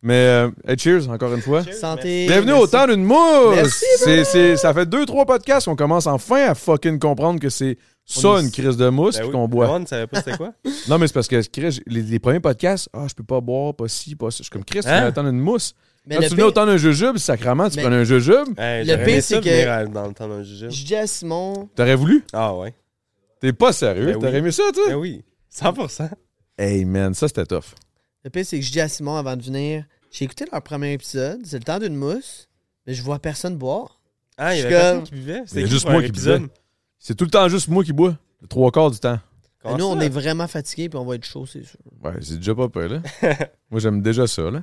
[SPEAKER 2] Mais, euh, hey, cheers, encore une fois.
[SPEAKER 3] Santé.
[SPEAKER 2] Bienvenue au
[SPEAKER 3] merci.
[SPEAKER 2] temps d'une mousse!
[SPEAKER 3] Merci,
[SPEAKER 2] C'est- c'est- ça fait deux, trois podcasts qu'on commence enfin à fucking comprendre que c'est
[SPEAKER 4] On
[SPEAKER 2] ça
[SPEAKER 4] est-
[SPEAKER 2] une crise de mousse
[SPEAKER 4] Ben
[SPEAKER 2] puis
[SPEAKER 4] oui,
[SPEAKER 2] qu'on boit.
[SPEAKER 4] On ne savait pas c'était quoi.
[SPEAKER 2] Non, mais c'est parce que Chris, les, les premiers podcasts, ah, je peux pas boire, pas ci, pas ça. Je suis comme Chris, tu
[SPEAKER 4] Hein?
[SPEAKER 2] viens attendre une mousse.
[SPEAKER 3] Mais
[SPEAKER 2] Quand
[SPEAKER 3] le
[SPEAKER 2] tu venais
[SPEAKER 3] pire-
[SPEAKER 2] au temps d'un jujube, sacrament, tu
[SPEAKER 3] Mais-
[SPEAKER 2] prenais un jujube,
[SPEAKER 4] Hey,
[SPEAKER 3] Le
[SPEAKER 4] j'aurais
[SPEAKER 3] pire,
[SPEAKER 4] aimé
[SPEAKER 3] c'est
[SPEAKER 4] ça
[SPEAKER 3] que-
[SPEAKER 4] venir à- dans le temps d'un jujube.
[SPEAKER 3] Je dis à Simon,
[SPEAKER 2] t'aurais voulu?
[SPEAKER 4] Ah ouais.
[SPEAKER 2] T'es pas sérieux?
[SPEAKER 4] Ben oui.
[SPEAKER 2] T'aurais aimé ça, toi?
[SPEAKER 4] Ben oui. 100%.
[SPEAKER 2] Hey man, ça c'était tough.
[SPEAKER 3] le pire, c'est que je dis à Simon avant de venir, j'ai écouté leur premier épisode, c'est le temps d'une mousse, mais je vois personne boire.
[SPEAKER 4] Ah, il y
[SPEAKER 3] Je
[SPEAKER 4] avait
[SPEAKER 3] suis
[SPEAKER 4] personne
[SPEAKER 3] comme-
[SPEAKER 4] qui buvait.
[SPEAKER 2] Il y
[SPEAKER 4] C'était
[SPEAKER 2] a
[SPEAKER 4] qui
[SPEAKER 2] juste
[SPEAKER 4] pour
[SPEAKER 2] moi
[SPEAKER 4] un
[SPEAKER 2] qui
[SPEAKER 4] épisode?
[SPEAKER 2] buvais. C'est tout le temps juste moi qui bois, le trois quarts du temps.
[SPEAKER 3] Mais
[SPEAKER 4] Comment
[SPEAKER 3] Ben nous, on
[SPEAKER 4] ça?
[SPEAKER 3] est vraiment fatigués, puis on va être chaud, c'est sûr.
[SPEAKER 2] Ouais, c'est déjà pas peur, là. moi, j'aime déjà ça, là.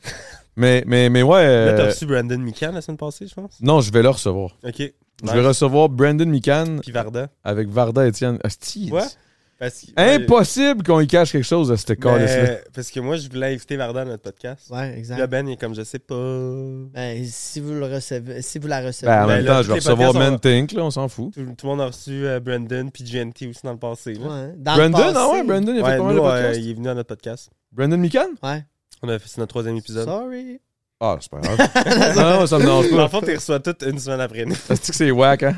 [SPEAKER 2] Mais, mais, mais ouais. euh,
[SPEAKER 4] Là, t'as reçu Brandon Mikan la semaine passée, je pense.
[SPEAKER 2] non, je vais le recevoir.
[SPEAKER 4] OK. Nice.
[SPEAKER 2] Je vais recevoir Brandon Mikan
[SPEAKER 4] Puis Varda.
[SPEAKER 2] avec Varda Etienne. Hostie,
[SPEAKER 4] Ouais. Parce que,
[SPEAKER 2] Impossible qu'on y cache quelque chose à cette
[SPEAKER 4] Mais-
[SPEAKER 2] calice-là.
[SPEAKER 4] Parce que moi, je voulais inviter Varda à notre podcast.
[SPEAKER 3] Ouais, hein. exact.
[SPEAKER 4] Là, Ben, il est comme, je sais pas.
[SPEAKER 3] Ben, si vous le recevez, si vous la recevez.
[SPEAKER 2] Ben, en
[SPEAKER 4] Ben,
[SPEAKER 2] même
[SPEAKER 4] là,
[SPEAKER 2] temps,
[SPEAKER 4] tous
[SPEAKER 2] je vais
[SPEAKER 4] les
[SPEAKER 2] recevoir
[SPEAKER 4] podcasts, on
[SPEAKER 2] Man Think, là, on s'en fout.
[SPEAKER 4] Tout, tout le monde a reçu euh, Brandon puis GNT aussi dans le passé. là.
[SPEAKER 3] Ouais. hein. Dans le
[SPEAKER 2] Brandon, ah
[SPEAKER 3] passé.
[SPEAKER 2] ouais, Brandon, il a
[SPEAKER 4] Ouais,
[SPEAKER 2] fait combien
[SPEAKER 4] nous,
[SPEAKER 2] de
[SPEAKER 4] euh,
[SPEAKER 2] podcasts?
[SPEAKER 4] il est venu à notre podcast.
[SPEAKER 2] Brandon Mikan?
[SPEAKER 3] Ouais.
[SPEAKER 4] On a fait c'est notre troisième épisode.
[SPEAKER 3] Sorry.
[SPEAKER 2] Ah, c'est pas grave. non, non, ça me dérange
[SPEAKER 4] Dans le
[SPEAKER 2] pas.
[SPEAKER 4] fond, tu les reçois toutes une semaine après nous.
[SPEAKER 2] Hostie que c'est whack, hein?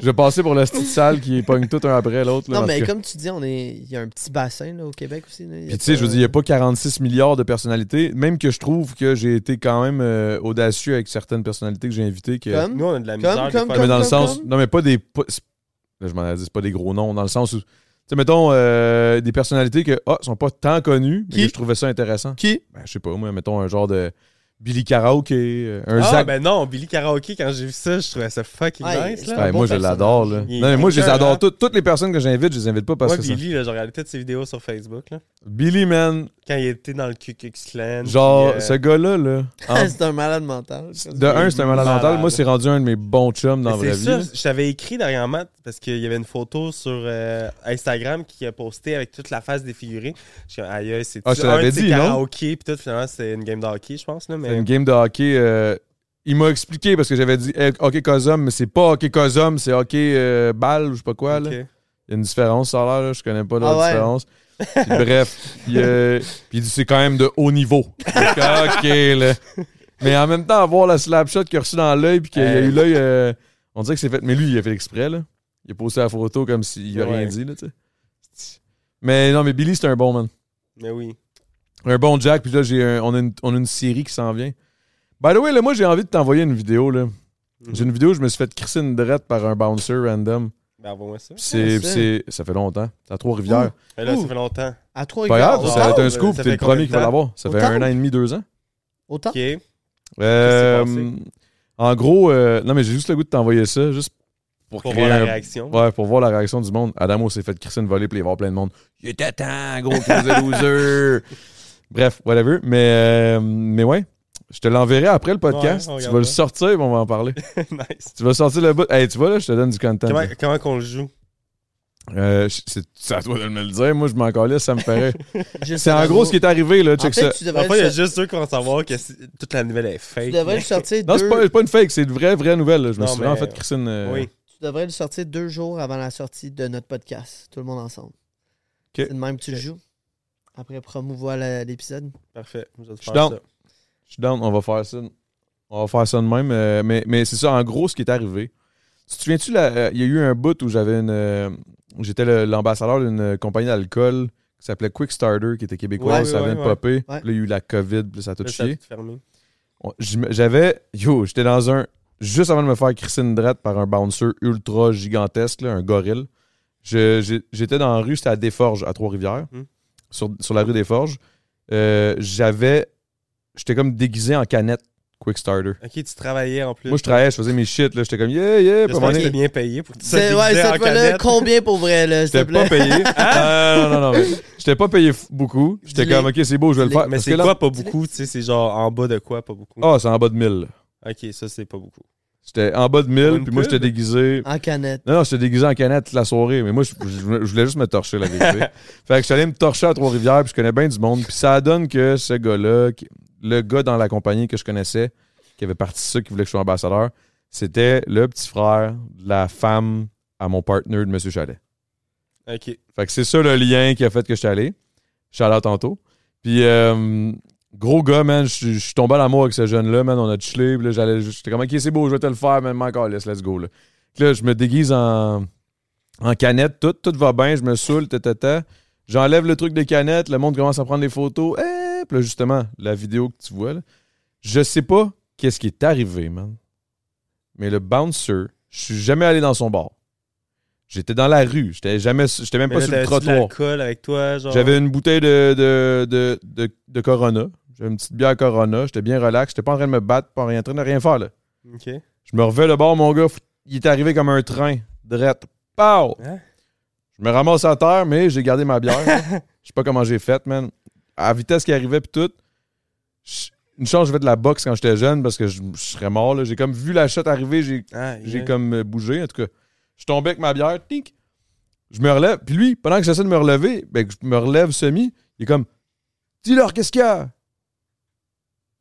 [SPEAKER 2] Je vais passer pour le style sale qui pogne tout un après l'autre. là,
[SPEAKER 3] Non,
[SPEAKER 2] en
[SPEAKER 3] mais
[SPEAKER 2] tout cas.
[SPEAKER 3] comme tu dis, on est... il y a un petit bassin là, au Québec aussi. là. Il y a
[SPEAKER 2] Puis tu sais, je veux
[SPEAKER 3] pas-
[SPEAKER 2] dire, il n'y a pas 46 milliards de personnalités, même que je trouve que j'ai été quand même euh, audacieux avec certaines personnalités que j'ai invitées. Que...
[SPEAKER 3] Comme?
[SPEAKER 4] Nous, on a de la
[SPEAKER 3] Comme-
[SPEAKER 4] misère. des
[SPEAKER 3] comme-
[SPEAKER 4] fois,
[SPEAKER 2] mais
[SPEAKER 4] à-
[SPEAKER 2] dans le
[SPEAKER 3] comme,
[SPEAKER 2] sens.
[SPEAKER 3] comme?
[SPEAKER 2] Non, mais pas des. pas- c'est- là, je m'en ai dit, c'est pas des gros noms, dans le sens où. Tu sais, mettons, euh, des personnalités que, ah, sont pas tant connues, mais
[SPEAKER 3] Qui?
[SPEAKER 2] que je trouvais ça intéressant.
[SPEAKER 3] Qui
[SPEAKER 2] Ben, je sais pas, moi, mettons un genre de Billy Karaoke, euh, un
[SPEAKER 4] ah,
[SPEAKER 2] Zach.
[SPEAKER 4] ben non, Billy Karaoke, quand j'ai vu ça, je trouvais ça fucking
[SPEAKER 3] Ouais,
[SPEAKER 4] nice.
[SPEAKER 3] c'est
[SPEAKER 4] Là.
[SPEAKER 3] un
[SPEAKER 2] Ben,
[SPEAKER 3] bon
[SPEAKER 2] moi, je l'adore, là.
[SPEAKER 4] Il est
[SPEAKER 2] Non, mais moi, je les
[SPEAKER 4] quelqu'un, hein.
[SPEAKER 2] adore. toutes- toutes les personnes que j'invite, je les invite pas parce
[SPEAKER 4] Moi,
[SPEAKER 2] que. ça-
[SPEAKER 4] Billy, là, j'ai regardé toutes ses vidéos sur Facebook. Là.
[SPEAKER 2] Billy, man.
[SPEAKER 4] Quand il était dans le Ku Klux Klan.
[SPEAKER 2] Genre,
[SPEAKER 4] puis, euh,
[SPEAKER 2] ce gars-là, là. en-
[SPEAKER 3] C'est un malade mental.
[SPEAKER 2] De un, hein? c'est un malade
[SPEAKER 4] Malade.
[SPEAKER 2] mental. Moi, c'est rendu un de mes bons chums dans la
[SPEAKER 4] mais
[SPEAKER 2] vraie
[SPEAKER 4] C'est
[SPEAKER 2] vie.
[SPEAKER 4] ça,
[SPEAKER 2] là.
[SPEAKER 4] je t'avais écrit dernièrement parce qu'il y avait une photo sur euh, Instagram qui a posté avec toute la face défigurée. Je suis comme, aïe, aïe, c'est
[SPEAKER 2] Ah, je te l'avais dit, non?
[SPEAKER 4] karaoké, puis tout, finalement, c'est une game de hockey, je pense. Là,
[SPEAKER 2] C'est
[SPEAKER 4] mais...
[SPEAKER 2] une game de hockey. euh, il m'a expliqué parce que j'avais dit eh, hockey cosum, mais c'est pas hockey cosum, c'est hockey euh, balle ou je sais pas quoi. là.
[SPEAKER 4] Ok.
[SPEAKER 2] Il y a une différence, ça a l'air, là, je connais pas la
[SPEAKER 3] Ah ouais.
[SPEAKER 2] différence. Puis bref, puis, euh, puis il dit c'est quand même de haut niveau. Donc, ok, là. Mais en même temps, avoir la slap shot qu'il a reçu dans l'œil, puis qu'il a
[SPEAKER 4] Hey.
[SPEAKER 2] eu l'œil, euh, on dirait que c'est fait. Mais lui, il a fait exprès, là. Il a posté la photo comme s'il a rien
[SPEAKER 4] Ouais.
[SPEAKER 2] dit, là, tu sais. Mais non, mais Billy, c'est un bon man.
[SPEAKER 4] Mais oui.
[SPEAKER 2] Un bon Jack, puis là, j'ai un- on, a une, on a une série qui s'en vient. By the way, là, moi, j'ai envie de t'envoyer une vidéo, là.
[SPEAKER 3] Mhm.
[SPEAKER 2] J'ai une vidéo où je me suis fait crisser une drette par un bouncer random.
[SPEAKER 4] Ben, envoie-moi ça.
[SPEAKER 2] Puis c'est,
[SPEAKER 3] Ah,
[SPEAKER 2] puis
[SPEAKER 3] ça.
[SPEAKER 2] c'est- ça fait longtemps. C'est à Trois-Rivières.
[SPEAKER 4] Mais là,
[SPEAKER 3] Ouh.
[SPEAKER 4] ça fait longtemps.
[SPEAKER 3] À trois
[SPEAKER 2] Pas grave,
[SPEAKER 4] wow.
[SPEAKER 2] ça va être un
[SPEAKER 4] Wow.
[SPEAKER 2] scoop. T'es
[SPEAKER 4] Ça fait
[SPEAKER 2] le premier
[SPEAKER 4] combien
[SPEAKER 2] qui
[SPEAKER 4] de
[SPEAKER 2] va
[SPEAKER 4] temps?
[SPEAKER 2] l'avoir. Ça fait
[SPEAKER 3] Autant?
[SPEAKER 2] un an et demi, deux ans.
[SPEAKER 3] Autant.
[SPEAKER 4] OK.
[SPEAKER 2] Euh,
[SPEAKER 4] Qu'est-ce qui s'est
[SPEAKER 2] en gros, euh, non, mais j'ai juste le goût de t'envoyer ça, juste pour,
[SPEAKER 4] Pour
[SPEAKER 2] créer
[SPEAKER 4] voir la
[SPEAKER 2] un-
[SPEAKER 4] réaction.
[SPEAKER 2] Ouais, pour voir la réaction du monde. Adamo s'est fait crisser une volée, puis il va y avoir plein de monde. Il était temps, gros crise de loser. Bref, whatever. Mais, euh, mais ouais, je te l'enverrai après le podcast.
[SPEAKER 4] Ouais, on
[SPEAKER 2] tu vas
[SPEAKER 4] regarde
[SPEAKER 2] le
[SPEAKER 4] ça.
[SPEAKER 2] sortir, puis on va en parler.
[SPEAKER 4] nice.
[SPEAKER 2] tu vas sortir le bout. Hey, tu vois, là, je te donne du content.
[SPEAKER 4] Comment,
[SPEAKER 2] là.
[SPEAKER 4] comment qu'on le joue?
[SPEAKER 2] Euh, je- c'est c'est à toi de me le dire. Moi, je m'en calais, ça me ferait.
[SPEAKER 3] Juste
[SPEAKER 2] c'est en
[SPEAKER 3] un
[SPEAKER 2] gros
[SPEAKER 3] mot.
[SPEAKER 2] ce qui est arrivé, là. Check
[SPEAKER 3] en fait,
[SPEAKER 2] ça.
[SPEAKER 3] Tu
[SPEAKER 4] Enfin,
[SPEAKER 3] devrais,
[SPEAKER 4] il y a
[SPEAKER 3] le, sor-
[SPEAKER 4] juste ceux qui vont savoir que c'est- toute la nouvelle est fake.
[SPEAKER 3] tu devrais le sortir
[SPEAKER 2] Non,
[SPEAKER 3] deux,
[SPEAKER 2] c'est pas, c'est pas une fake, c'est une vraie, vraie nouvelle. là. Je me
[SPEAKER 4] Non,
[SPEAKER 2] suis vraiment
[SPEAKER 4] mais-
[SPEAKER 2] fait Christine. euh,
[SPEAKER 4] Oui.
[SPEAKER 3] tu devrais le sortir deux jours avant la sortie de notre podcast, tout le monde ensemble. C'est de même que tu le joues. Après promouvoir la- l'épisode.
[SPEAKER 4] Parfait. Je vais te
[SPEAKER 2] Je suis
[SPEAKER 4] faire
[SPEAKER 2] down.
[SPEAKER 4] ça.
[SPEAKER 2] Je suis down, on va faire ça. On va faire ça de même. euh, mais mais c'est ça, en gros, ce qui est arrivé. Tu te souviens-tu, la- euh, il y a eu un bout où j'avais une. euh, où j'étais le- l'ambassadeur d'une euh, compagnie d'alcool qui s'appelait Quick Starter, qui était québécois,
[SPEAKER 4] Ouais,
[SPEAKER 2] ça
[SPEAKER 4] ouais,
[SPEAKER 2] vient
[SPEAKER 4] ouais,
[SPEAKER 2] de popper. Puis
[SPEAKER 3] Ouais.
[SPEAKER 2] Là, il y a eu la COVID, puis là, ça a tout
[SPEAKER 4] Là, ça a
[SPEAKER 2] chié.
[SPEAKER 4] tout fermé.
[SPEAKER 2] On- j'm- J'avais. Yo, j'étais dans un. Juste avant de me faire Christine Drette par un bouncer ultra gigantesque, là, un gorille. je- j'ai- J'étais dans la rue, c'était à Desforges, à Trois-Rivières,
[SPEAKER 4] Hmm.
[SPEAKER 2] sur, sur la rue des Forges. Euh, j'avais. J'étais comme déguisé en canette Quick starter.
[SPEAKER 4] Ok, tu travaillais en plus.
[SPEAKER 2] Moi, je travaillais, je faisais mes shit, là. J'étais comme, yeah, yeah. Puis à un
[SPEAKER 4] J'espère
[SPEAKER 2] moment
[SPEAKER 4] que
[SPEAKER 2] donné,
[SPEAKER 4] t'es bien payé pour que tu sois
[SPEAKER 3] C'est- Ouais,
[SPEAKER 4] déguisé en
[SPEAKER 3] cette fois-là,
[SPEAKER 4] cadette. Hein?
[SPEAKER 3] combien pour vrai, là, s'il te
[SPEAKER 2] J'étais pas
[SPEAKER 3] plaît?
[SPEAKER 2] payé. Ah, non, non, non. mais J'étais pas payé f- beaucoup. J'étais
[SPEAKER 3] Dis-les.
[SPEAKER 2] comme, OK, c'est beau, je vais le
[SPEAKER 3] Dis-les.
[SPEAKER 2] faire.
[SPEAKER 4] Mais
[SPEAKER 2] Parce
[SPEAKER 4] c'est
[SPEAKER 2] que là-
[SPEAKER 4] quoi pas beaucoup? Tu sais, c'est genre en bas de quoi pas beaucoup?
[SPEAKER 2] Ah, c'est en bas de 1000. là.
[SPEAKER 4] Ok, ça c'est pas beaucoup.
[SPEAKER 2] J'étais en bas de 1000,
[SPEAKER 4] Une
[SPEAKER 2] puis moi, j'étais
[SPEAKER 4] pub?
[SPEAKER 2] déguisé.
[SPEAKER 3] En canette.
[SPEAKER 2] Non, non, j'étais déguisé en canette toute la soirée, mais moi, je, je- je voulais juste me torcher, la vérité. fait que je suis allé me torcher à Trois-Rivières, puis je connais bien du monde. Puis ça donne que ce gars-là, qui- le gars dans la compagnie que je connaissais, qui avait parti ça, qui voulait que je sois ambassadeur, c'était le petit frère de la femme à mon partner de Monsieur Chalet.
[SPEAKER 4] Ok.
[SPEAKER 2] Fait que c'est ça le lien qui a fait que je suis allé. Je suis allé tantôt. Puis, euh, gros gars, man, je suis- je suis tombé à l'amour avec ce jeune-là, man. On a chillé. Puis là, j'allais juste- j'étais comme, OK, c'est beau, je vais te le faire, man. Encore, let's, let's go, là. Puis là, je me déguise en, en canette. Tout, tout va bien. Je me saoule, ta, ta, ta. J'enlève le truc des canettes. Le monde commence à prendre des photos. Eh! Puis là, justement, la vidéo que tu vois, là. Je sais pas qu'est-ce qui est arrivé, man. Mais le bouncer, je suis jamais allé dans son bar. J'étais dans la rue. J'étais jamais, j'étais même
[SPEAKER 4] Mais
[SPEAKER 2] pas
[SPEAKER 4] là,
[SPEAKER 2] sur le
[SPEAKER 4] t'avais-tu de
[SPEAKER 2] trottoir.
[SPEAKER 4] l'alcool avec toi, genre.
[SPEAKER 2] J'avais une bouteille de, de, de, de, de Corona. J'avais une petite bière Corona. J'étais bien relax. J'étais pas en train de me battre, pas en train en train de rien faire. Là.
[SPEAKER 4] Ok.
[SPEAKER 2] Je me revais le bord, mon gars. Il est arrivé comme un train. Drette. Pow!
[SPEAKER 4] Hein?
[SPEAKER 2] Je me ramasse à terre, mais j'ai gardé ma bière. Je sais pas comment j'ai fait, man. À la vitesse qui arrivait, puis tout. je- Une chance, je faisais de la boxe quand j'étais jeune parce que je, je serais mort. là. J'ai comme vu la shot arriver. J'ai
[SPEAKER 4] Ah,
[SPEAKER 2] j'ai
[SPEAKER 4] yeah.
[SPEAKER 2] comme euh, bougé, en tout cas. Je tombais avec ma bière, tink. Je me relève. Puis lui, pendant que j'essaie de me relever, ben, que je me relève semi, il est comme Dis-leur, qu'est-ce qu'il y a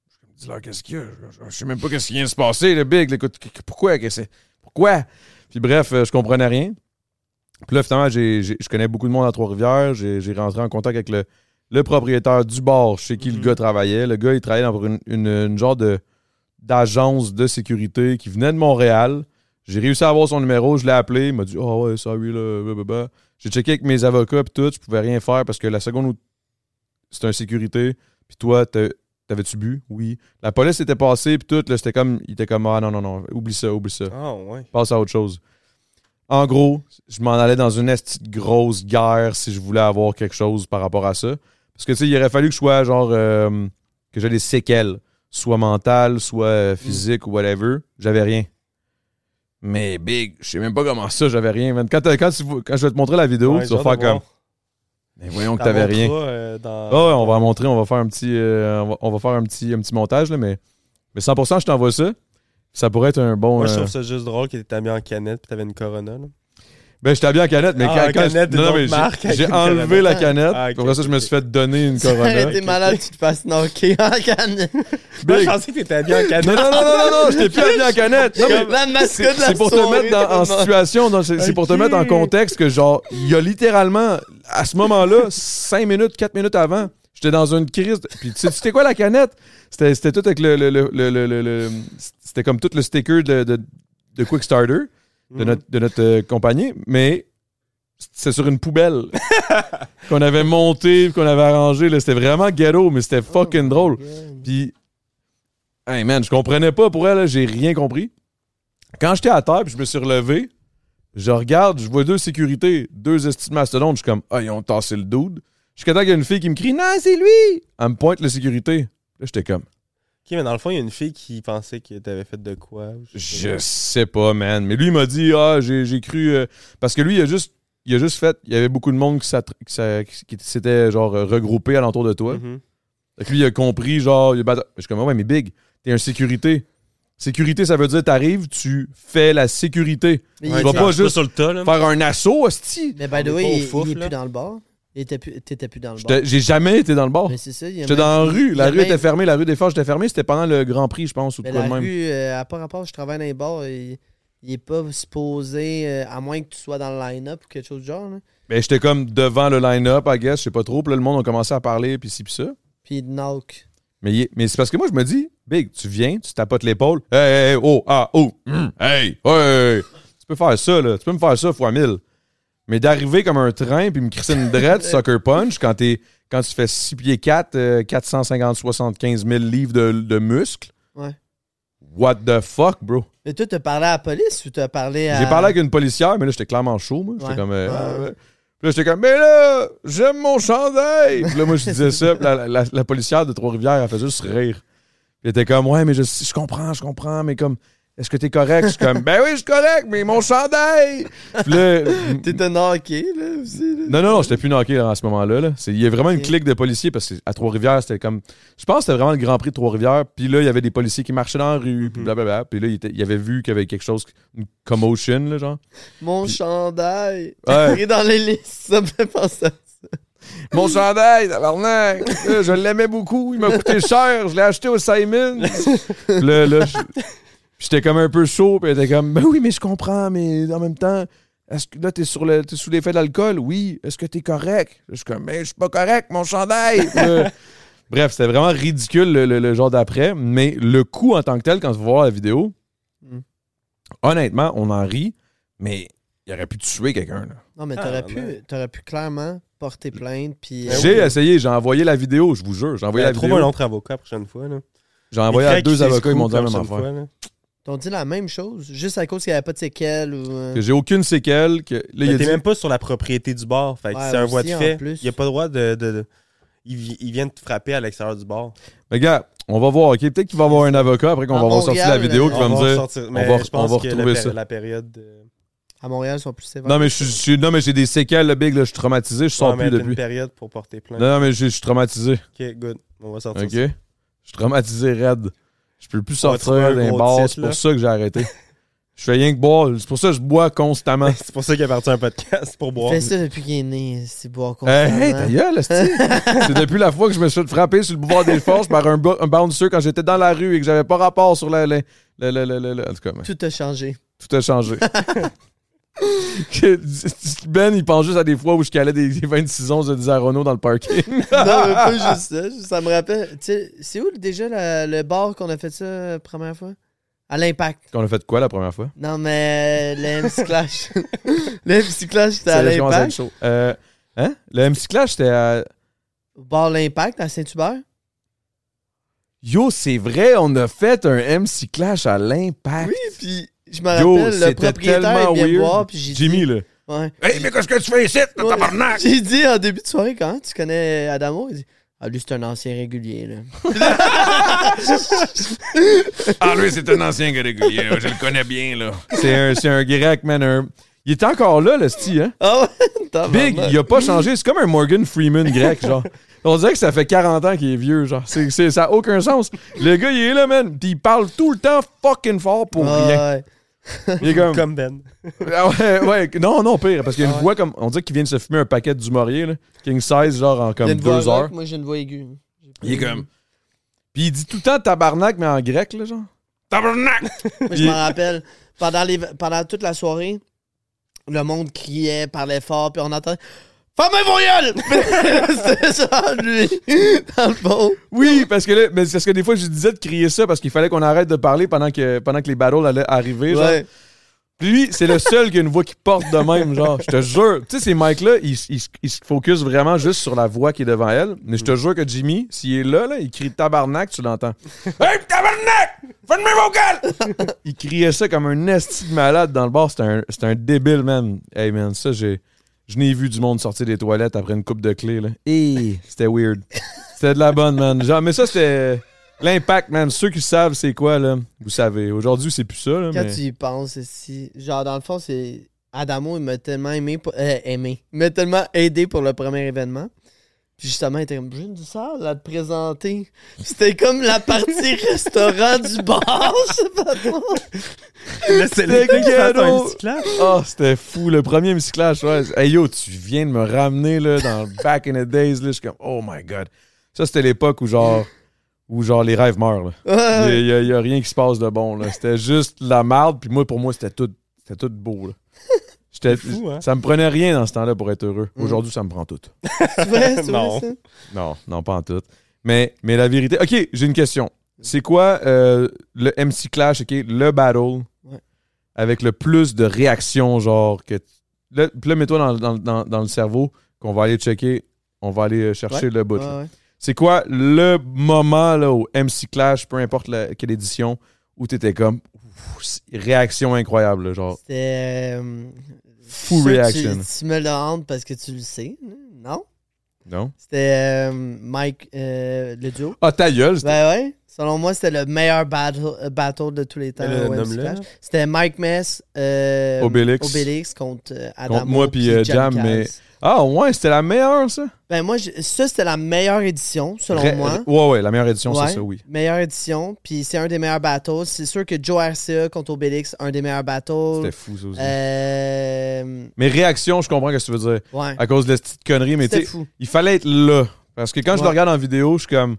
[SPEAKER 2] Je suis comme, Dis-leur, qu'est-ce qu'il y a Je- je- Je sais même pas qu'est-ce qui vient de se passer, le big. là, écoute, qu- qu- pourquoi qu'est-ce que c'est? Pourquoi Puis bref, euh, je comprenais rien. Puis là, finalement, j'ai- j'ai- je connais beaucoup de monde à Trois-Rivières. J'ai j'ai rentré en contact avec le, le propriétaire du bar chez qui
[SPEAKER 4] Mhm.
[SPEAKER 2] le gars travaillait. Le gars, il travaillait dans une, une- une genre de d'agence de sécurité qui venait de Montréal. J'ai réussi à avoir son numéro, je l'ai appelé, il m'a dit Ah ouais, sorry là, blablabla. J'ai checké avec mes avocats et tout, je pouvais rien faire parce que la seconde où c'était un sécurité, puis toi, t'as- t'avais-tu bu? Oui. La police était passée, puis tout, là, c'était comme, il était comme Ah non, non, non, oublie ça, oublie ça.
[SPEAKER 4] Ah, ouais.
[SPEAKER 2] Passe à autre chose. En gros, je m'en allais dans une esti de grosse guerre si je voulais avoir quelque chose par rapport à ça. Parce que, tu sais, il aurait fallu que je sois genre. euh, que j'ai des séquelles, soit mentales, soit
[SPEAKER 4] Mm.
[SPEAKER 2] euh, physiques ou whatever. J'avais rien. Mais big, je sais même pas comment ça, j'avais rien. man. Quand, t'as- quand, tu vois- quand je vais te montrer la vidéo,
[SPEAKER 4] Ouais,
[SPEAKER 2] tu vas
[SPEAKER 4] genre
[SPEAKER 2] faire
[SPEAKER 4] de
[SPEAKER 2] comme.
[SPEAKER 4] voir.
[SPEAKER 2] Mais voyons que
[SPEAKER 4] T'en
[SPEAKER 2] t'avais
[SPEAKER 4] montres
[SPEAKER 2] rien.
[SPEAKER 4] pas, euh, dans-
[SPEAKER 2] Ah ouais, on va en montrer, on va faire un petit, euh, on va, on va faire un petit, un petit montage, là, mais, mais 100%, je t'envoie ça. Ça pourrait être un bon.
[SPEAKER 4] Moi, je
[SPEAKER 2] euh,
[SPEAKER 4] trouve ça juste drôle que t'étais habillé en canette puis t'avais une Corona. Là.
[SPEAKER 2] Ben, j'étais bien en canette, mais
[SPEAKER 4] Ah,
[SPEAKER 2] quand,
[SPEAKER 4] en
[SPEAKER 2] quand
[SPEAKER 4] canette
[SPEAKER 2] je-
[SPEAKER 4] d'une
[SPEAKER 2] non, non, mais
[SPEAKER 4] autre marque
[SPEAKER 2] j'ai-
[SPEAKER 4] avec
[SPEAKER 2] j'ai
[SPEAKER 4] une
[SPEAKER 2] enlevé la
[SPEAKER 4] Corona.
[SPEAKER 2] canette.
[SPEAKER 4] Ah, ok,
[SPEAKER 2] Pour ça, je me
[SPEAKER 4] ok.
[SPEAKER 2] suis fait donner une
[SPEAKER 3] Ça
[SPEAKER 2] corona.
[SPEAKER 3] aurait été malade que tu te fasses knocker en canette.
[SPEAKER 4] Moi, je
[SPEAKER 2] Big.
[SPEAKER 4] pensais que t'étais habillé en
[SPEAKER 2] Non,
[SPEAKER 4] canette.
[SPEAKER 2] non, non, non, non, non, j'étais plus habillé en canette. Non, mais
[SPEAKER 3] La mascotte de la
[SPEAKER 2] c'est pour te
[SPEAKER 3] soirée,
[SPEAKER 2] mettre dans- en
[SPEAKER 3] tellement.
[SPEAKER 2] situation, dans- c'est c'est pour te
[SPEAKER 4] Ok.
[SPEAKER 2] mettre en contexte que, genre, il y a littéralement, à ce moment-là, 5 minutes, 4 minutes avant, j'étais dans une crise. de- Puis, tu sais, c'était quoi la canette? C'était c'était tout avec le. le- le- le- le- le- le- c'était comme tout le sticker de, de, de Quick Starter.
[SPEAKER 3] Mhm.
[SPEAKER 2] de notre, de notre euh, compagnie, mais c'est sur une poubelle qu'on avait montée, puis qu'on avait arrangée. là. C'était vraiment ghetto, mais c'était
[SPEAKER 3] Oh
[SPEAKER 2] fucking drôle. Puis, hey man, je comprenais pas pour elle, là, j'ai rien compris. Quand j'étais à terre, puis je me suis relevé, je regarde, je vois deux sécurités, deux estimes mastodontes. Je suis comme, ah, ils ont tassé le dude. Jusqu'à temps qu'il y a une fille qui me crie, non, c'est lui! Elle me pointe la sécurité. Là, j'étais comme,
[SPEAKER 4] Ok, mais dans le fond, il y a une fille qui pensait que t'avais fait de quoi. ou sais
[SPEAKER 2] Je
[SPEAKER 4] pas.
[SPEAKER 2] sais pas, man. Mais lui, il m'a dit, ah, j'ai j'ai cru. euh, Parce que lui, il a juste. Il a juste fait, il y avait beaucoup de monde qui, s'attr- qui s'a- qui s'était genre euh, regroupé alentour de toi.
[SPEAKER 4] Mhm.
[SPEAKER 2] Fait que lui, il a compris, genre, il a batta- Je suis comme, Ah ouais, mais Big, t'es un sécurité. Sécurité, ça veut dire, t'arrives, tu fais la sécurité.
[SPEAKER 3] Mais
[SPEAKER 2] Ouais,
[SPEAKER 3] il
[SPEAKER 2] va
[SPEAKER 3] était-
[SPEAKER 2] pas juste
[SPEAKER 4] sur le tas, là.
[SPEAKER 2] Faire un assaut, hostie.
[SPEAKER 3] Mais by the
[SPEAKER 4] On
[SPEAKER 3] way,
[SPEAKER 4] est pas au
[SPEAKER 3] il,
[SPEAKER 4] fouf,
[SPEAKER 3] il est
[SPEAKER 4] là.
[SPEAKER 3] plus dans le bar. Il était plus- T'étais plus dans le bar.
[SPEAKER 2] J'étais- J'ai jamais été dans le bar.
[SPEAKER 3] Mais c'est ça. il y a
[SPEAKER 2] J'étais
[SPEAKER 3] même-
[SPEAKER 2] dans la rue.
[SPEAKER 3] il y
[SPEAKER 2] La
[SPEAKER 3] a
[SPEAKER 2] rue
[SPEAKER 3] même-
[SPEAKER 2] était fermée, la rue des Forges était fermée. C'était pendant le Grand Prix, je pense, ou de
[SPEAKER 3] Mais
[SPEAKER 2] quoi
[SPEAKER 3] la
[SPEAKER 2] de même.
[SPEAKER 3] rue, euh, à part à part, je travaille dans les bars. Il, il est pas supposé, euh, à moins que tu sois dans le line-up ou quelque chose du genre. là.
[SPEAKER 2] Ben, j'étais comme devant le line-up, I guess, je sais pas trop. Puis là, le monde a commencé à parler, puis ci, puis ça.
[SPEAKER 3] Puis il knock.
[SPEAKER 2] Mais, il est- mais c'est parce que moi, je me dis, Big, tu viens, tu tapotes l'épaule. Hey, hey, hey, oh, ah, oh, hmm, hey, hey, hey. Tu peux faire ça, là. Tu peux me faire ça fois mille. Mais d'arriver comme un train puis me crisser une drette, sucker punch, quand, t'es- quand tu fais 6 pieds euh, 4, 450, 75 000 livres de, de muscles.
[SPEAKER 3] Ouais.
[SPEAKER 2] What the fuck, bro?
[SPEAKER 3] Mais toi, t'as parlé à la police ou t'as parlé à.
[SPEAKER 2] J'ai parlé avec une policière, mais là, j'étais clairement chaud, moi. J'étais
[SPEAKER 3] Euh, Ouais.
[SPEAKER 2] comme. euh,
[SPEAKER 3] Ouais.
[SPEAKER 2] ah, ouais. Puis là, j'étais comme, mais là, j'aime mon chandail. Puis là, moi, je disais ça. Puis la, la- la policière de Trois-Rivières, elle faisait juste rire. Puis elle était comme, ouais, mais je, je comprends, je comprends, mais comme, est-ce que t'es correct? Je suis comme, ben oui, je suis correct, mais mon chandail! Puis là,
[SPEAKER 3] T'étais knocké, là, aussi. là.
[SPEAKER 2] non, non, non, j'étais plus knocké là, à ce moment-là. là. C'est- Il y a vraiment une
[SPEAKER 3] Ok.
[SPEAKER 2] clique de policiers parce que à Trois-Rivières, c'était comme. Je pense que c'était vraiment le Grand Prix de Trois-Rivières. Puis là, il y avait des policiers qui marchaient dans la rue,
[SPEAKER 3] Mm-hmm.
[SPEAKER 2] puis blablabla. Puis là, il, était- il avait vu qu'il y avait quelque chose, une commotion, là, genre.
[SPEAKER 3] Mon chandail.
[SPEAKER 2] Ouais.
[SPEAKER 3] Pris dans les listes, ça me fait penser à ça.
[SPEAKER 2] Mon chandail, tabarnak! Là, Je l'aimais beaucoup, il m'a coûté cher, je l'ai acheté au Simon. là, là, je- j'étais comme un peu chaud, puis elle était comme, ben oui, mais je comprends, mais en même temps, est-ce que là, t'es sur le, t'es sous l'effet de l'alcool? Oui. Est-ce que t'es correct? Je suis comme, mais je suis pas correct, mon chandail! Puis là, Bref, c'était vraiment ridicule le, le- le genre d'après, mais le coup en tant que tel, quand tu vas voir la vidéo,
[SPEAKER 3] Mm.
[SPEAKER 2] honnêtement, on en rit, mais il aurait pu tuer quelqu'un, là.
[SPEAKER 3] Non, mais
[SPEAKER 4] Ah,
[SPEAKER 3] t'aurais
[SPEAKER 4] ouais.
[SPEAKER 3] pu, t'aurais pu clairement porter plainte, puis... euh,
[SPEAKER 2] J'ai essayé, j'ai envoyé la vidéo, je vous jure. J'ai envoyé la
[SPEAKER 4] Ben trouve
[SPEAKER 2] vidéo.
[SPEAKER 4] un autre avocat la prochaine fois. Là.
[SPEAKER 2] J'ai envoyé à
[SPEAKER 4] Les
[SPEAKER 2] deux
[SPEAKER 4] frères qui
[SPEAKER 2] avocats, ils m'ont dit la même
[SPEAKER 4] s'escroupent la
[SPEAKER 2] affaire.
[SPEAKER 4] prochaine fois, là.
[SPEAKER 3] T'ont dit la même chose, juste à cause qu'il n'y avait pas de séquelles ou... euh,
[SPEAKER 2] Que j'ai aucune séquelle. Que... Là, il a
[SPEAKER 4] Mais T'es
[SPEAKER 2] dit-
[SPEAKER 4] même pas sur la propriété du bar. Fait que
[SPEAKER 3] Ouais,
[SPEAKER 4] c'est un voie de
[SPEAKER 3] aussi, en
[SPEAKER 4] fait.
[SPEAKER 3] plus.
[SPEAKER 4] Il n'y a pas le droit de. de- de- Ils, vi- ils viennent te frapper à l'extérieur du bar.
[SPEAKER 2] Mais gars, on va voir, OK? Peut-être qu'il va y avoir un avocat après qu'on
[SPEAKER 3] À
[SPEAKER 2] va avoir
[SPEAKER 3] Montréal,
[SPEAKER 2] sorti la vidéo qui
[SPEAKER 3] Tu
[SPEAKER 2] va
[SPEAKER 4] On
[SPEAKER 2] me dire.
[SPEAKER 4] ressortir- mais
[SPEAKER 2] va-
[SPEAKER 4] je
[SPEAKER 2] on
[SPEAKER 4] pense
[SPEAKER 2] va
[SPEAKER 4] que
[SPEAKER 2] retrouver
[SPEAKER 4] la, péri-
[SPEAKER 2] ça.
[SPEAKER 4] la période. euh,
[SPEAKER 3] À Montréal, ils sont plus sévères.
[SPEAKER 2] Non, mais je suis- je suis- non, mais j'ai des séquelles, le big, là, je suis traumatisé, je sors
[SPEAKER 4] ouais, mais
[SPEAKER 2] plus
[SPEAKER 4] t'as
[SPEAKER 2] depuis.
[SPEAKER 4] une période pour porter plainte.
[SPEAKER 2] Non, non, mais je je suis traumatisé,
[SPEAKER 4] Ok, good. On va sortir
[SPEAKER 2] OK?
[SPEAKER 4] ça.
[SPEAKER 2] Je suis traumatisé raide. Je peux plus
[SPEAKER 4] On va trouver
[SPEAKER 2] sortir
[SPEAKER 4] un
[SPEAKER 2] d'un
[SPEAKER 4] gros
[SPEAKER 2] bar,
[SPEAKER 4] titre,
[SPEAKER 2] c'est pour
[SPEAKER 4] là.
[SPEAKER 2] ça que j'ai arrêté. Je fais rien que boire, c'est pour ça que je bois constamment.
[SPEAKER 4] C'est pour ça qu'il est parti un podcast pour
[SPEAKER 3] Il
[SPEAKER 4] boire.
[SPEAKER 3] fait ça depuis qu'il est né, c'est boire
[SPEAKER 2] Euh,
[SPEAKER 3] constamment.
[SPEAKER 2] hey, ta gueule, esti. C'est depuis la fois que je me suis fait frapper sur le boulevard des Forces par un, bo- un bouncer quand j'étais dans la rue et que j'avais pas rapport sur la. la, la- la- la- la- la- en tout cas, mais
[SPEAKER 3] Tout a changé.
[SPEAKER 2] tout a changé. Que- ben, il pense juste à des fois où je calais des, des 26 onces de 10 à Renault dans le parking.
[SPEAKER 3] non, mais pas juste ça. juste- Ça me rappelle... Tu sais, c'est où déjà la- le bar qu'on a fait ça euh, première fois? À l'Impact.
[SPEAKER 2] Qu'on a fait quoi la première fois?
[SPEAKER 3] Non, mais euh, le MC Clash. le MC Clash, c'était à
[SPEAKER 2] Ça, je commence à être
[SPEAKER 3] l'Impact.
[SPEAKER 2] chaud. Euh, hein? Le MC Clash, c'était à.
[SPEAKER 3] Au bar L'Impact, à Saint-Hubert.
[SPEAKER 2] Yo, c'est vrai, on a fait un MC Clash à l'impact.
[SPEAKER 3] Oui, puis je me
[SPEAKER 2] Yo,
[SPEAKER 3] rappelle, le
[SPEAKER 2] c'était
[SPEAKER 3] propriétaire
[SPEAKER 2] tellement
[SPEAKER 3] il vient me
[SPEAKER 2] weird.
[SPEAKER 3] voir, puis j'ai dit...
[SPEAKER 2] Jimmy, là.
[SPEAKER 3] Ouais.
[SPEAKER 5] Hey, mais qu'est-ce que tu fais ici,
[SPEAKER 3] Ouais. J'ai dit en début de soirée, quand tu connais Adamo, il dit... Ah, lui, c'est un ancien régulier, là.
[SPEAKER 5] Ah, lui, c'est un ancien régulier. Je le connais bien, là.
[SPEAKER 2] C'est un, c'est un grec, man. un- Il est encore là, le Sti, hein?
[SPEAKER 3] Ah ouais? tabarnak.
[SPEAKER 2] Big, il a pas changé. C'est comme un Morgan Freeman grec, genre. On dirait que ça fait 40 ans qu'il est vieux, genre. C'est, c'est- ça n'a aucun sens. Le gars, il est là, man. Puis il parle tout le temps fucking fort pour
[SPEAKER 3] Ah
[SPEAKER 2] rien.
[SPEAKER 3] ouais.
[SPEAKER 2] Il est comme.
[SPEAKER 4] Comme Ben.
[SPEAKER 2] Ah ouais, ouais. Non, non, pire. Parce qu'il y
[SPEAKER 3] Ah,
[SPEAKER 2] a une voix comme. On dirait qu'il vient de se fumer un paquet du Maurier, là. King size, genre, en
[SPEAKER 3] Il y a
[SPEAKER 2] comme
[SPEAKER 3] une voix
[SPEAKER 2] deux
[SPEAKER 3] rock,
[SPEAKER 2] heures.
[SPEAKER 3] Moi, j'ai une voix aiguë.
[SPEAKER 2] Il est comme. Puis il dit tout le temps tabarnak, mais en grec, là, genre.
[SPEAKER 5] Tabarnak!
[SPEAKER 3] Moi, je
[SPEAKER 2] Il-
[SPEAKER 3] m'en rappelle. Pendant, les... Pendant toute la soirée, le monde criait, parlait fort, puis on entendait. Ferme vos gueules! C'était ça, lui. Dans le fond.
[SPEAKER 2] Oui, parce que là, mais c'est parce que des fois, je disais de crier ça parce qu'il fallait qu'on arrête de parler pendant que, pendant que les battles allaient arriver, genre.
[SPEAKER 3] Ouais.
[SPEAKER 2] Puis lui, c'est le seul qui a une voix qui porte de même, genre. Je te jure. Tu sais, ces mics-là, ils, s- ils s- ils se focus vraiment juste sur la voix qui est devant elle. Mais je te jure que Jimmy, s'il est là, là, il crie tabarnak, tu l'entends.
[SPEAKER 5] Hey, tabarnak! Fermez vos gueules!
[SPEAKER 2] Il criait ça comme un esti de malade dans le bar. C'était un, c'était un débile, man. Hey, man, ça, j'ai. Je n'ai vu du monde sortir des toilettes après une coupe de clé, là. Hey, c'était weird. C'était de la bonne, man. Genre, mais ça, c'était. L'impact, man. Ceux qui savent c'est quoi, là, vous savez. Aujourd'hui, c'est plus ça, là.
[SPEAKER 3] Quand
[SPEAKER 2] mais-
[SPEAKER 3] tu y penses, si. Genre, dans le fond, c'est. Adamo, il m'a tellement aimé. pour- euh, aimé. Il m'a tellement aidé pour le premier événement. Puis justement, il était comme, je du sale à te présenter. C'était comme la partie restaurant du bar, je sais pas trop.
[SPEAKER 4] Laissez le
[SPEAKER 2] C'était
[SPEAKER 4] mec faire
[SPEAKER 2] ghetto.
[SPEAKER 4] un petit clap.
[SPEAKER 2] Oh, c'était fou. Le premier MC Clash, ouais. Hey yo, tu viens de me ramener là, dans le Back in the Days. Là, je suis comme, oh my god. Ça, c'était l'époque où genre, où genre les rêves meurent. là.
[SPEAKER 3] Ouais.
[SPEAKER 2] Il n'y a, il y a rien qui se passe de bon. là. C'était juste la merde. Puis moi, pour moi, c'était tout, c'était tout beau. Là. J'étais,
[SPEAKER 4] C'est fou, hein?
[SPEAKER 2] Ça me prenait rien dans ce temps-là pour être heureux.
[SPEAKER 3] Mm.
[SPEAKER 2] Aujourd'hui, ça me prend tout.
[SPEAKER 3] C'est vrai, c'est vrai,
[SPEAKER 4] Non.
[SPEAKER 3] ça?
[SPEAKER 2] Non, non, pas en tout. Mais, mais la vérité. OK, j'ai une question. C'est quoi euh, le MC Clash, OK, le battle
[SPEAKER 3] Ouais.
[SPEAKER 2] avec le plus de réactions, genre que. tu- Là, puis là, mets-toi dans, dans- dans- dans le cerveau qu'on va aller checker, on va aller euh, chercher le bout.
[SPEAKER 3] Ouais,
[SPEAKER 2] là.
[SPEAKER 3] ouais.
[SPEAKER 2] C'est quoi le moment là, au MC Clash, peu importe la- quelle édition, où t'étais comme. ouf, c'est- réaction incroyable, là, genre.
[SPEAKER 3] C'était. euh,
[SPEAKER 2] Full
[SPEAKER 3] ça, tu-
[SPEAKER 2] reaction.
[SPEAKER 3] Tu, me le demandes parce que tu le sais. hein, Non?
[SPEAKER 2] Non?
[SPEAKER 3] C'était euh, Mike, euh, le duo.
[SPEAKER 2] Ah, ta gueule, c'était-
[SPEAKER 3] Ben ouais. Selon moi, c'était le meilleur battle, euh, battle de tous les temps.
[SPEAKER 4] Euh,
[SPEAKER 3] au MC
[SPEAKER 4] nomme-le.
[SPEAKER 3] Clash. C'était Mike Mess, euh,
[SPEAKER 2] Obélix.
[SPEAKER 3] contre euh, Adamo.
[SPEAKER 2] Contre moi puis, euh, Jam,
[SPEAKER 3] Cass.
[SPEAKER 2] mais- Ah, ouais, c'était la meilleure, ça?
[SPEAKER 3] Ben moi, je- ça, c'était la meilleure édition, selon
[SPEAKER 2] Ré-
[SPEAKER 3] moi.
[SPEAKER 2] Ouais, ouais, la meilleure édition,
[SPEAKER 3] Ouais,
[SPEAKER 2] c'est ça, oui.
[SPEAKER 3] Meilleure édition, puis c'est un des meilleurs battles. C'est sûr que Joe RCA contre Obélix, un des meilleurs battles.
[SPEAKER 2] C'était fou, ça aussi.
[SPEAKER 3] Euh,
[SPEAKER 2] Mais réaction, je comprends ce que tu veux dire.
[SPEAKER 3] ouais,
[SPEAKER 2] À cause de cette petite connerie, mais tu
[SPEAKER 3] c'était
[SPEAKER 2] sais,
[SPEAKER 3] fou.
[SPEAKER 2] il fallait être là. Parce que quand je le
[SPEAKER 3] Ouais.
[SPEAKER 2] regarde en vidéo, je suis comme.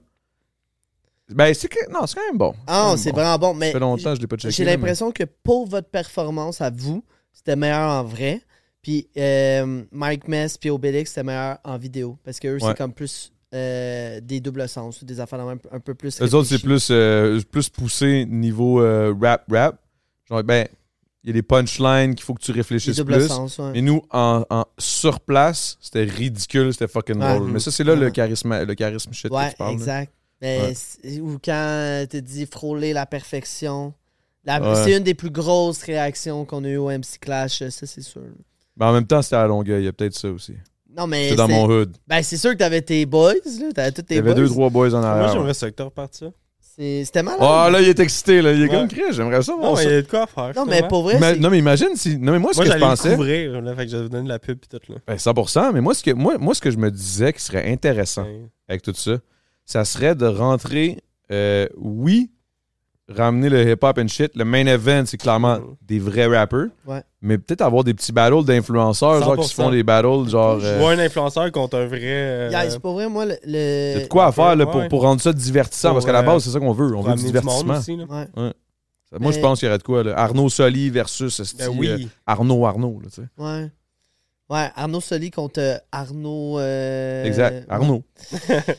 [SPEAKER 2] Ben, c'est que. Non, c'est quand même bon.
[SPEAKER 3] Ah,
[SPEAKER 2] quand même
[SPEAKER 3] c'est
[SPEAKER 2] Hum, bon.
[SPEAKER 3] vraiment bon, mais
[SPEAKER 2] Ça fait longtemps que je l'ai pas checké.
[SPEAKER 3] j'ai
[SPEAKER 2] là, mais-
[SPEAKER 3] l'impression que pour votre performance à vous, c'était meilleur en vrai. Puis euh, Mike Mess puis Obélix, c'était meilleur en vidéo. Parce que eux,
[SPEAKER 2] Ouais.
[SPEAKER 3] c'est comme plus euh, des doubles sens, ou des affaires de même, un peu plus.
[SPEAKER 2] Eux autres, c'est
[SPEAKER 3] réfléchies.
[SPEAKER 2] plus, euh, plus poussé niveau euh, rap, rap. Genre, ben, il y a des punchlines qu'il faut que tu
[SPEAKER 3] Des
[SPEAKER 2] réfléchisses
[SPEAKER 3] doubles
[SPEAKER 2] plus.
[SPEAKER 3] sens, ouais.
[SPEAKER 2] Mais nous, en, en sur place, c'était ridicule, c'était fucking
[SPEAKER 3] Ouais.
[SPEAKER 2] drôle. Mais ça, c'est là le
[SPEAKER 3] Ouais.
[SPEAKER 2] charisme, le charisme shit que
[SPEAKER 3] Ouais,
[SPEAKER 2] tu parles. là.
[SPEAKER 3] exact. Mais
[SPEAKER 2] Ouais.
[SPEAKER 3] c'est- Ou quand tu dis frôler la perfection. La-
[SPEAKER 2] Ouais.
[SPEAKER 3] C'est une des plus grosses réactions qu'on a eues au MC Clash, ça c'est sûr.
[SPEAKER 2] Mais Ben, en même temps, c'était à Longueuil, il y a peut-être ça aussi.
[SPEAKER 3] Non, mais.
[SPEAKER 2] C'était dans
[SPEAKER 3] c'est-
[SPEAKER 2] mon hood.
[SPEAKER 3] Ben, c'est sûr que t'avais tes boys, là. T'avais tous
[SPEAKER 2] Il
[SPEAKER 3] tes
[SPEAKER 2] y avait
[SPEAKER 3] boys.
[SPEAKER 2] deux, trois boys en
[SPEAKER 4] Moi,
[SPEAKER 2] arrière.
[SPEAKER 4] j'aimerais ça que tu repartes ça.
[SPEAKER 3] C'est- C'était malade.
[SPEAKER 2] Ah, là, il est excité, là. Il est
[SPEAKER 4] Ouais.
[SPEAKER 2] comme Chris, j'aimerais ça
[SPEAKER 4] Non,
[SPEAKER 2] voir
[SPEAKER 4] mais
[SPEAKER 2] ça.
[SPEAKER 4] il y a de quoi à faire.
[SPEAKER 3] non, mais
[SPEAKER 4] finalement.
[SPEAKER 3] pour vrai.
[SPEAKER 2] Mais-
[SPEAKER 3] c'est-
[SPEAKER 2] non, mais imagine si. Non, mais moi, ce
[SPEAKER 4] Moi,
[SPEAKER 2] que je
[SPEAKER 4] j'allais
[SPEAKER 2] pensais.
[SPEAKER 4] le couvrir, là, fait que je vais donner de la pub et tout, là.
[SPEAKER 2] Ben, 100%, mais moi ce, que, moi, moi, ce que je me disais qui serait intéressant
[SPEAKER 4] Ouais.
[SPEAKER 2] avec tout ça, ça serait de rentrer, euh, oui, ramener le hip-hop and shit. Le main event, c'est clairement
[SPEAKER 4] Mhm.
[SPEAKER 2] des vrais rappers.
[SPEAKER 3] Ouais.
[SPEAKER 2] Mais peut-être avoir des petits battles d'influenceurs, genre qui se
[SPEAKER 4] 100%.
[SPEAKER 2] font des battles, genre.
[SPEAKER 4] Je
[SPEAKER 2] euh,
[SPEAKER 4] vois un influenceur contre un vrai. euh,
[SPEAKER 3] Yeah, c'est pour vrai, moi, le. le-
[SPEAKER 2] y a de quoi à faire là, pour,
[SPEAKER 4] Ouais.
[SPEAKER 2] pour rendre ça divertissant,
[SPEAKER 4] Pour,
[SPEAKER 2] parce qu'à la
[SPEAKER 4] euh,
[SPEAKER 2] base, c'est ça qu'on veut. On
[SPEAKER 4] pour
[SPEAKER 2] veut du
[SPEAKER 4] amener du monde
[SPEAKER 2] divertissement.
[SPEAKER 4] aussi, là.
[SPEAKER 3] Ouais.
[SPEAKER 2] Moi, je
[SPEAKER 3] Mais-
[SPEAKER 2] pense qu'il y aurait de quoi. là. Arnaud Soli versus esti,
[SPEAKER 4] Ben oui.
[SPEAKER 2] euh, Arnaud Arnaud. là, tu sais.
[SPEAKER 3] Ouais. Ouais, Arnaud Soli contre euh, Arnaud. euh,
[SPEAKER 2] exact. Arnaud.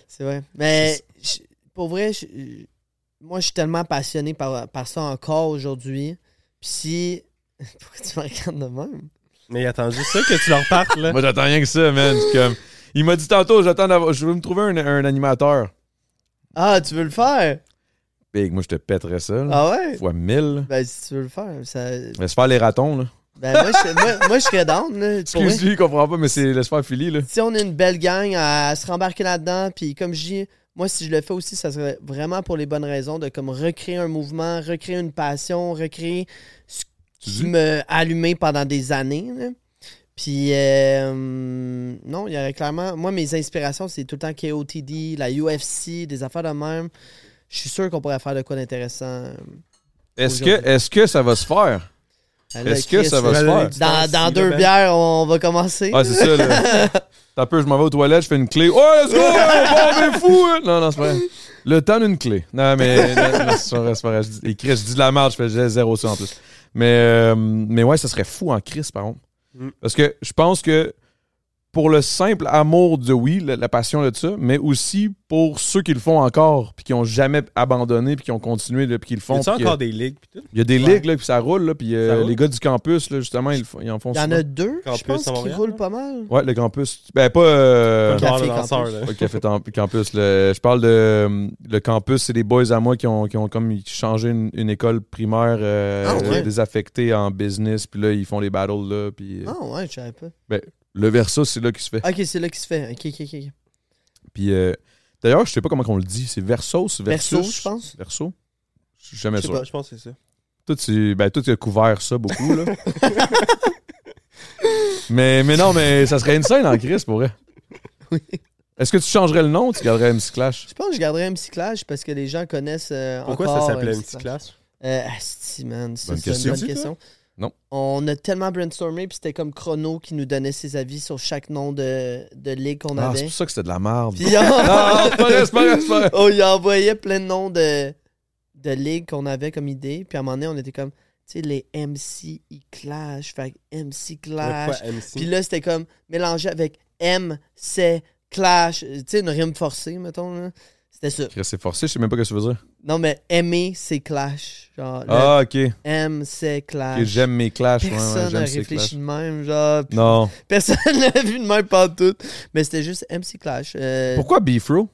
[SPEAKER 3] C'est vrai. Mais je- pour vrai, je- moi, je suis tellement passionné par, par ça encore aujourd'hui. Puis si. Pourquoi tu me regardes de même?
[SPEAKER 4] Mais il attend juste ça que tu leur partes, là.
[SPEAKER 2] Moi, j'attends rien que ça, man. C'est comme- Il m'a dit tantôt, j'attends d'avoir- je veux me trouver un, un animateur.
[SPEAKER 3] Ah, tu veux le faire?
[SPEAKER 2] Big, moi, je te pèterais ça. là.
[SPEAKER 3] Ah ouais?
[SPEAKER 2] Fois mille. là.
[SPEAKER 3] Ben, si tu veux le faire, ça.
[SPEAKER 2] Laisse faire les ratons. là.
[SPEAKER 3] Ben, moi, je, moi, moi, je serais down. là, pour vrai.
[SPEAKER 2] Excuse-lui, il comprend pas, mais c'est laisse faire Philly. Là.
[SPEAKER 3] Si on est une belle gang à se rembarquer là-dedans, puis comme je dis, moi, si je le fais aussi, ça serait vraiment pour les bonnes raisons de comme recréer un mouvement, recréer une passion, recréer ce qui me allumé pendant des années. là. Puis, euh, non, il y aurait clairement. Moi, mes inspirations, c'est tout le temps KOTD, la UFC, des affaires de même. Je suis sûr qu'on pourrait faire de quoi d'intéressant. euh,
[SPEAKER 2] Est-ce que,
[SPEAKER 3] Aujourd'hui.
[SPEAKER 2] est que ça va se faire?
[SPEAKER 3] Ben là,
[SPEAKER 2] Est-ce que
[SPEAKER 3] Chris,
[SPEAKER 2] ça va
[SPEAKER 3] là,
[SPEAKER 2] se
[SPEAKER 4] là,
[SPEAKER 2] faire?
[SPEAKER 4] tu-
[SPEAKER 3] Dans, dans
[SPEAKER 4] Si, là,
[SPEAKER 3] deux
[SPEAKER 4] ben.
[SPEAKER 3] bières, on va commencer.
[SPEAKER 2] Ah, c'est ça. là. T'as peu, je m'en vais aux toilettes, je fais une clé. Oh, let's go! hein, Bon, mais fou! hein. Non, non, c'est pas vrai. Le temps d'une clé. Non, mais. non, non, c'est pas vrai, c'est pas vrai. Je dis- Et Chris, je dis de la merde, je fais j'ai zéro ça en plus. Mais, euh, mais ouais, ça serait fou en Chris, par contre.
[SPEAKER 4] Mm.
[SPEAKER 2] Parce que je pense que pour le simple amour de oui, la, la passion de ça, mais aussi pour ceux qui le font encore, puis qui ont jamais abandonné, puis qui ont continué, là, puis qui le font.
[SPEAKER 4] Tu
[SPEAKER 2] puis que-
[SPEAKER 4] encore des ligues pis tout?
[SPEAKER 2] Il y a des
[SPEAKER 3] Ouais.
[SPEAKER 2] ligues, là, puis ça roule, là, puis euh,
[SPEAKER 4] Ça roule.
[SPEAKER 2] les gars du campus, là, justement, ils, le font- ils en font
[SPEAKER 3] Il y en
[SPEAKER 2] souvent.
[SPEAKER 3] a deux,
[SPEAKER 4] Campus
[SPEAKER 3] je pense,
[SPEAKER 4] à
[SPEAKER 3] qui
[SPEAKER 4] Montréal,
[SPEAKER 3] roulent
[SPEAKER 4] là.
[SPEAKER 3] pas mal.
[SPEAKER 2] Ouais, le campus. Ben, pas, euh,
[SPEAKER 3] Café
[SPEAKER 4] Genre le
[SPEAKER 3] campus.
[SPEAKER 4] danseur, là.
[SPEAKER 2] pas le café tam- campus. le- je parle de euh, le campus, c'est des boys à moi qui ont, qui ont comme changé une, une école primaire euh,
[SPEAKER 3] Ah, ouais.
[SPEAKER 2] désaffectée en business, puis là, ils font les battles, là, puis euh,
[SPEAKER 3] Ah ouais, je savais pas.
[SPEAKER 2] le versus, c'est là qui se fait.
[SPEAKER 3] Ok, c'est là qu'il se fait. Ok, ok, ok.
[SPEAKER 2] Puis, euh, d'ailleurs, je sais pas comment on le dit, c'est versus, versus.
[SPEAKER 3] Verso, je pense.
[SPEAKER 2] Verso? Je suis jamais
[SPEAKER 4] Je sais
[SPEAKER 2] sûr.
[SPEAKER 4] pas, je pense que c'est ça.
[SPEAKER 2] Toi, tu, ben, toi, tu as couvert ça beaucoup, là. mais, mais non, mais ça serait une scène en crise, pour vrai. Est-ce que tu changerais le nom ou tu garderais MC Clash?
[SPEAKER 3] Je pense que je garderais MC Clash parce que les gens connaissent euh,
[SPEAKER 4] Pourquoi
[SPEAKER 3] encore
[SPEAKER 4] ça s'appelait
[SPEAKER 3] MC
[SPEAKER 4] une petite classe?
[SPEAKER 3] Euh, asti, man, ça,
[SPEAKER 2] Bonne
[SPEAKER 3] c'est une
[SPEAKER 2] question.
[SPEAKER 3] bonne
[SPEAKER 4] Sais-tu,
[SPEAKER 3] question.
[SPEAKER 2] Non.
[SPEAKER 3] On a tellement brainstormé, puis c'était comme Chrono qui nous donnait ses avis sur chaque nom de, de ligue qu'on
[SPEAKER 2] Ah, c'est
[SPEAKER 3] avait.
[SPEAKER 2] pour ça que c'était de la merde.
[SPEAKER 3] Puis on-
[SPEAKER 2] Ah, c'est pas vrai, c'est pas vrai, c'est pas vrai.
[SPEAKER 3] on y Oh, envoyait plein de noms de, de ligues qu'on avait comme idée. Puis à un moment donné, on était comme, tu sais, les MC, ils clash. Fait que MC Clash.
[SPEAKER 4] Pourquoi MC?
[SPEAKER 3] Puis là, c'était comme mélangé avec M, C, Clash. Tu sais, une rime forcée, mettons. là. C'était ça.
[SPEAKER 2] Chris, C'est forcé, je sais même pas ce que ça veut dire.
[SPEAKER 3] Non, mais aimer, c'est Clash. Genre, le
[SPEAKER 2] Ah, ok. Ok,
[SPEAKER 3] M, c'est Clash.
[SPEAKER 2] J'aime mes clashs. ouais, ouais,
[SPEAKER 3] Personne n'a
[SPEAKER 2] j'aime ces
[SPEAKER 3] réfléchi
[SPEAKER 2] clashs.
[SPEAKER 3] de même, genre. puis
[SPEAKER 2] Non.
[SPEAKER 3] Personne n'a vu de même pas tout. Mais c'était juste MC Clash. Euh,
[SPEAKER 2] Pourquoi Beefro?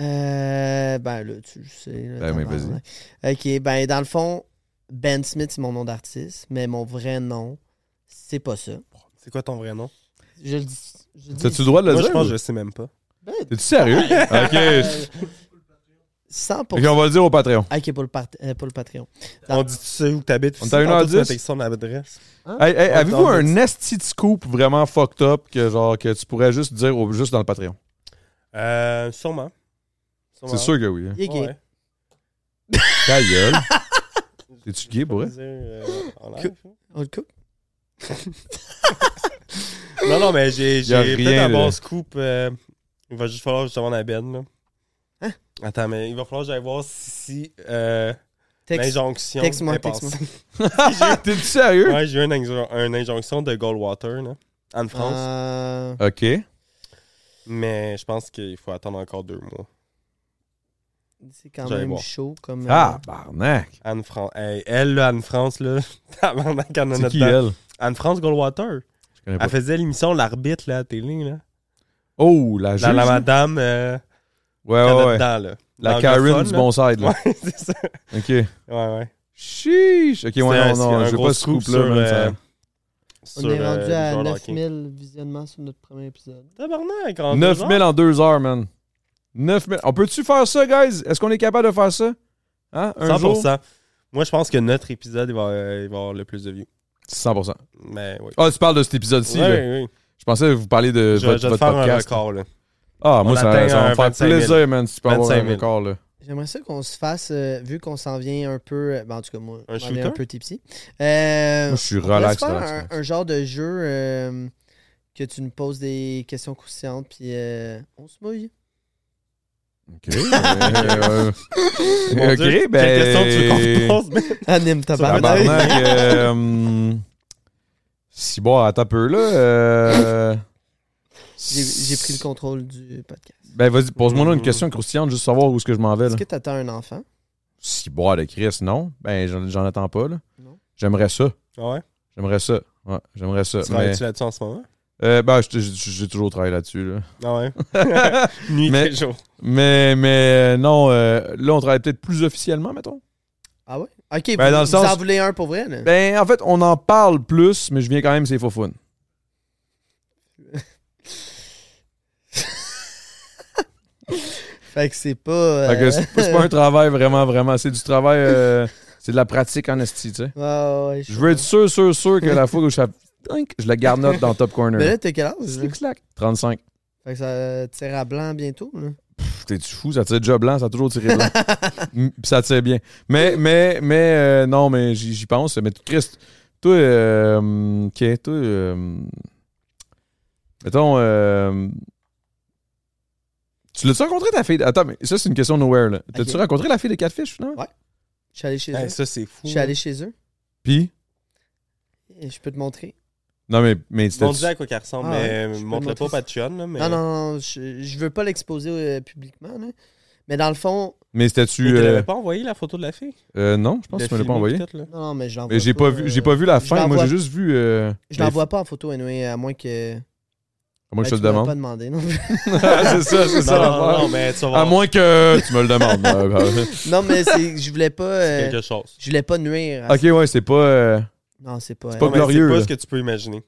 [SPEAKER 3] euh, ben là, tu le sais. là,
[SPEAKER 2] Ben oui,
[SPEAKER 3] tabarnak. Ok, ben dans le fond, Ben Smith, c'est mon nom d'artiste, mais mon vrai nom, c'est pas ça.
[SPEAKER 4] C'est quoi ton vrai nom?
[SPEAKER 3] Je le dis. je le dis-
[SPEAKER 2] T'as-tu le droit de le
[SPEAKER 4] Moi, je
[SPEAKER 2] dire?
[SPEAKER 4] pense que je
[SPEAKER 2] ou-
[SPEAKER 4] sais même pas.
[SPEAKER 3] Ben,
[SPEAKER 2] T'es-tu sérieux?
[SPEAKER 3] euh,
[SPEAKER 2] ok.
[SPEAKER 3] 100
[SPEAKER 2] Et on va le dire au Patreon.
[SPEAKER 3] Ok, pour le, part- euh, pour le Patreon.
[SPEAKER 4] On dit, tu sais où t'habites?
[SPEAKER 2] On est à une heure
[SPEAKER 4] Tantôt, tu m'as
[SPEAKER 2] dix.
[SPEAKER 4] texté son adresse.
[SPEAKER 3] Hein?
[SPEAKER 2] Hey, hey,
[SPEAKER 4] On
[SPEAKER 2] avez-vous
[SPEAKER 4] t'en
[SPEAKER 2] un
[SPEAKER 4] dit.
[SPEAKER 2] nasty de scoop vraiment fucked up que, genre, que tu pourrais juste dire au- juste dans le Patreon?
[SPEAKER 4] Euh, sûrement. Sûrement.
[SPEAKER 2] C'est sûr que oui. hein.
[SPEAKER 3] Il est gay.
[SPEAKER 4] Ouais.
[SPEAKER 2] Ta gueule. T'es-tu gay pour
[SPEAKER 4] Pas
[SPEAKER 2] vrai?
[SPEAKER 4] dire, euh, en live.
[SPEAKER 3] On le coupe?
[SPEAKER 4] hein. Non, non, mais j'ai
[SPEAKER 2] Y a
[SPEAKER 4] j'ai
[SPEAKER 2] rien,
[SPEAKER 4] peut-être un
[SPEAKER 2] là.
[SPEAKER 4] bon scoop. euh, il va juste falloir que je demande à Ben. Là.
[SPEAKER 3] Hein?
[SPEAKER 4] Attends, mais il va falloir que j'aille voir si, si euh,
[SPEAKER 3] Texte.
[SPEAKER 4] l'injonction.
[SPEAKER 3] texte-moi,
[SPEAKER 4] est passée.
[SPEAKER 3] texte-moi.
[SPEAKER 2] T'es-tu sérieux?
[SPEAKER 4] Ouais, j'ai eu une, injo- une injonction de Goldwater là, en France.
[SPEAKER 3] Euh,
[SPEAKER 2] OK.
[SPEAKER 4] Mais je pense qu'il faut attendre encore deux mois.
[SPEAKER 3] c'est quand
[SPEAKER 4] J'allais
[SPEAKER 3] même
[SPEAKER 4] voir.
[SPEAKER 3] chaud comme. euh,
[SPEAKER 2] Ah, barnac.
[SPEAKER 4] Anne-France. elle, là, Anne-France, là. tabarnak, elle en a
[SPEAKER 2] C'est
[SPEAKER 4] notre
[SPEAKER 2] qui,
[SPEAKER 4] temps.
[SPEAKER 2] elle?
[SPEAKER 4] Anne-France Goldwater.
[SPEAKER 2] Je connais pas.
[SPEAKER 4] Elle faisait l'émission L'arbitre, là, à la télé, là. Ah.
[SPEAKER 2] Oh, la juge.
[SPEAKER 4] La, la madame, euh,
[SPEAKER 2] ouais,
[SPEAKER 4] qu'elle
[SPEAKER 2] Ah ouais,
[SPEAKER 4] a
[SPEAKER 2] ouais.
[SPEAKER 4] dedans, là.
[SPEAKER 2] La
[SPEAKER 4] L'anglophone,
[SPEAKER 2] Karen du
[SPEAKER 4] là.
[SPEAKER 2] bon side, là.
[SPEAKER 4] Ouais, c'est ça.
[SPEAKER 2] OK.
[SPEAKER 4] Ouais, ouais.
[SPEAKER 2] Sheesh! OK, ouais,
[SPEAKER 4] C'est un-
[SPEAKER 2] non, non,
[SPEAKER 4] c'est un
[SPEAKER 2] je veux
[SPEAKER 4] gros
[SPEAKER 2] pas ce
[SPEAKER 4] scoop
[SPEAKER 2] couple-là,
[SPEAKER 4] sur,
[SPEAKER 2] man, ça-
[SPEAKER 4] euh,
[SPEAKER 3] On
[SPEAKER 4] sur,
[SPEAKER 3] est
[SPEAKER 4] euh,
[SPEAKER 3] rendu
[SPEAKER 4] le
[SPEAKER 3] à
[SPEAKER 4] joueur de
[SPEAKER 3] 9000
[SPEAKER 4] hockey.
[SPEAKER 3] visionnements sur notre premier épisode.
[SPEAKER 4] Tabarnak, en
[SPEAKER 2] 9000 en deux heures, man. 9000. On peut-tu faire ça, guys? Est-ce qu'on est capable de faire ça? Hein? Un
[SPEAKER 4] 100%.
[SPEAKER 2] jour?
[SPEAKER 4] Moi, je pense que notre épisode, il va, euh, il va avoir le plus de vues.
[SPEAKER 2] 100%.
[SPEAKER 4] Mais oui.
[SPEAKER 2] Ah, tu parles de cet épisode-ci,
[SPEAKER 4] Ouais,
[SPEAKER 2] là.
[SPEAKER 4] oui.
[SPEAKER 2] Je pensais que vous parliez de
[SPEAKER 4] Je, je vais
[SPEAKER 2] votre,
[SPEAKER 4] te
[SPEAKER 2] votre
[SPEAKER 4] faire un
[SPEAKER 2] podcast.
[SPEAKER 4] record, là.
[SPEAKER 2] Ah,
[SPEAKER 4] On
[SPEAKER 2] moi, ça,
[SPEAKER 4] atteint
[SPEAKER 2] ça va me
[SPEAKER 4] un
[SPEAKER 2] faire
[SPEAKER 4] 25 000.
[SPEAKER 2] plaisir, man, si tu peux avoir
[SPEAKER 4] 25
[SPEAKER 2] un
[SPEAKER 4] 000.
[SPEAKER 2] record, là.
[SPEAKER 3] J'aimerais ça qu'on se fasse, euh, vu qu'on s'en vient un peu. euh, ben, en tout cas, moi,
[SPEAKER 4] Un
[SPEAKER 3] je m'en
[SPEAKER 4] shooter?
[SPEAKER 3] viens un peu tipsy. Euh,
[SPEAKER 2] Moi, je suis
[SPEAKER 3] on pourrait se
[SPEAKER 2] relax,
[SPEAKER 3] faire
[SPEAKER 2] relax,
[SPEAKER 3] un,
[SPEAKER 2] relax.
[SPEAKER 3] un genre de jeu euh, que tu nous poses des questions croustillantes, puis euh, on se mouille.
[SPEAKER 2] OK. euh,
[SPEAKER 4] Mon
[SPEAKER 2] OK,
[SPEAKER 4] Dieu,
[SPEAKER 2] ben...
[SPEAKER 4] Quelle question tu veux qu'on te pose?
[SPEAKER 3] Anime ta
[SPEAKER 2] Tabarnak. euh, hum, Si bon, attends un peu, là. euh,
[SPEAKER 3] J'ai j'ai pris le contrôle du podcast.
[SPEAKER 2] Ben, vas-y, pose-moi
[SPEAKER 4] Mmh.
[SPEAKER 2] là une question croustillante, juste savoir où est-ce que je m'en vais, là.
[SPEAKER 3] Est-ce que t'attends un enfant?
[SPEAKER 2] Si boire de Chris, non. Ben, j'en, j'en attends pas, là.
[SPEAKER 3] Non.
[SPEAKER 2] J'aimerais ça.
[SPEAKER 4] Ah ouais?
[SPEAKER 2] J'aimerais ça. Ouais, j'aimerais ça.
[SPEAKER 4] Tu
[SPEAKER 2] Mais,
[SPEAKER 4] travailles-tu là-dessus en ce moment?
[SPEAKER 2] euh, ben, j'ai, j'ai- j'ai toujours travaillé là-dessus, là.
[SPEAKER 4] Ah ouais? Nuit
[SPEAKER 2] Mais-
[SPEAKER 4] et jour.
[SPEAKER 2] Mais, mais euh, non, euh, là, on travaille peut-être plus officiellement, mettons.
[SPEAKER 3] Ah ouais? Ok,
[SPEAKER 2] Ben,
[SPEAKER 3] vous,
[SPEAKER 2] dans le
[SPEAKER 3] vous
[SPEAKER 2] sens-
[SPEAKER 3] en voulez un pour vrai, là?
[SPEAKER 2] Ben, en fait, on en parle plus, mais je viens quand même, c'est faux fun.
[SPEAKER 3] Fait que c'est pas. euh,
[SPEAKER 2] Fait que c'est, c'est pas un travail vraiment, vraiment. C'est du travail, euh, c'est de la pratique en esti, tu sais.
[SPEAKER 3] Ouais, ouais,
[SPEAKER 2] Je veux être sûr, sûr, sûr que la fois où je fais Tink je la garde note dans Top Corner.
[SPEAKER 3] Mais là, t'es quel âge? là?
[SPEAKER 2] Slick, slack. 35.
[SPEAKER 3] Fait que ça euh, tire à blanc bientôt, là.
[SPEAKER 2] Pff, T'es-tu fou? Ça tire déjà blanc, ça a toujours tiré blanc. Mm, Puis ça tire bien. Mais, mais, mais, euh, non, mais j'y j'y pense. Mais Christ, toi, euh, hum, ok, toi, euh, hum, mettons, euh, tu l'as-tu rencontré ta fille? de- Attends, mais ça, c'est une question nowhere, là. T'as-tu
[SPEAKER 3] Ok.
[SPEAKER 2] rencontré la fille de Catfish, non?
[SPEAKER 3] Ouais. Je suis allé chez
[SPEAKER 2] Ben,
[SPEAKER 3] eux.
[SPEAKER 4] Hey, ça, c'est fou.
[SPEAKER 3] Je suis allé chez eux.
[SPEAKER 2] Puis,
[SPEAKER 3] Et je peux te montrer.
[SPEAKER 2] non, mais, mais
[SPEAKER 4] Ils vont
[SPEAKER 2] c'était.
[SPEAKER 4] dire à quoi qu'elle ressemble,
[SPEAKER 3] Ah ouais, je
[SPEAKER 4] mais
[SPEAKER 3] peux
[SPEAKER 4] montre-le
[SPEAKER 3] le
[SPEAKER 4] pas au
[SPEAKER 3] montrer.
[SPEAKER 4] Patreon, là. Mais...
[SPEAKER 3] Non, non, non, je, je veux pas l'exposer euh, publiquement, là. Mais dans le fond,
[SPEAKER 2] Mais
[SPEAKER 4] Tu
[SPEAKER 2] c'était-tu.
[SPEAKER 4] ne
[SPEAKER 2] Euh,
[SPEAKER 4] l'avais pas envoyé, la photo de la fille?
[SPEAKER 2] euh, non, je pense
[SPEAKER 4] De
[SPEAKER 2] que tu me l'as pas
[SPEAKER 4] filmer,
[SPEAKER 2] envoyé.
[SPEAKER 4] peut-être, là.
[SPEAKER 3] non, non, mais je l'envoie
[SPEAKER 2] Mais j'ai pas, vu, j'ai pas vu la fin. Moi, j'ai
[SPEAKER 3] euh, l'envoie-
[SPEAKER 2] juste vu. euh,
[SPEAKER 3] Je
[SPEAKER 2] les-
[SPEAKER 3] l'envoie pas en photo, anyway, à moins que.
[SPEAKER 2] Comment
[SPEAKER 3] Ben,
[SPEAKER 2] Ah, je te
[SPEAKER 3] tu
[SPEAKER 2] le
[SPEAKER 3] m'as pas
[SPEAKER 2] demande? Ah,
[SPEAKER 3] demandé, non plus.
[SPEAKER 2] c'est ça, c'est ça.
[SPEAKER 4] Non, non,
[SPEAKER 2] l'affaire.
[SPEAKER 4] non, mais tu vas
[SPEAKER 2] À
[SPEAKER 4] voir
[SPEAKER 2] moins que tu me le demandes. Euh, bah,
[SPEAKER 3] non, mais c'est- je voulais pas. euh,
[SPEAKER 4] quelque chose.
[SPEAKER 3] je voulais pas nuire. à
[SPEAKER 2] ok, ouais, c'est pas. euh,
[SPEAKER 3] ça. Non, c'est pas.
[SPEAKER 2] pas
[SPEAKER 3] elle.
[SPEAKER 4] Non, mais
[SPEAKER 2] glorieux,
[SPEAKER 4] C'est
[SPEAKER 2] là.
[SPEAKER 4] pas ce que tu peux imaginer.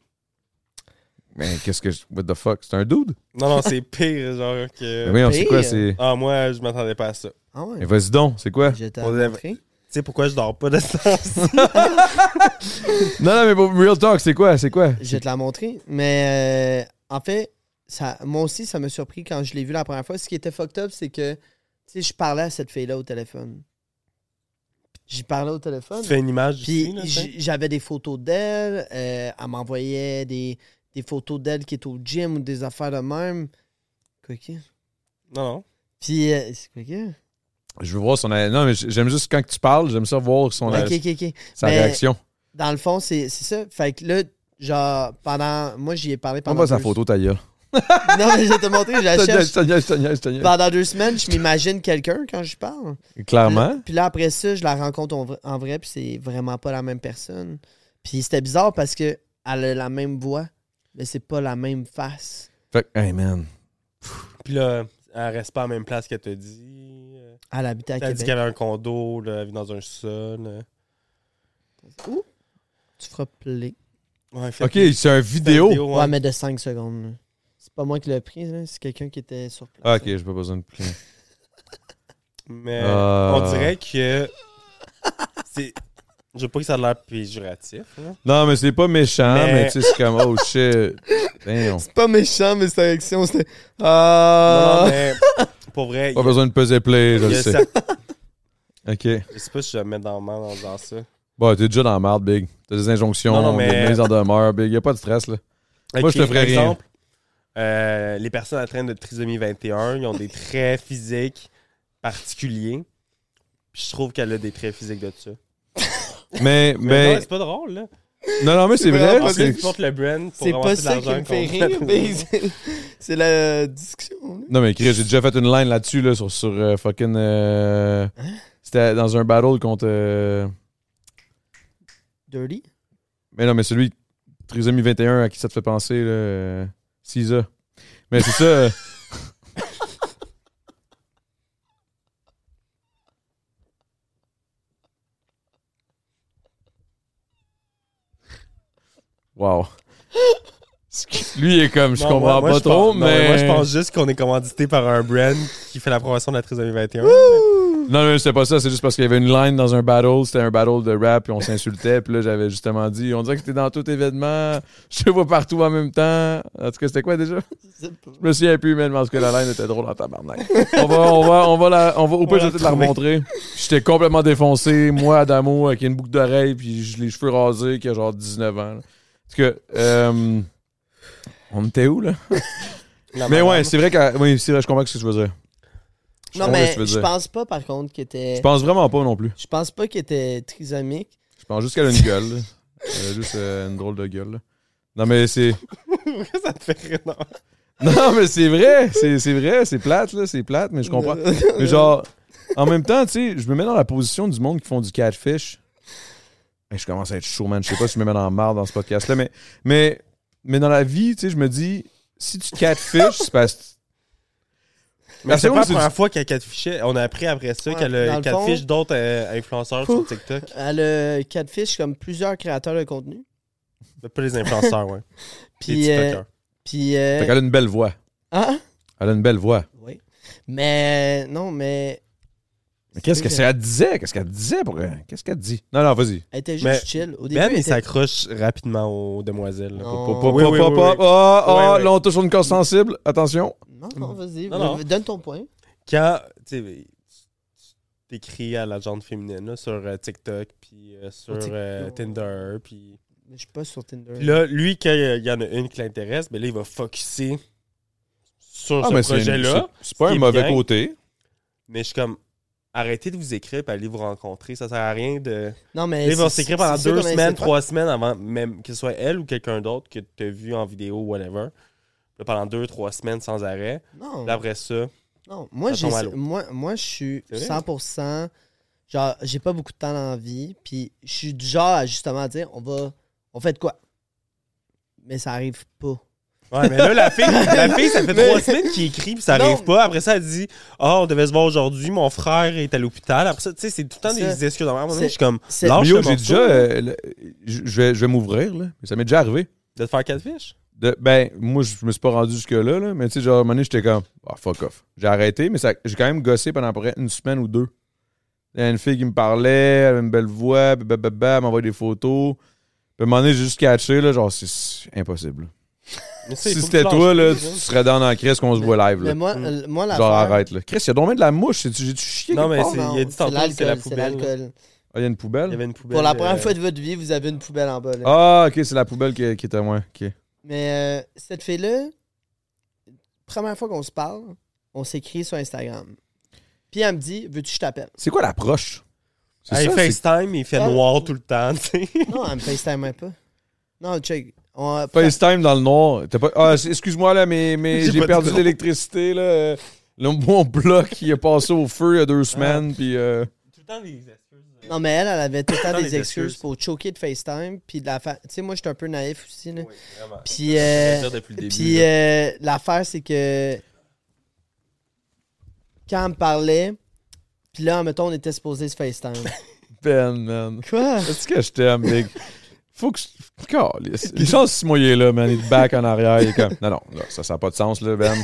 [SPEAKER 2] Mais qu'est-ce que. je- What the fuck? C'est un dude?
[SPEAKER 4] Non, non, c'est pire, genre que.
[SPEAKER 2] Mais Ben oui, on sait
[SPEAKER 3] Euh, pire.
[SPEAKER 2] quoi? C'est.
[SPEAKER 4] Ah, moi, je m'attendais pas à ça. Tu
[SPEAKER 3] Ah ouais.
[SPEAKER 2] Mais vas-y donc, c'est quoi?
[SPEAKER 3] J'étais à
[SPEAKER 4] On lève-
[SPEAKER 3] montrer.
[SPEAKER 4] sais pourquoi je dors pas de ça?
[SPEAKER 2] Non, non, mais pour Real Talk, c'est quoi? C'est quoi?
[SPEAKER 3] Je vais te la montrer. Mais euh, en fait, ça, moi aussi, ça m'a surpris quand je l'ai vu la première fois. Ce qui était fucked up, c'est que tu sais, je parlais à cette fille-là au téléphone. J'y parlais au téléphone.
[SPEAKER 4] tu fais une image du
[SPEAKER 3] Puis
[SPEAKER 4] film, là, tu sais?
[SPEAKER 3] j- j'avais des photos d'elle. euh, elle m'envoyait des, des photos d'elle qui est au gym ou des affaires de même. Quoi que?
[SPEAKER 4] Non, non.
[SPEAKER 3] Puis, euh, c'est quoi que?
[SPEAKER 2] Je veux voir son. Non, mais j'aime juste quand tu parles, j'aime ça voir son,
[SPEAKER 3] Ok, ok, ok.
[SPEAKER 2] sa
[SPEAKER 3] mais-
[SPEAKER 2] réaction.
[SPEAKER 3] Dans le fond, c'est c'est ça. Fait que là, genre, pendant. Moi, j'y ai parlé
[SPEAKER 2] Prends
[SPEAKER 3] pendant.
[SPEAKER 2] pas sa
[SPEAKER 3] deux-
[SPEAKER 2] photo, ta gueule.
[SPEAKER 3] Non, mais je vais te montrer, je la
[SPEAKER 2] Ta gueule,
[SPEAKER 3] cherche. Bah,
[SPEAKER 2] ta gueule, ta gueule, ta gueule.
[SPEAKER 3] Pendant deux semaines, je m'imagine quelqu'un quand je parle.
[SPEAKER 2] Clairement.
[SPEAKER 3] Puis là, après ça, je la rencontre en vrai, en vrai, puis c'est vraiment pas la même personne. Puis c'était bizarre parce que elle a la même voix, mais c'est pas la même face.
[SPEAKER 2] Fait que, hey man.
[SPEAKER 4] Puis là, elle reste pas à la même place qu'elle te dit. Euh,
[SPEAKER 3] Elle habite à
[SPEAKER 4] T'as dit
[SPEAKER 3] Québec.
[SPEAKER 4] qu'elle avait un condo, là, elle vit dans un sol. euh.
[SPEAKER 3] Ouh. Tu feras play.
[SPEAKER 4] Ouais, fait
[SPEAKER 2] Ok,
[SPEAKER 4] que-
[SPEAKER 2] c'est un
[SPEAKER 4] fait une
[SPEAKER 2] vidéo.
[SPEAKER 3] Ouais,
[SPEAKER 4] ouais.
[SPEAKER 3] mais de 5 secondes. là. C'est pas moi qui l'ai pris, là, c'est quelqu'un qui était sur place.
[SPEAKER 2] Ah, Ok, j'ai pas besoin de plus.
[SPEAKER 4] mais
[SPEAKER 2] Ah.
[SPEAKER 4] on dirait que c'est. Je veux pas que ça a l'air péjoratif. hein.
[SPEAKER 2] Non, mais c'est pas méchant, mais,
[SPEAKER 4] Mais-
[SPEAKER 2] tu sais, c'est comme, oh shit. Damn.
[SPEAKER 3] C'est pas méchant, mais cette élection, c'était. Ah!
[SPEAKER 4] Non, mais pour
[SPEAKER 2] Pas
[SPEAKER 4] vrai, il y a-
[SPEAKER 2] besoin de peser play, Euh. bah, je
[SPEAKER 4] il y
[SPEAKER 2] le
[SPEAKER 4] a
[SPEAKER 2] sais.
[SPEAKER 4] cer-
[SPEAKER 2] Ok.
[SPEAKER 4] je sais pas si je vais me mettre dans le monde en disant ça.
[SPEAKER 2] Bon, t'es déjà dans la merde, Big. T'as des injonctions,
[SPEAKER 4] Non, non,
[SPEAKER 2] des
[SPEAKER 4] mais-
[SPEAKER 2] mises en demeure, Big. Y a pas de stress, là. Moi,
[SPEAKER 4] Ok,
[SPEAKER 2] je te ferais
[SPEAKER 4] par
[SPEAKER 2] rien.
[SPEAKER 4] exemple, euh, les personnes atteintes de trisomie 21, ils ont des traits physiques particuliers. Puis je trouve qu'elle a des traits physiques de
[SPEAKER 2] Ben,
[SPEAKER 4] ça.
[SPEAKER 2] Mais,
[SPEAKER 4] Mais,
[SPEAKER 2] mais.
[SPEAKER 4] non, c'est pas drôle, là.
[SPEAKER 2] Non, non, mais c'est
[SPEAKER 3] C'est
[SPEAKER 2] vrai.
[SPEAKER 3] vraiment
[SPEAKER 4] En
[SPEAKER 2] c'est-
[SPEAKER 4] plus, tu portes le brand pour
[SPEAKER 3] C'est
[SPEAKER 4] ramasser
[SPEAKER 3] pas
[SPEAKER 4] de
[SPEAKER 3] ça qui
[SPEAKER 4] l'argent
[SPEAKER 3] me fait
[SPEAKER 4] contre-
[SPEAKER 3] rire, mais c'est- c'est la discussion. là.
[SPEAKER 2] Non, mais Chris, j'ai déjà fait une line là-dessus, là, sur, sur euh, fucking. euh,
[SPEAKER 4] Hein?
[SPEAKER 2] C'était dans un battle contre. euh,
[SPEAKER 3] Dirty?
[SPEAKER 2] Mais non, mais celui, Trisomie 21, à qui ça te fait penser, là. euh, Cisa. Mais c'est ça. euh, Wow. Lui il est comme, je
[SPEAKER 4] Non,
[SPEAKER 2] comprends
[SPEAKER 4] moi- moi,
[SPEAKER 2] pas
[SPEAKER 4] je
[SPEAKER 2] trop,
[SPEAKER 4] pense- non,
[SPEAKER 2] mais.
[SPEAKER 4] Moi, je pense juste qu'on est commandité par un brand qui fait la promotion de la trisomie 21.
[SPEAKER 2] Non, non, c'était pas ça. C'est juste parce qu'il y avait une line dans un battle. C'était un battle de rap, puis on s'insultait. puis là, j'avais justement dit, on dirait que t'es dans tout événement. Je te vois partout en même temps. En tout cas, c'était quoi déjà? Je me souviens plus, mais en tout cas, la line était drôle en tabarnak. On va, on va, on va la, on va, au pire,
[SPEAKER 4] On
[SPEAKER 2] je vais
[SPEAKER 4] l'a
[SPEAKER 2] peut-être la
[SPEAKER 4] trouvé.
[SPEAKER 2] remontrer. J'étais complètement défoncé. Moi, Adamo, avec une boucle d'oreille, puis j- les cheveux rasés, qui a genre 19 ans. là. En tout cas, euh, on était où,
[SPEAKER 4] Ah,
[SPEAKER 2] là?
[SPEAKER 4] La
[SPEAKER 2] Mais
[SPEAKER 4] madame.
[SPEAKER 2] ouais, c'est vrai que, oui, c'est vrai, je comprends ce que tu veux dire. Je
[SPEAKER 4] Ah
[SPEAKER 3] Non,
[SPEAKER 2] comprends ce que
[SPEAKER 3] mais
[SPEAKER 2] tu veux
[SPEAKER 3] je
[SPEAKER 2] dire.
[SPEAKER 3] pense pas, par contre, qu'il était.
[SPEAKER 2] Je pense vraiment pas non plus.
[SPEAKER 3] Je pense pas qu'il était trisomique.
[SPEAKER 2] Je pense juste qu'elle a une gueule. là. Elle a juste euh, une drôle de gueule. là. Non, mais c'est.
[SPEAKER 4] Pourquoi ça te fait rire? non?
[SPEAKER 2] Non, mais c'est vrai. C'est c'est vrai. C'est plate, là. C'est plate, mais je comprends. Mais genre, en même temps, tu sais, je me mets dans la position du monde qui font du catfish. Et je commence à être chaud, man. Je sais pas si je me mets dans la marre dans ce podcast-là, mais, mais, mais dans la vie, tu sais, je me dis, si tu catfish, c'est parce que.
[SPEAKER 4] Mais c'est
[SPEAKER 2] seconde
[SPEAKER 4] pas
[SPEAKER 2] où
[SPEAKER 4] la
[SPEAKER 2] tu
[SPEAKER 4] première fois qu'elle catfichait. On a appris après ça
[SPEAKER 3] Ouais,
[SPEAKER 4] qu'elle
[SPEAKER 3] dans
[SPEAKER 4] a-
[SPEAKER 3] le
[SPEAKER 4] qu'elle
[SPEAKER 3] fond-
[SPEAKER 4] fiche d'autres euh, influenceurs sur TikTok.
[SPEAKER 3] Elle a catfish comme plusieurs créateurs de contenu.
[SPEAKER 4] Mais Pas les influenceurs, ouais.
[SPEAKER 3] Puis.
[SPEAKER 4] les
[SPEAKER 3] euh,
[SPEAKER 4] TikTokers.
[SPEAKER 3] puis euh,
[SPEAKER 2] Fait qu'elle a une belle voix.
[SPEAKER 3] hein?
[SPEAKER 2] Elle a une belle voix.
[SPEAKER 3] Oui. Mais. Non, mais.
[SPEAKER 2] Mais qu'est-ce que
[SPEAKER 3] vrai
[SPEAKER 2] c'est? Elle disait? Qu'est-ce qu'elle disait pour. euh, Qu'est-ce qu'elle dit? Non, non, vas-y.
[SPEAKER 3] Elle était juste
[SPEAKER 4] Mais-
[SPEAKER 3] chill. Au début,
[SPEAKER 4] Ben,
[SPEAKER 3] elle
[SPEAKER 4] il
[SPEAKER 3] était-
[SPEAKER 4] s'accroche rapidement aux demoiselles. là.
[SPEAKER 3] Non.
[SPEAKER 2] Pop, pop,
[SPEAKER 4] Oh, Oui,
[SPEAKER 2] pop,
[SPEAKER 4] oui,
[SPEAKER 2] pop,
[SPEAKER 4] oui,
[SPEAKER 2] pop.
[SPEAKER 4] oui.
[SPEAKER 2] Ah, ah,
[SPEAKER 4] Oui, oui.
[SPEAKER 2] là, on touche sur une corde sensible. Attention.
[SPEAKER 3] Non, non, vas-y.
[SPEAKER 4] Non, non.
[SPEAKER 3] Donne ton point.
[SPEAKER 4] Quand tu sais, tu t'écris à la gente féminine là, sur euh, TikTok, puis euh, sur
[SPEAKER 3] TikTok.
[SPEAKER 4] euh, Tinder, puis
[SPEAKER 3] Je suis pas sur Tinder.
[SPEAKER 4] Puis là, lui, quand il y en a une qui l'intéresse, ben là, il va focusser sur
[SPEAKER 2] Ah,
[SPEAKER 4] ce
[SPEAKER 2] mais c'est-
[SPEAKER 4] projet-là.
[SPEAKER 2] c'est- C'est pas
[SPEAKER 4] ce
[SPEAKER 2] un
[SPEAKER 4] qui est
[SPEAKER 2] mauvais
[SPEAKER 4] bien.
[SPEAKER 2] côté.
[SPEAKER 4] Mais je suis comme, arrêtez de vous écrire et allez vous rencontrer. Ça sert à rien de.
[SPEAKER 3] Non, mais.
[SPEAKER 4] Là, ils vont
[SPEAKER 3] Ben, c'est-
[SPEAKER 4] s'écrire pendant
[SPEAKER 3] c'est sûr
[SPEAKER 4] deux
[SPEAKER 3] qu'on a-
[SPEAKER 4] semaines,
[SPEAKER 3] c'est pas-
[SPEAKER 4] trois semaines avant, même que ce soit elle ou quelqu'un d'autre que tu as vu en vidéo ou whatever. Là, pendant deux, trois semaines sans arrêt.
[SPEAKER 3] Non.
[SPEAKER 4] Là, après ça,
[SPEAKER 3] Non, moi,
[SPEAKER 4] Ça
[SPEAKER 3] j'ai,
[SPEAKER 4] tombe à l'eau.
[SPEAKER 3] moi, moi, je suis
[SPEAKER 4] C'est vrai?
[SPEAKER 3] 100%. Genre, j'ai pas beaucoup de temps dans la vie. Puis, je suis du genre à justement dire, on va. On fait de quoi? Mais ça arrive pas.
[SPEAKER 4] Ouais, mais là, la fille, la fille ça fait
[SPEAKER 3] Mais-
[SPEAKER 4] trois semaines qu'il écrit, puis ça
[SPEAKER 3] Non.
[SPEAKER 4] arrive pas. Après ça, elle dit Ah, on devait se voir aujourd'hui, mon frère est à l'hôpital. Après ça, tu sais, c'est tout le temps
[SPEAKER 3] C'est-
[SPEAKER 4] des excuses. À un moment donné,
[SPEAKER 3] c'est-
[SPEAKER 4] je suis comme
[SPEAKER 3] c'est-
[SPEAKER 4] Lâche
[SPEAKER 2] Mais yo,
[SPEAKER 4] le
[SPEAKER 2] j'ai
[SPEAKER 4] morceau,
[SPEAKER 2] déjà. euh, le- je je vais, je vais m'ouvrir, là. Mais ça m'est déjà arrivé.
[SPEAKER 4] de te faire quatre fiches.
[SPEAKER 2] De- ben, moi, je me suis pas rendu jusque-là, là, mais tu sais, genre, à un moment donné, j'étais comme, ah, fuck off. J'ai arrêté, mais ça- j'ai quand même gossé pendant à peu près une semaine ou deux. Il y a une fille qui me parlait, elle avait une belle voix, babababa, elle m'envoyait des photos. Puis à un moment donné, j'ai juste catché, là, genre, c'est- c'est impossible. là.
[SPEAKER 4] Mais tu sais, il
[SPEAKER 2] Si
[SPEAKER 4] faut que
[SPEAKER 2] c'était
[SPEAKER 4] tu
[SPEAKER 2] toi, là,
[SPEAKER 4] lâches
[SPEAKER 2] tu
[SPEAKER 4] prise, hein.
[SPEAKER 2] serais dans la crise qu'on se voit live,
[SPEAKER 3] Mais
[SPEAKER 2] là.
[SPEAKER 3] moi, euh, moi la
[SPEAKER 2] Genre, arrête, là. Chris, il y a donc bien de la mouche, c'est- j'ai-tu chié?
[SPEAKER 4] Non,
[SPEAKER 2] quelque
[SPEAKER 4] mais
[SPEAKER 2] part?
[SPEAKER 4] c'est- il a dit tantôt que c'est la poubelle. là.
[SPEAKER 2] Ah, il y a une poubelle?
[SPEAKER 4] Il y avait une poubelle.
[SPEAKER 3] Pour la
[SPEAKER 4] euh,
[SPEAKER 3] première fois de votre vie, vous avez une poubelle en bas. là.
[SPEAKER 2] Ah, ok, c'est la poubelle qui, qui est à moi. ok.
[SPEAKER 3] Mais euh, cette fille-là, première fois qu'on se parle, on s'écrit sur Instagram. Puis elle me dit Veux-tu que je t'appelle
[SPEAKER 2] C'est quoi l'approche? C'est
[SPEAKER 4] ah, il
[SPEAKER 2] ça, c'est-
[SPEAKER 4] FaceTime, il fait
[SPEAKER 3] Ah.
[SPEAKER 4] noir tout le temps, tu sais.
[SPEAKER 3] Non, elle me FaceTime même pas. Non, check. On...
[SPEAKER 2] FaceTime dans le noir. T'as pas... Ah, c- excuse-moi, là, mais, mais
[SPEAKER 4] J'ai
[SPEAKER 2] j'ai
[SPEAKER 4] pas de
[SPEAKER 2] perdu
[SPEAKER 4] gros.
[SPEAKER 2] l'électricité, là. Euh, le- mon bloc, il est passé au feu il y a deux semaines, puis... euh,
[SPEAKER 4] Tout le temps des excuses.
[SPEAKER 3] Non, mais elle, elle avait tout le temps
[SPEAKER 4] Dans
[SPEAKER 3] des
[SPEAKER 4] les
[SPEAKER 3] excuses
[SPEAKER 4] excuses.
[SPEAKER 3] pour choquer de FaceTime. Puis de la fa- Tu sais, moi, j'étais un peu naïf aussi. Là.
[SPEAKER 4] Oui, vraiment.
[SPEAKER 3] Puis, euh,
[SPEAKER 4] Je veux dire depuis le début,
[SPEAKER 3] puis
[SPEAKER 4] là.
[SPEAKER 3] euh, l'affaire, c'est que quand elle me parlait, puis là, mettons, on était supposé se FaceTime.
[SPEAKER 2] Ben, man.
[SPEAKER 3] Quoi?
[SPEAKER 2] Est-ce que je t'aime, Big? Faut que je. Calisse. Les chances, Simon, il est là, man. Il est back en arrière. Il est comme. Non, non, là, ça, ça n'a pas de sens, là, Ben.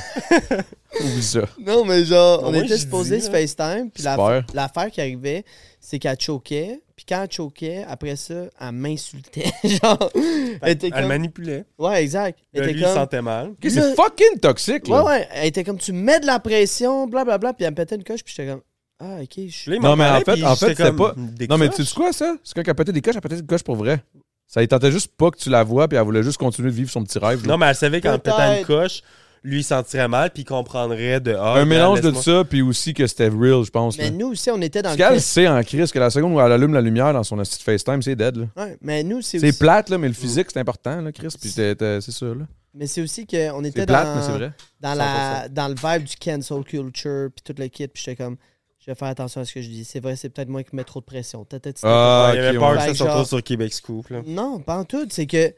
[SPEAKER 2] Oublie ça.
[SPEAKER 3] Non, mais genre, on
[SPEAKER 4] moi,
[SPEAKER 3] était
[SPEAKER 4] je
[SPEAKER 3] supposé
[SPEAKER 4] dis,
[SPEAKER 3] se
[SPEAKER 4] là.
[SPEAKER 3] FaceTime, puis la-
[SPEAKER 2] Super.
[SPEAKER 3] l'affaire qui arrivait, c'est qu'elle choquait, puis quand elle choquait, après ça, elle m'insultait. genre, elle était
[SPEAKER 4] Ben, Elle
[SPEAKER 3] comme...
[SPEAKER 4] manipulait.
[SPEAKER 3] Ouais, exact. Elle
[SPEAKER 4] Là,
[SPEAKER 3] était
[SPEAKER 4] lui, il
[SPEAKER 3] comme...
[SPEAKER 4] sentait mal.
[SPEAKER 2] Ok, c'est fucking toxique,
[SPEAKER 3] Ouais,
[SPEAKER 2] là.
[SPEAKER 3] ouais, elle était comme, tu mets de la pression, blablabla, puis elle me pétait une coche, puis j'étais comme, ah, ok, je suis...
[SPEAKER 4] Là, il
[SPEAKER 2] Non,
[SPEAKER 4] m'en
[SPEAKER 2] mais en
[SPEAKER 4] parlait,
[SPEAKER 2] fait,
[SPEAKER 4] puis
[SPEAKER 2] en fait
[SPEAKER 4] j'étais
[SPEAKER 2] c'était
[SPEAKER 4] comme,
[SPEAKER 2] pas.
[SPEAKER 4] des
[SPEAKER 2] Non, mais
[SPEAKER 4] cloches?
[SPEAKER 2] tu sais quoi, ça? C'est quand elle a pété des coches, elle a pété des coches pour vrai. Ça, il tentait juste pas que tu la vois, puis elle voulait juste continuer de vivre son petit rêve. là.
[SPEAKER 4] Non, mais elle savait qu'en
[SPEAKER 3] Peut-être.
[SPEAKER 4] pétant une coche, lui, il sentirait mal, puis il comprendrait de. ah,
[SPEAKER 2] Un
[SPEAKER 4] regarde,
[SPEAKER 2] mélange de
[SPEAKER 4] laisse-moi-
[SPEAKER 2] ça, puis aussi que c'était real, je pense.
[SPEAKER 3] Mais
[SPEAKER 2] là.
[SPEAKER 3] nous aussi, on était dans
[SPEAKER 2] Parce
[SPEAKER 3] le...
[SPEAKER 2] qu'elle
[SPEAKER 3] cas-
[SPEAKER 2] sait en crise que la seconde où elle allume la lumière dans son petit FaceTime, c'est dead, là.
[SPEAKER 3] Ouais, mais nous, c'est
[SPEAKER 2] C'est
[SPEAKER 3] aussi...
[SPEAKER 2] plate, là, mais le physique, c'est important, là, Chris. Puis t'es- t'es- c'est ça, là.
[SPEAKER 3] Mais c'est aussi qu'on était
[SPEAKER 2] C'est plate,
[SPEAKER 3] dans...
[SPEAKER 2] mais c'est vrai.
[SPEAKER 3] dans, la, dans le vibe du cancel culture, puis tout le kit, puis j'étais comme, je vais faire attention à ce que je dis. C'est vrai, c'est peut-être moi qui mets trop de pression. Ta, ta, ta, ta, ta.
[SPEAKER 4] Ah, il avait
[SPEAKER 2] ok,
[SPEAKER 4] peur
[SPEAKER 2] ouais.
[SPEAKER 4] que ça
[SPEAKER 3] Fait
[SPEAKER 4] se
[SPEAKER 3] genre- euh,
[SPEAKER 4] retrouve sur Québec Scoop. Là.
[SPEAKER 3] Non, pas en tout. C'est que.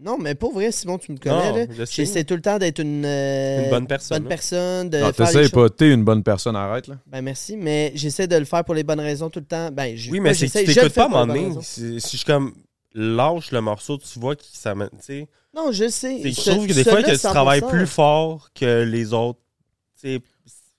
[SPEAKER 3] Non, mais pour vrai, Simon, tu me
[SPEAKER 4] Non,
[SPEAKER 3] connais. là.
[SPEAKER 4] je sais.
[SPEAKER 3] J'essaie tout le temps d'être une, euh,
[SPEAKER 4] Une bonne personne,
[SPEAKER 3] bonne
[SPEAKER 4] là.
[SPEAKER 3] personne, de
[SPEAKER 2] Non,
[SPEAKER 3] faire les
[SPEAKER 2] t'essayes
[SPEAKER 3] choses-
[SPEAKER 2] pas, t'es une bonne personne, arrête, là.
[SPEAKER 3] Ben merci, mais j'essaie de le faire pour les bonnes raisons tout le temps. Ben, je-
[SPEAKER 4] Oui,
[SPEAKER 3] pas
[SPEAKER 4] mais c'est que
[SPEAKER 3] j'essaie, je
[SPEAKER 4] tu
[SPEAKER 3] le
[SPEAKER 4] t'écoutes
[SPEAKER 3] fais
[SPEAKER 4] pas à un
[SPEAKER 3] pour les
[SPEAKER 4] moment donné.
[SPEAKER 3] bonnes raisons.
[SPEAKER 4] Si si je suis comme lâche le morceau, tu vois que ça me. Tu sais,
[SPEAKER 3] Non, je sais.
[SPEAKER 4] c'est- je
[SPEAKER 3] Ce-
[SPEAKER 4] trouve que des fois,
[SPEAKER 3] cela,
[SPEAKER 4] que tu
[SPEAKER 3] 100%.
[SPEAKER 4] travailles plus fort que les autres. Tu sais,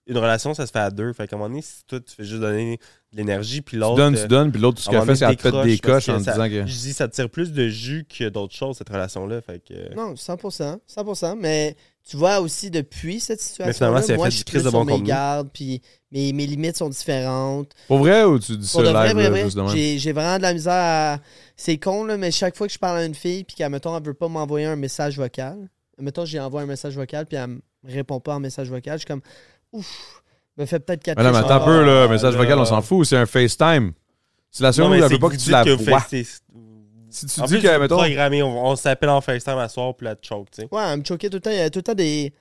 [SPEAKER 4] une relation, ça se fait à deux. Fait qu'à un moment donné, si toi, tu fais juste donner de l'énergie, puis
[SPEAKER 2] Tu
[SPEAKER 4] l'autre.
[SPEAKER 2] donnes,
[SPEAKER 4] euh,
[SPEAKER 2] tu donnes, puis l'autre, tout ce
[SPEAKER 4] à un
[SPEAKER 2] qu'elle
[SPEAKER 4] moment
[SPEAKER 2] fait, c'est
[SPEAKER 4] donné,
[SPEAKER 2] qu'elle te pète des
[SPEAKER 4] décroche parce
[SPEAKER 2] coches en
[SPEAKER 4] que ça-
[SPEAKER 2] disant que.
[SPEAKER 4] Je dis, ça te tire plus de jus que d'autres choses, cette relation-là. Fait que. euh,
[SPEAKER 3] Non, 100%, 100%, mais tu vois aussi depuis cette situation
[SPEAKER 4] Mais finalement, c'est la
[SPEAKER 3] moi,
[SPEAKER 4] fête
[SPEAKER 3] je
[SPEAKER 4] du
[SPEAKER 3] suis
[SPEAKER 4] Christ
[SPEAKER 3] plus
[SPEAKER 4] de
[SPEAKER 3] sur
[SPEAKER 4] bon
[SPEAKER 3] mes
[SPEAKER 4] contenu.
[SPEAKER 3] gardes, puis mes, mes limites sont différentes.
[SPEAKER 2] Pour vrai ou tu dis ça
[SPEAKER 3] Pour de
[SPEAKER 2] live,
[SPEAKER 3] vrai, vrai,
[SPEAKER 2] là,
[SPEAKER 3] vrai,
[SPEAKER 2] juste de même?
[SPEAKER 3] j'ai- j'ai vraiment de la misère à... C'est con, là, mais chaque fois que je parle à une fille, puis qu'elle, mettons, elle veut pas m'envoyer un message vocal, mettons, j'ai envoyé un message vocal, puis elle me répond pas en message vocal, je suis comme, ouf, me fait peut-être quatre
[SPEAKER 2] Ah non, mais attends un
[SPEAKER 4] Ah,
[SPEAKER 2] peu, là, message
[SPEAKER 4] là.
[SPEAKER 2] vocal, on s'en fout, c'est un FaceTime. C'est la
[SPEAKER 4] Non,
[SPEAKER 2] seconde où
[SPEAKER 4] mais
[SPEAKER 2] elle
[SPEAKER 4] c'est
[SPEAKER 2] veut pas
[SPEAKER 4] vous
[SPEAKER 2] que tu
[SPEAKER 4] dites
[SPEAKER 2] la
[SPEAKER 4] vous
[SPEAKER 2] vois.
[SPEAKER 4] faites-
[SPEAKER 2] Si tu
[SPEAKER 4] en
[SPEAKER 2] dis
[SPEAKER 4] plus,
[SPEAKER 2] que,
[SPEAKER 4] vous
[SPEAKER 2] mettons,
[SPEAKER 4] programmez, on, on s'appelle en FaceTime à soir, puis la choke, tu sais.
[SPEAKER 3] Ouais, elle me choquait tout le temps, il y avait tout le temps des,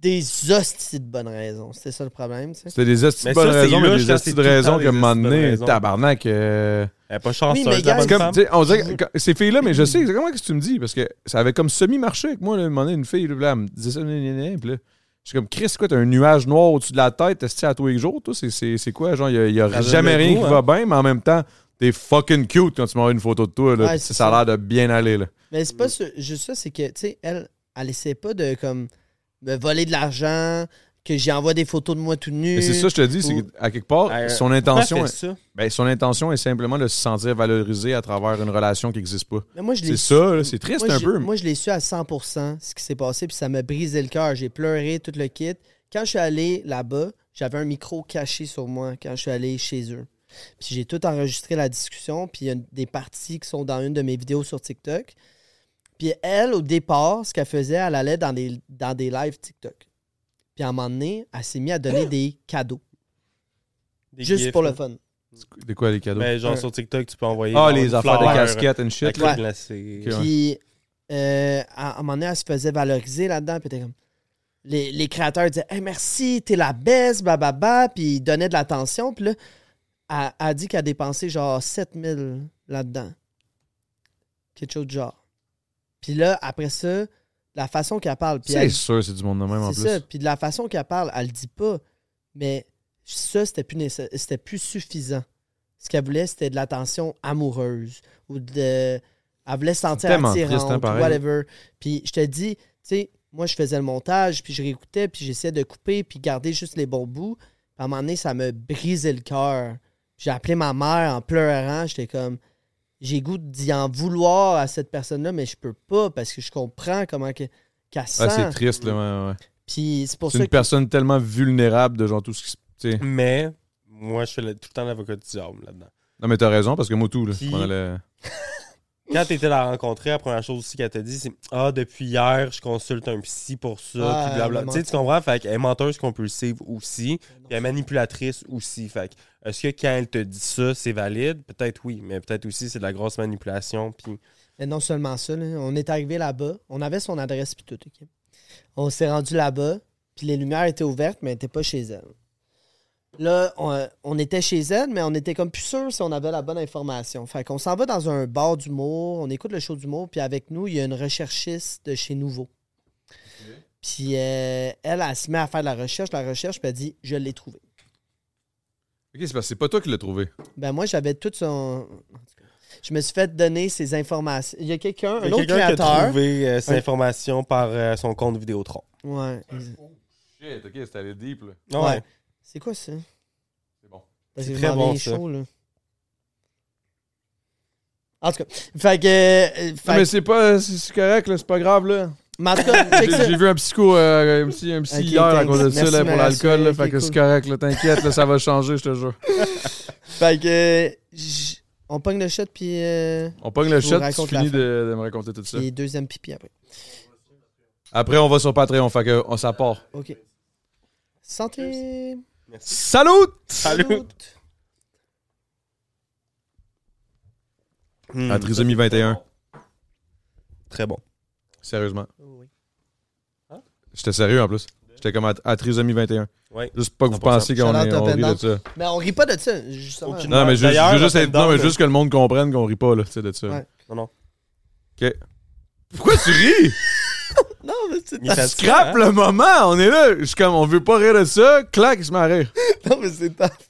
[SPEAKER 3] des hosties de bonnes raisons, c'était ça le problème, tu sais.
[SPEAKER 2] c'était des astuces de
[SPEAKER 4] Mais
[SPEAKER 2] bonnes
[SPEAKER 4] ça, c'est
[SPEAKER 2] raisons, mais
[SPEAKER 4] louche
[SPEAKER 2] des
[SPEAKER 4] quand
[SPEAKER 2] astuces
[SPEAKER 4] c'est
[SPEAKER 2] de
[SPEAKER 4] tout le
[SPEAKER 2] raisons
[SPEAKER 4] temps
[SPEAKER 2] que, à un
[SPEAKER 4] des
[SPEAKER 2] moment
[SPEAKER 4] astuces de bonnes
[SPEAKER 2] donné,
[SPEAKER 4] raisons.
[SPEAKER 2] tabarnak. euh,
[SPEAKER 4] Elle est pas chanceuse,
[SPEAKER 3] mais
[SPEAKER 4] la
[SPEAKER 3] gars,
[SPEAKER 4] bonne
[SPEAKER 3] c'est
[SPEAKER 4] femme.
[SPEAKER 2] comme, tu sais, on dirait que quand- ces filles-là, mais je sais exactement ce que tu me dis, parce que ça avait comme semi-marché avec moi, là, à un moment donné, une fille, là, puis là, elle me disait ça, gna, gna, gna, puis là, je suis comme, Chris, quoi, t'as un nuage noir au-dessus de la tête, t'es à tous les jours, toi, c'est- c'est c'est quoi, genre, il n'y a,
[SPEAKER 4] Ça donne
[SPEAKER 2] jamais
[SPEAKER 4] le
[SPEAKER 2] rien
[SPEAKER 4] goût,
[SPEAKER 2] qui
[SPEAKER 4] hein.
[SPEAKER 2] va bien, mais en même temps, t'es fucking cute quand tu m'envoies une photo de toi, là,
[SPEAKER 3] Ouais,
[SPEAKER 2] puis
[SPEAKER 3] c'est
[SPEAKER 2] ça a l'air de bien aller, là.
[SPEAKER 3] Mais c'est pas ce- juste ça, c'est que, tu sais, elle, elle essaie pas de, comme, me voler de l'argent, que j'y envoie des photos de moi tout nu.
[SPEAKER 2] Mais c'est ça, je te dis, c'est
[SPEAKER 3] Ou-
[SPEAKER 2] qu'à quelque part,
[SPEAKER 4] Euh,
[SPEAKER 2] son intention,
[SPEAKER 4] pourquoi elle fait ça?
[SPEAKER 2] ben, son intention est simplement de se sentir valorisé à travers une relation qui n'existe pas.
[SPEAKER 3] Mais moi, je l'ai
[SPEAKER 2] C'est
[SPEAKER 3] su-
[SPEAKER 2] ça, là, c'est triste
[SPEAKER 3] moi,
[SPEAKER 2] un
[SPEAKER 3] j'ai-
[SPEAKER 2] peu. mais-
[SPEAKER 3] Moi, je l'ai su à 100% ce qui s'est passé, puis ça m'a brisé le cœur. J'ai pleuré tout le kit. Quand je suis allé là-bas, j'avais un micro caché sur moi quand je suis allé chez eux. Puis j'ai tout enregistré la discussion, puis il y a une- des parties qui sont dans une de mes vidéos sur TikTok. Puis elle, au départ, ce qu'elle faisait, elle allait dans des, dans des lives TikTok. Puis à un moment donné, elle s'est mise à donner des cadeaux,
[SPEAKER 4] Des
[SPEAKER 3] juste
[SPEAKER 4] gifs,
[SPEAKER 3] pour le
[SPEAKER 4] là.
[SPEAKER 3] fun.
[SPEAKER 2] De quoi les cadeaux?
[SPEAKER 3] Ben,
[SPEAKER 4] Mais genre sur TikTok, tu peux envoyer.
[SPEAKER 2] ah,
[SPEAKER 4] genre,
[SPEAKER 2] les
[SPEAKER 4] une
[SPEAKER 2] affaires
[SPEAKER 4] fleur, euh,
[SPEAKER 2] de casquettes and
[SPEAKER 4] la
[SPEAKER 2] shit.
[SPEAKER 4] crème
[SPEAKER 3] Ouais.
[SPEAKER 4] glacée.
[SPEAKER 2] Ok.
[SPEAKER 3] Puis, euh, à, à un moment donné, elle se faisait valoriser là-dedans. Puis, t'es comme. Les, les créateurs disaient Hey, merci, t'es la baisse, bababa. Puis, ils donnaient de l'attention. Puis là, elle, elle a dit qu'elle a dépensé genre 7000 là-dedans. Quelque chose de genre. Puis là, après ça, la façon qu'elle parle. puis
[SPEAKER 2] C'est
[SPEAKER 3] elle-
[SPEAKER 2] sûr, c'est du monde de même en
[SPEAKER 3] c'est
[SPEAKER 2] plus.
[SPEAKER 3] ça. Puis de la façon qu'elle parle, elle le dit pas. Mais ça, c'était plus, nécess- c'était plus suffisant. Ce qu'elle voulait, c'était de l'attention amoureuse ou de. Elle voulait se sentir
[SPEAKER 2] tellement
[SPEAKER 3] attirante
[SPEAKER 2] triste, hein,
[SPEAKER 3] ou
[SPEAKER 2] pareil.
[SPEAKER 3] whatever. Puis je te dis, tu sais, moi, je faisais le montage, puis je réécoutais, puis j'essayais de couper, puis garder juste les bons bouts. Puis à un moment donné, ça me brisait le cœur. J'ai appelé ma mère en pleurant. J'étais comme, j'ai goût d'y en vouloir à cette personne-là, mais je peux pas parce que je comprends comment que- qu'elle
[SPEAKER 2] Ah,
[SPEAKER 3] sent.
[SPEAKER 2] c'est triste, là. ouais, ouais.
[SPEAKER 3] Puis c'est pour
[SPEAKER 2] C'est
[SPEAKER 3] ça
[SPEAKER 2] une
[SPEAKER 3] que
[SPEAKER 2] personne tellement vulnérable de genre tout ce qui se. tu sais.
[SPEAKER 4] Mais moi, je fais le- tout le temps l'avocat du diable là-dedans.
[SPEAKER 2] Non, mais t'as raison, parce que moi, tout, là.
[SPEAKER 4] Puis-
[SPEAKER 2] on allait-
[SPEAKER 4] Quand t'étais la rencontrer, la première chose aussi qu'elle t'a dit, c'est Ah, depuis hier, je consulte un psy pour ça,
[SPEAKER 3] Ah,
[SPEAKER 4] puis blabla.
[SPEAKER 3] elle
[SPEAKER 4] Tu sais, tu comprends? Fait qu'elle est menteuse compulsive aussi, puis elle est manipulatrice aussi. Fait que, est-ce que quand elle te dit ça, c'est valide? Peut-être oui, mais peut-être aussi, c'est de la grosse manipulation, puis
[SPEAKER 3] Mais non seulement ça, là, on est arrivé là-bas, on avait son adresse puis tout. ok. On s'est rendu là-bas, puis les lumières étaient ouvertes, mais elles n'étaient pas chez elle. Là, on, on était chez elle, mais on était comme plus sûr si on avait la bonne information. Fait qu'on s'en va dans un bar d'humour, on écoute le show d'humour, puis avec nous, il y a une recherchiste de chez Nouveau. Puis euh, elle, elle se met à faire de la recherche, la recherche, puis elle dit Je l'ai trouvé.
[SPEAKER 2] Ok, c'est parce que c'est pas toi qui l'as trouvé.
[SPEAKER 3] Ben moi, j'avais tout son. en tout cas. Je me suis fait donner ces informations. Il y a quelqu'un,
[SPEAKER 4] Il
[SPEAKER 3] un
[SPEAKER 4] y a
[SPEAKER 3] autre
[SPEAKER 4] quelqu'un qui a
[SPEAKER 3] créateur.
[SPEAKER 4] trouvé euh, ces
[SPEAKER 3] Un-
[SPEAKER 4] informations par euh, son compte Vidéotron.
[SPEAKER 3] Ouais.
[SPEAKER 2] Shit, ok, c'est allé deep, là.
[SPEAKER 4] Ouais.
[SPEAKER 3] Ah Ouais. C'est quoi ça? Ben,
[SPEAKER 2] C'est bon.
[SPEAKER 3] Parce
[SPEAKER 4] C'est
[SPEAKER 3] que je
[SPEAKER 4] très
[SPEAKER 3] m'en
[SPEAKER 4] bon,
[SPEAKER 3] viens
[SPEAKER 4] ça.
[SPEAKER 3] chaud, là. En tout cas, fait que. euh, fait
[SPEAKER 2] Non, mais c'est pas. C'est c'est correct, là, c'est pas grave, là.
[SPEAKER 3] que- mais en tout cas, check
[SPEAKER 2] J'ai
[SPEAKER 3] ça.
[SPEAKER 2] j'ai vu un psycho, euh, un psy, un psy
[SPEAKER 3] Ok,
[SPEAKER 2] hier à
[SPEAKER 3] thanks.
[SPEAKER 2] cause de ça,
[SPEAKER 3] Merci
[SPEAKER 2] là,
[SPEAKER 3] de
[SPEAKER 2] pour
[SPEAKER 3] me
[SPEAKER 2] l'alcool, là.
[SPEAKER 3] rassurer,
[SPEAKER 2] Fait
[SPEAKER 3] ok,
[SPEAKER 2] que c'est
[SPEAKER 3] cool.
[SPEAKER 2] correct, là. T'inquiète, là, ça va changer, je te jure.
[SPEAKER 3] Fait que. j- On pogne le shot, puis. euh,
[SPEAKER 2] On pogne le
[SPEAKER 3] Je vous
[SPEAKER 2] shot, tu
[SPEAKER 3] raconte la
[SPEAKER 2] finis
[SPEAKER 3] fin.
[SPEAKER 2] de, de me raconter tout ça.
[SPEAKER 3] puis deuxième pipi après.
[SPEAKER 2] Après, on va sur Patreon, fait que on, ça part.
[SPEAKER 3] OK. Santé.
[SPEAKER 2] Salut!
[SPEAKER 4] Salut! Hmm.
[SPEAKER 2] À trisomie 21.
[SPEAKER 4] Très bon.
[SPEAKER 2] Sérieusement.
[SPEAKER 3] Oh, Oui.
[SPEAKER 2] J'étais sérieux en plus. J'étais comme à, à trisomie 21.
[SPEAKER 4] Ouais.
[SPEAKER 2] Juste pas que vous
[SPEAKER 4] 100%.
[SPEAKER 2] pensiez qu'on
[SPEAKER 3] Shout out
[SPEAKER 2] est, on
[SPEAKER 3] Open
[SPEAKER 2] rit de
[SPEAKER 3] Down.
[SPEAKER 2] ça.
[SPEAKER 3] Mais on rit pas de ça, justement.
[SPEAKER 4] Aucune-
[SPEAKER 2] Non, mais juste, je
[SPEAKER 4] D'ailleurs,
[SPEAKER 2] veux juste
[SPEAKER 4] Open
[SPEAKER 2] être- non, mais
[SPEAKER 4] Down,
[SPEAKER 2] juste que le monde comprenne qu'on rit pas là, tu sais, de ça.
[SPEAKER 3] Ouais.
[SPEAKER 4] Non, non.
[SPEAKER 2] OK. Pourquoi tu ris?
[SPEAKER 3] Non, mais c'est
[SPEAKER 4] Il fait
[SPEAKER 2] Scrape le moment! On est là! Je suis comme, on veut pas rire de ça. Clac, il se met à rire.
[SPEAKER 3] Non, mais c'est ta face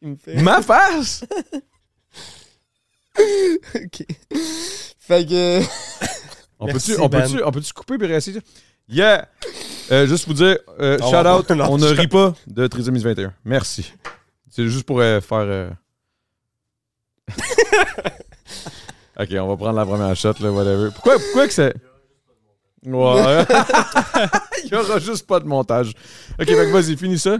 [SPEAKER 3] qui me fait.
[SPEAKER 2] Ma face!
[SPEAKER 3] OK. Fait que.
[SPEAKER 2] On
[SPEAKER 4] Merci,
[SPEAKER 2] peut-tu on
[SPEAKER 4] Ben.
[SPEAKER 2] peut on peut couper puis réessayer? Yeah! Euh, juste pour dire, euh,
[SPEAKER 4] Ah, On
[SPEAKER 2] shout
[SPEAKER 4] va-
[SPEAKER 2] out,
[SPEAKER 4] Non,
[SPEAKER 2] on ne
[SPEAKER 4] je-
[SPEAKER 2] rit pas de Trisomie 21. Merci. C'est juste pour euh, faire. euh, ok, on va prendre la première shot, là, whatever. Pourquoi, pourquoi que c'est. Ouais. Il y aura juste pas de montage. Ok, fait que vas-y, finis ça.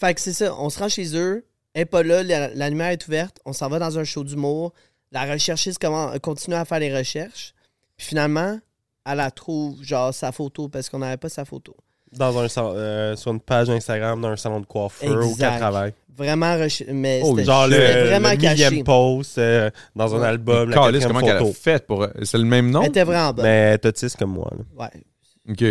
[SPEAKER 3] Fait que c'est ça, on se rend chez eux, elle est pas là, la, la lumière est ouverte, on s'en va dans un show d'humour, la recherchiste comment, continue à faire les recherches, puis finalement, elle la trouve, genre, sa photo, parce qu'on n'avait pas sa photo.
[SPEAKER 4] Dans un, sal- euh, sur une page Instagram d'un salon de coiffeur ou qu'elle
[SPEAKER 3] Exact.
[SPEAKER 4] travaille.
[SPEAKER 3] Vraiment, reche- mais
[SPEAKER 2] Oh,
[SPEAKER 3] c'était-
[SPEAKER 4] Genre le,
[SPEAKER 3] c'était
[SPEAKER 4] le
[SPEAKER 3] vraiment
[SPEAKER 4] millième
[SPEAKER 3] caché.
[SPEAKER 4] post euh, dans un
[SPEAKER 3] Ouais.
[SPEAKER 4] album,
[SPEAKER 2] Caliste,
[SPEAKER 4] la quatrième
[SPEAKER 2] comment qu'elle a
[SPEAKER 4] photo.
[SPEAKER 2] fait pour. euh, C'est le même nom?
[SPEAKER 3] Elle était vraiment bonne.
[SPEAKER 4] Mais t'es autiste comme moi. là.
[SPEAKER 3] Ouais.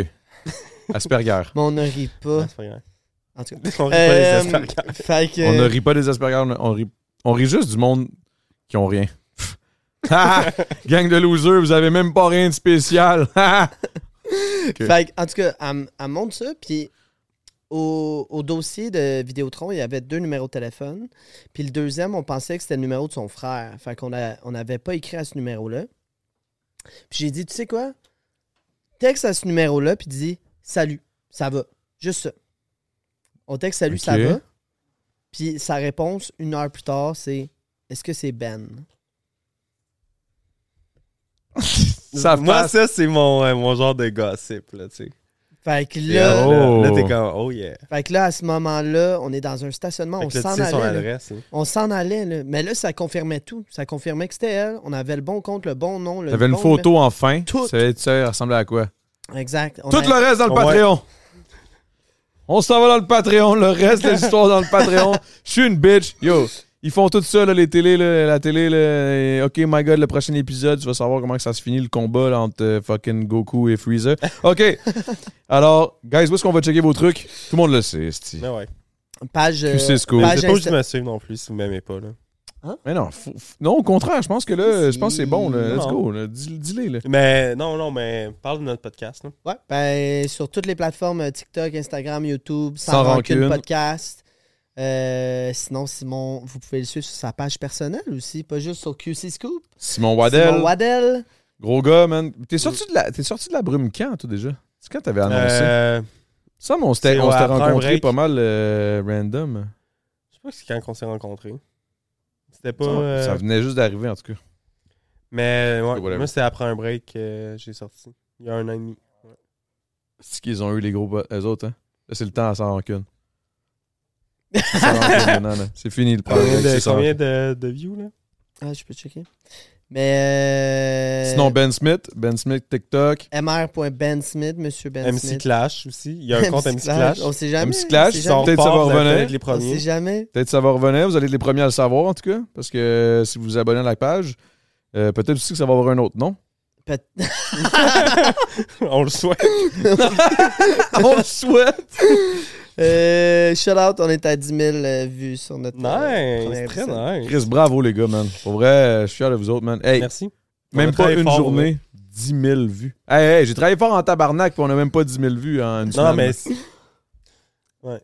[SPEAKER 2] Ok. Asperger.
[SPEAKER 3] Mais on ne rit pas.
[SPEAKER 4] Ah, c'est pas grave.
[SPEAKER 3] En tout cas.
[SPEAKER 4] On rit
[SPEAKER 3] Euh,
[SPEAKER 4] pas les escargots.
[SPEAKER 3] fait que.
[SPEAKER 2] On ne rit pas des Asperger, on- on rit, on rit juste du monde qui ont rien. Ha! Gang de losers, vous avez même pas rien de spécial. Ah, Ha!
[SPEAKER 3] Fait que, en tout cas, elle, m- elle me montre ça, puis au, au dossier de Vidéotron, il y avait deux numéros de téléphone. Puis le deuxième, on pensait que c'était le numéro de son frère. Fait qu'on a- on n'avait pas écrit à ce numéro-là. Puis j'ai dit, tu sais quoi? Texte à ce numéro-là, puis dis salut, ça va. Juste ça. On texte salut, ça
[SPEAKER 2] Ok.
[SPEAKER 3] va. Puis sa réponse, une heure plus tard, c'est est-ce que c'est Ben?
[SPEAKER 2] Ça
[SPEAKER 4] Moi,
[SPEAKER 2] passe.
[SPEAKER 4] ça, c'est mon, euh, mon genre de gossip. Là, tu sais.
[SPEAKER 3] Fait que
[SPEAKER 4] Et Là,
[SPEAKER 3] là,
[SPEAKER 2] Oh.
[SPEAKER 4] là, t'es comme, oh yeah.
[SPEAKER 3] fait que là, à ce moment-là, on est dans un stationnement,
[SPEAKER 4] Fait
[SPEAKER 3] on
[SPEAKER 4] que là,
[SPEAKER 3] s'en
[SPEAKER 4] tu sais son
[SPEAKER 3] allait. là.
[SPEAKER 4] adresse. hein.
[SPEAKER 3] On s'en allait, là. Mais là, ça confirmait tout. Ça confirmait que c'était elle. On avait le bon compte, le bon nom. le
[SPEAKER 2] T'avais une
[SPEAKER 3] bon
[SPEAKER 2] photo enfin.
[SPEAKER 3] Tout.
[SPEAKER 2] Ça, va- ça ressemblait à quoi?
[SPEAKER 3] numéro. Exact. On
[SPEAKER 2] Tout
[SPEAKER 3] avait-
[SPEAKER 2] le reste dans le
[SPEAKER 4] Ouais.
[SPEAKER 2] Patreon. On s'en va dans le Patreon. Le reste de l'histoire dans le Patreon. Je suis une bitch. Yo, ils font tout ça, là, les télés, là, la télé. là, et OK, my God, le prochain épisode, tu vas savoir comment que ça se finit, le combat là, entre euh, fucking Goku et Freezer. OK. Alors, guys, où est-ce qu'on va checker vos trucs? Tout le monde le sait, c'ti.
[SPEAKER 4] Mais ouais.
[SPEAKER 3] Page. euh,
[SPEAKER 2] QC School.
[SPEAKER 4] Mais
[SPEAKER 3] page
[SPEAKER 4] Vous êtes pas obligé
[SPEAKER 3] Insta-
[SPEAKER 4] de me suivre non plus si vous m'aimez pas. Là.
[SPEAKER 2] Mais non, faut- faut- non, au contraire, je pense que là, je pense que c'est bon. Là. Let's
[SPEAKER 4] Non.
[SPEAKER 2] go. là. Dis- Dis-les. là.
[SPEAKER 4] Mais non, non, mais parle de notre podcast. Là.
[SPEAKER 3] Ouais. Ben, sur toutes les plateformes euh, TikTok, Instagram, YouTube, sans,
[SPEAKER 2] Sans
[SPEAKER 3] rancune,
[SPEAKER 2] rancune.
[SPEAKER 3] podcast. Euh, sinon, Simon, vous pouvez le suivre sur sa page personnelle aussi, pas juste sur QC Scoop.
[SPEAKER 2] Simon Waddell.
[SPEAKER 3] Simon Waddell.
[SPEAKER 2] Gros gars, man. T'es sorti, de la- t'es sorti de la brume quand, toi, déjà? C'est quand t'avais annoncé?
[SPEAKER 4] Euh,
[SPEAKER 2] Ça, mais on s'était
[SPEAKER 4] C'est
[SPEAKER 2] on s'était
[SPEAKER 4] après un
[SPEAKER 2] rencontrés
[SPEAKER 4] break.
[SPEAKER 2] pas mal euh, random.
[SPEAKER 4] je sais pas si c'est quand on s'est rencontrés. C'était pas.
[SPEAKER 2] Ça,
[SPEAKER 4] euh,
[SPEAKER 2] ça venait juste d'arriver, en tout cas.
[SPEAKER 4] Mais ouais,
[SPEAKER 2] whatever.
[SPEAKER 4] moi, c'était après un break que j'ai sorti. Il y a un an et demi.
[SPEAKER 2] C'est qu'ils ont eu les gros bots, eux autres, hein? Là, c'est le temps à sans rancune. Sans rancune, non, non. C'est fini le premier
[SPEAKER 4] Combien
[SPEAKER 2] break, Ah, c'est
[SPEAKER 4] de,
[SPEAKER 2] sans
[SPEAKER 4] combien
[SPEAKER 2] rancune.
[SPEAKER 4] de, de views là?
[SPEAKER 3] Ah, je peux checker. Mais. euh,
[SPEAKER 2] Sinon, Ben Smith, Ben Smith TikTok,
[SPEAKER 3] Mr.Ben Smith, Monsieur Ben
[SPEAKER 4] MC
[SPEAKER 3] Smith.
[SPEAKER 4] Clash aussi. Il y a un compte MC Clash.
[SPEAKER 3] On sait jamais.
[SPEAKER 2] MC Clash,
[SPEAKER 3] on sait
[SPEAKER 2] ils
[SPEAKER 4] Ils
[SPEAKER 3] jamais.
[SPEAKER 4] sont
[SPEAKER 2] Peut-être ça va
[SPEAKER 4] forts, vous allez
[SPEAKER 2] revenir.
[SPEAKER 4] être les
[SPEAKER 3] On sait
[SPEAKER 4] premiers.
[SPEAKER 3] jamais.
[SPEAKER 2] peut-être ça va revenir, vous allez être les premiers à le savoir, en tout cas, parce que euh, si vous vous abonnez à la page, euh, peut-être aussi que ça va avoir un autre nom.
[SPEAKER 3] Peut-
[SPEAKER 4] on le souhaite.
[SPEAKER 2] on le souhaite!
[SPEAKER 3] Euh, shout out, on est à 10 000 euh, vues sur notre. euh, premier
[SPEAKER 4] Nice. Très
[SPEAKER 3] épisode.
[SPEAKER 4] nice.
[SPEAKER 2] Chris, bravo les gars, man. Pour vrai, euh, je suis fier de vous autres, man. Hey,
[SPEAKER 4] Merci. On a
[SPEAKER 2] Même pas
[SPEAKER 4] travaillé
[SPEAKER 2] une
[SPEAKER 4] fort,
[SPEAKER 2] journée, 10 000 vues. Hey, hey, j'ai travaillé fort en tabarnak, puis on a même pas 10 000 vues en une
[SPEAKER 4] Non,
[SPEAKER 2] semaine.
[SPEAKER 4] mais. c'est- Ouais.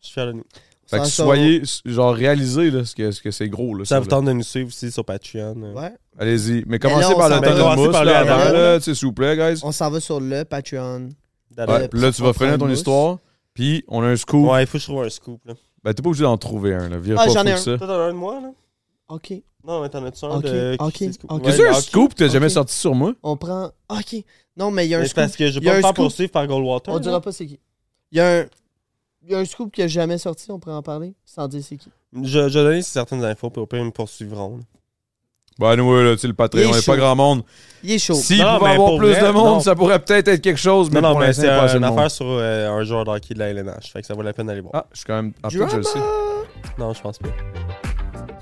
[SPEAKER 4] Je suis fier de nous.
[SPEAKER 2] Fait que
[SPEAKER 3] Sans
[SPEAKER 2] soyez, genre, réalisez là, ce que ce que c'est gros. Là,
[SPEAKER 4] Ça
[SPEAKER 2] ça,
[SPEAKER 4] vous
[SPEAKER 2] là.
[SPEAKER 4] tente de nous suivre aussi sur Patreon. euh.
[SPEAKER 3] Ouais.
[SPEAKER 2] Allez-y. Mais commencez
[SPEAKER 3] là, on
[SPEAKER 2] par le
[SPEAKER 3] s'en va.
[SPEAKER 4] Commencez
[SPEAKER 2] Tendon
[SPEAKER 4] par
[SPEAKER 2] par
[SPEAKER 4] le
[SPEAKER 2] là,
[SPEAKER 3] Tendon
[SPEAKER 2] avant,
[SPEAKER 3] Mousse.
[SPEAKER 2] là, tu sais, s'il vous plaît, guys.
[SPEAKER 3] On s'en va sur le Patreon.
[SPEAKER 4] D'aller-
[SPEAKER 2] Ouais,
[SPEAKER 4] Ouais,
[SPEAKER 2] puis là, tu vas finir ton
[SPEAKER 3] Mousse.
[SPEAKER 2] histoire. Puis, on a un scoop.
[SPEAKER 4] il faut que je trouve un scoop. Là.
[SPEAKER 2] Ben, t'es pas obligé d'en trouver un, là. Vire
[SPEAKER 3] Ah,
[SPEAKER 2] pas
[SPEAKER 3] j'en ai
[SPEAKER 2] fou
[SPEAKER 4] Toi,
[SPEAKER 2] que ça.
[SPEAKER 4] t'en as un de moi, là?
[SPEAKER 3] OK.
[SPEAKER 4] Non, mais t'en as-tu un
[SPEAKER 3] Ok,
[SPEAKER 4] de...
[SPEAKER 3] ok,
[SPEAKER 4] c'est le scoop?
[SPEAKER 3] ok.
[SPEAKER 4] Ouais, bah,
[SPEAKER 2] Qu'est-ce que
[SPEAKER 4] le
[SPEAKER 2] un
[SPEAKER 4] hockey.
[SPEAKER 2] scoop que t'as jamais
[SPEAKER 3] Ok.
[SPEAKER 2] sorti sur moi?
[SPEAKER 3] On prend. OK. Non, mais il y a un
[SPEAKER 4] Mais c'est
[SPEAKER 3] scoop.
[SPEAKER 4] parce que je
[SPEAKER 3] Il
[SPEAKER 4] vais
[SPEAKER 3] y a
[SPEAKER 4] pas me
[SPEAKER 3] un
[SPEAKER 4] faire
[SPEAKER 3] scoop.
[SPEAKER 4] poursuivre par Goldwater.
[SPEAKER 3] On
[SPEAKER 4] là.
[SPEAKER 3] dira pas c'est qui. Il y a un. Il y a un scoop qui a jamais sorti, on pourrait en parler sans dire c'est qui.
[SPEAKER 4] Je, je vais donner certaines infos, puis au pire, ils me poursuivront. là.
[SPEAKER 2] Ben, anyway, là, tu sais, le
[SPEAKER 3] Il est
[SPEAKER 2] Patreon, il est
[SPEAKER 3] chaud.
[SPEAKER 2] pas grand monde.
[SPEAKER 3] Il est chaud.
[SPEAKER 2] S'il
[SPEAKER 4] Non,
[SPEAKER 2] pouvait
[SPEAKER 4] mais
[SPEAKER 2] avoir
[SPEAKER 4] pour
[SPEAKER 2] plus
[SPEAKER 4] vrai,
[SPEAKER 2] de monde,
[SPEAKER 4] non.
[SPEAKER 2] ça pourrait peut-être être quelque chose, mais
[SPEAKER 4] Non, non,
[SPEAKER 2] pour
[SPEAKER 4] mais
[SPEAKER 2] l'instant,
[SPEAKER 4] c'est
[SPEAKER 2] il y a pas
[SPEAKER 4] euh,
[SPEAKER 2] assez de
[SPEAKER 4] une
[SPEAKER 2] monde.
[SPEAKER 4] affaire sur euh, un joueur de hockey de la LNH. Fait que ça vaut la peine d'aller voir.
[SPEAKER 2] Ah, je suis quand même. Ah, peut-être
[SPEAKER 3] Drama!
[SPEAKER 2] je le sais.
[SPEAKER 3] Ah.
[SPEAKER 4] Non, je pense pas.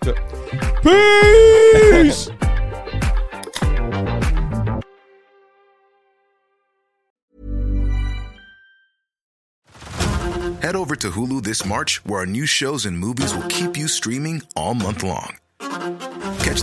[SPEAKER 2] Peace!
[SPEAKER 5] Head over to Hulu this March, where our new shows and movies will keep you streaming all month long. Catch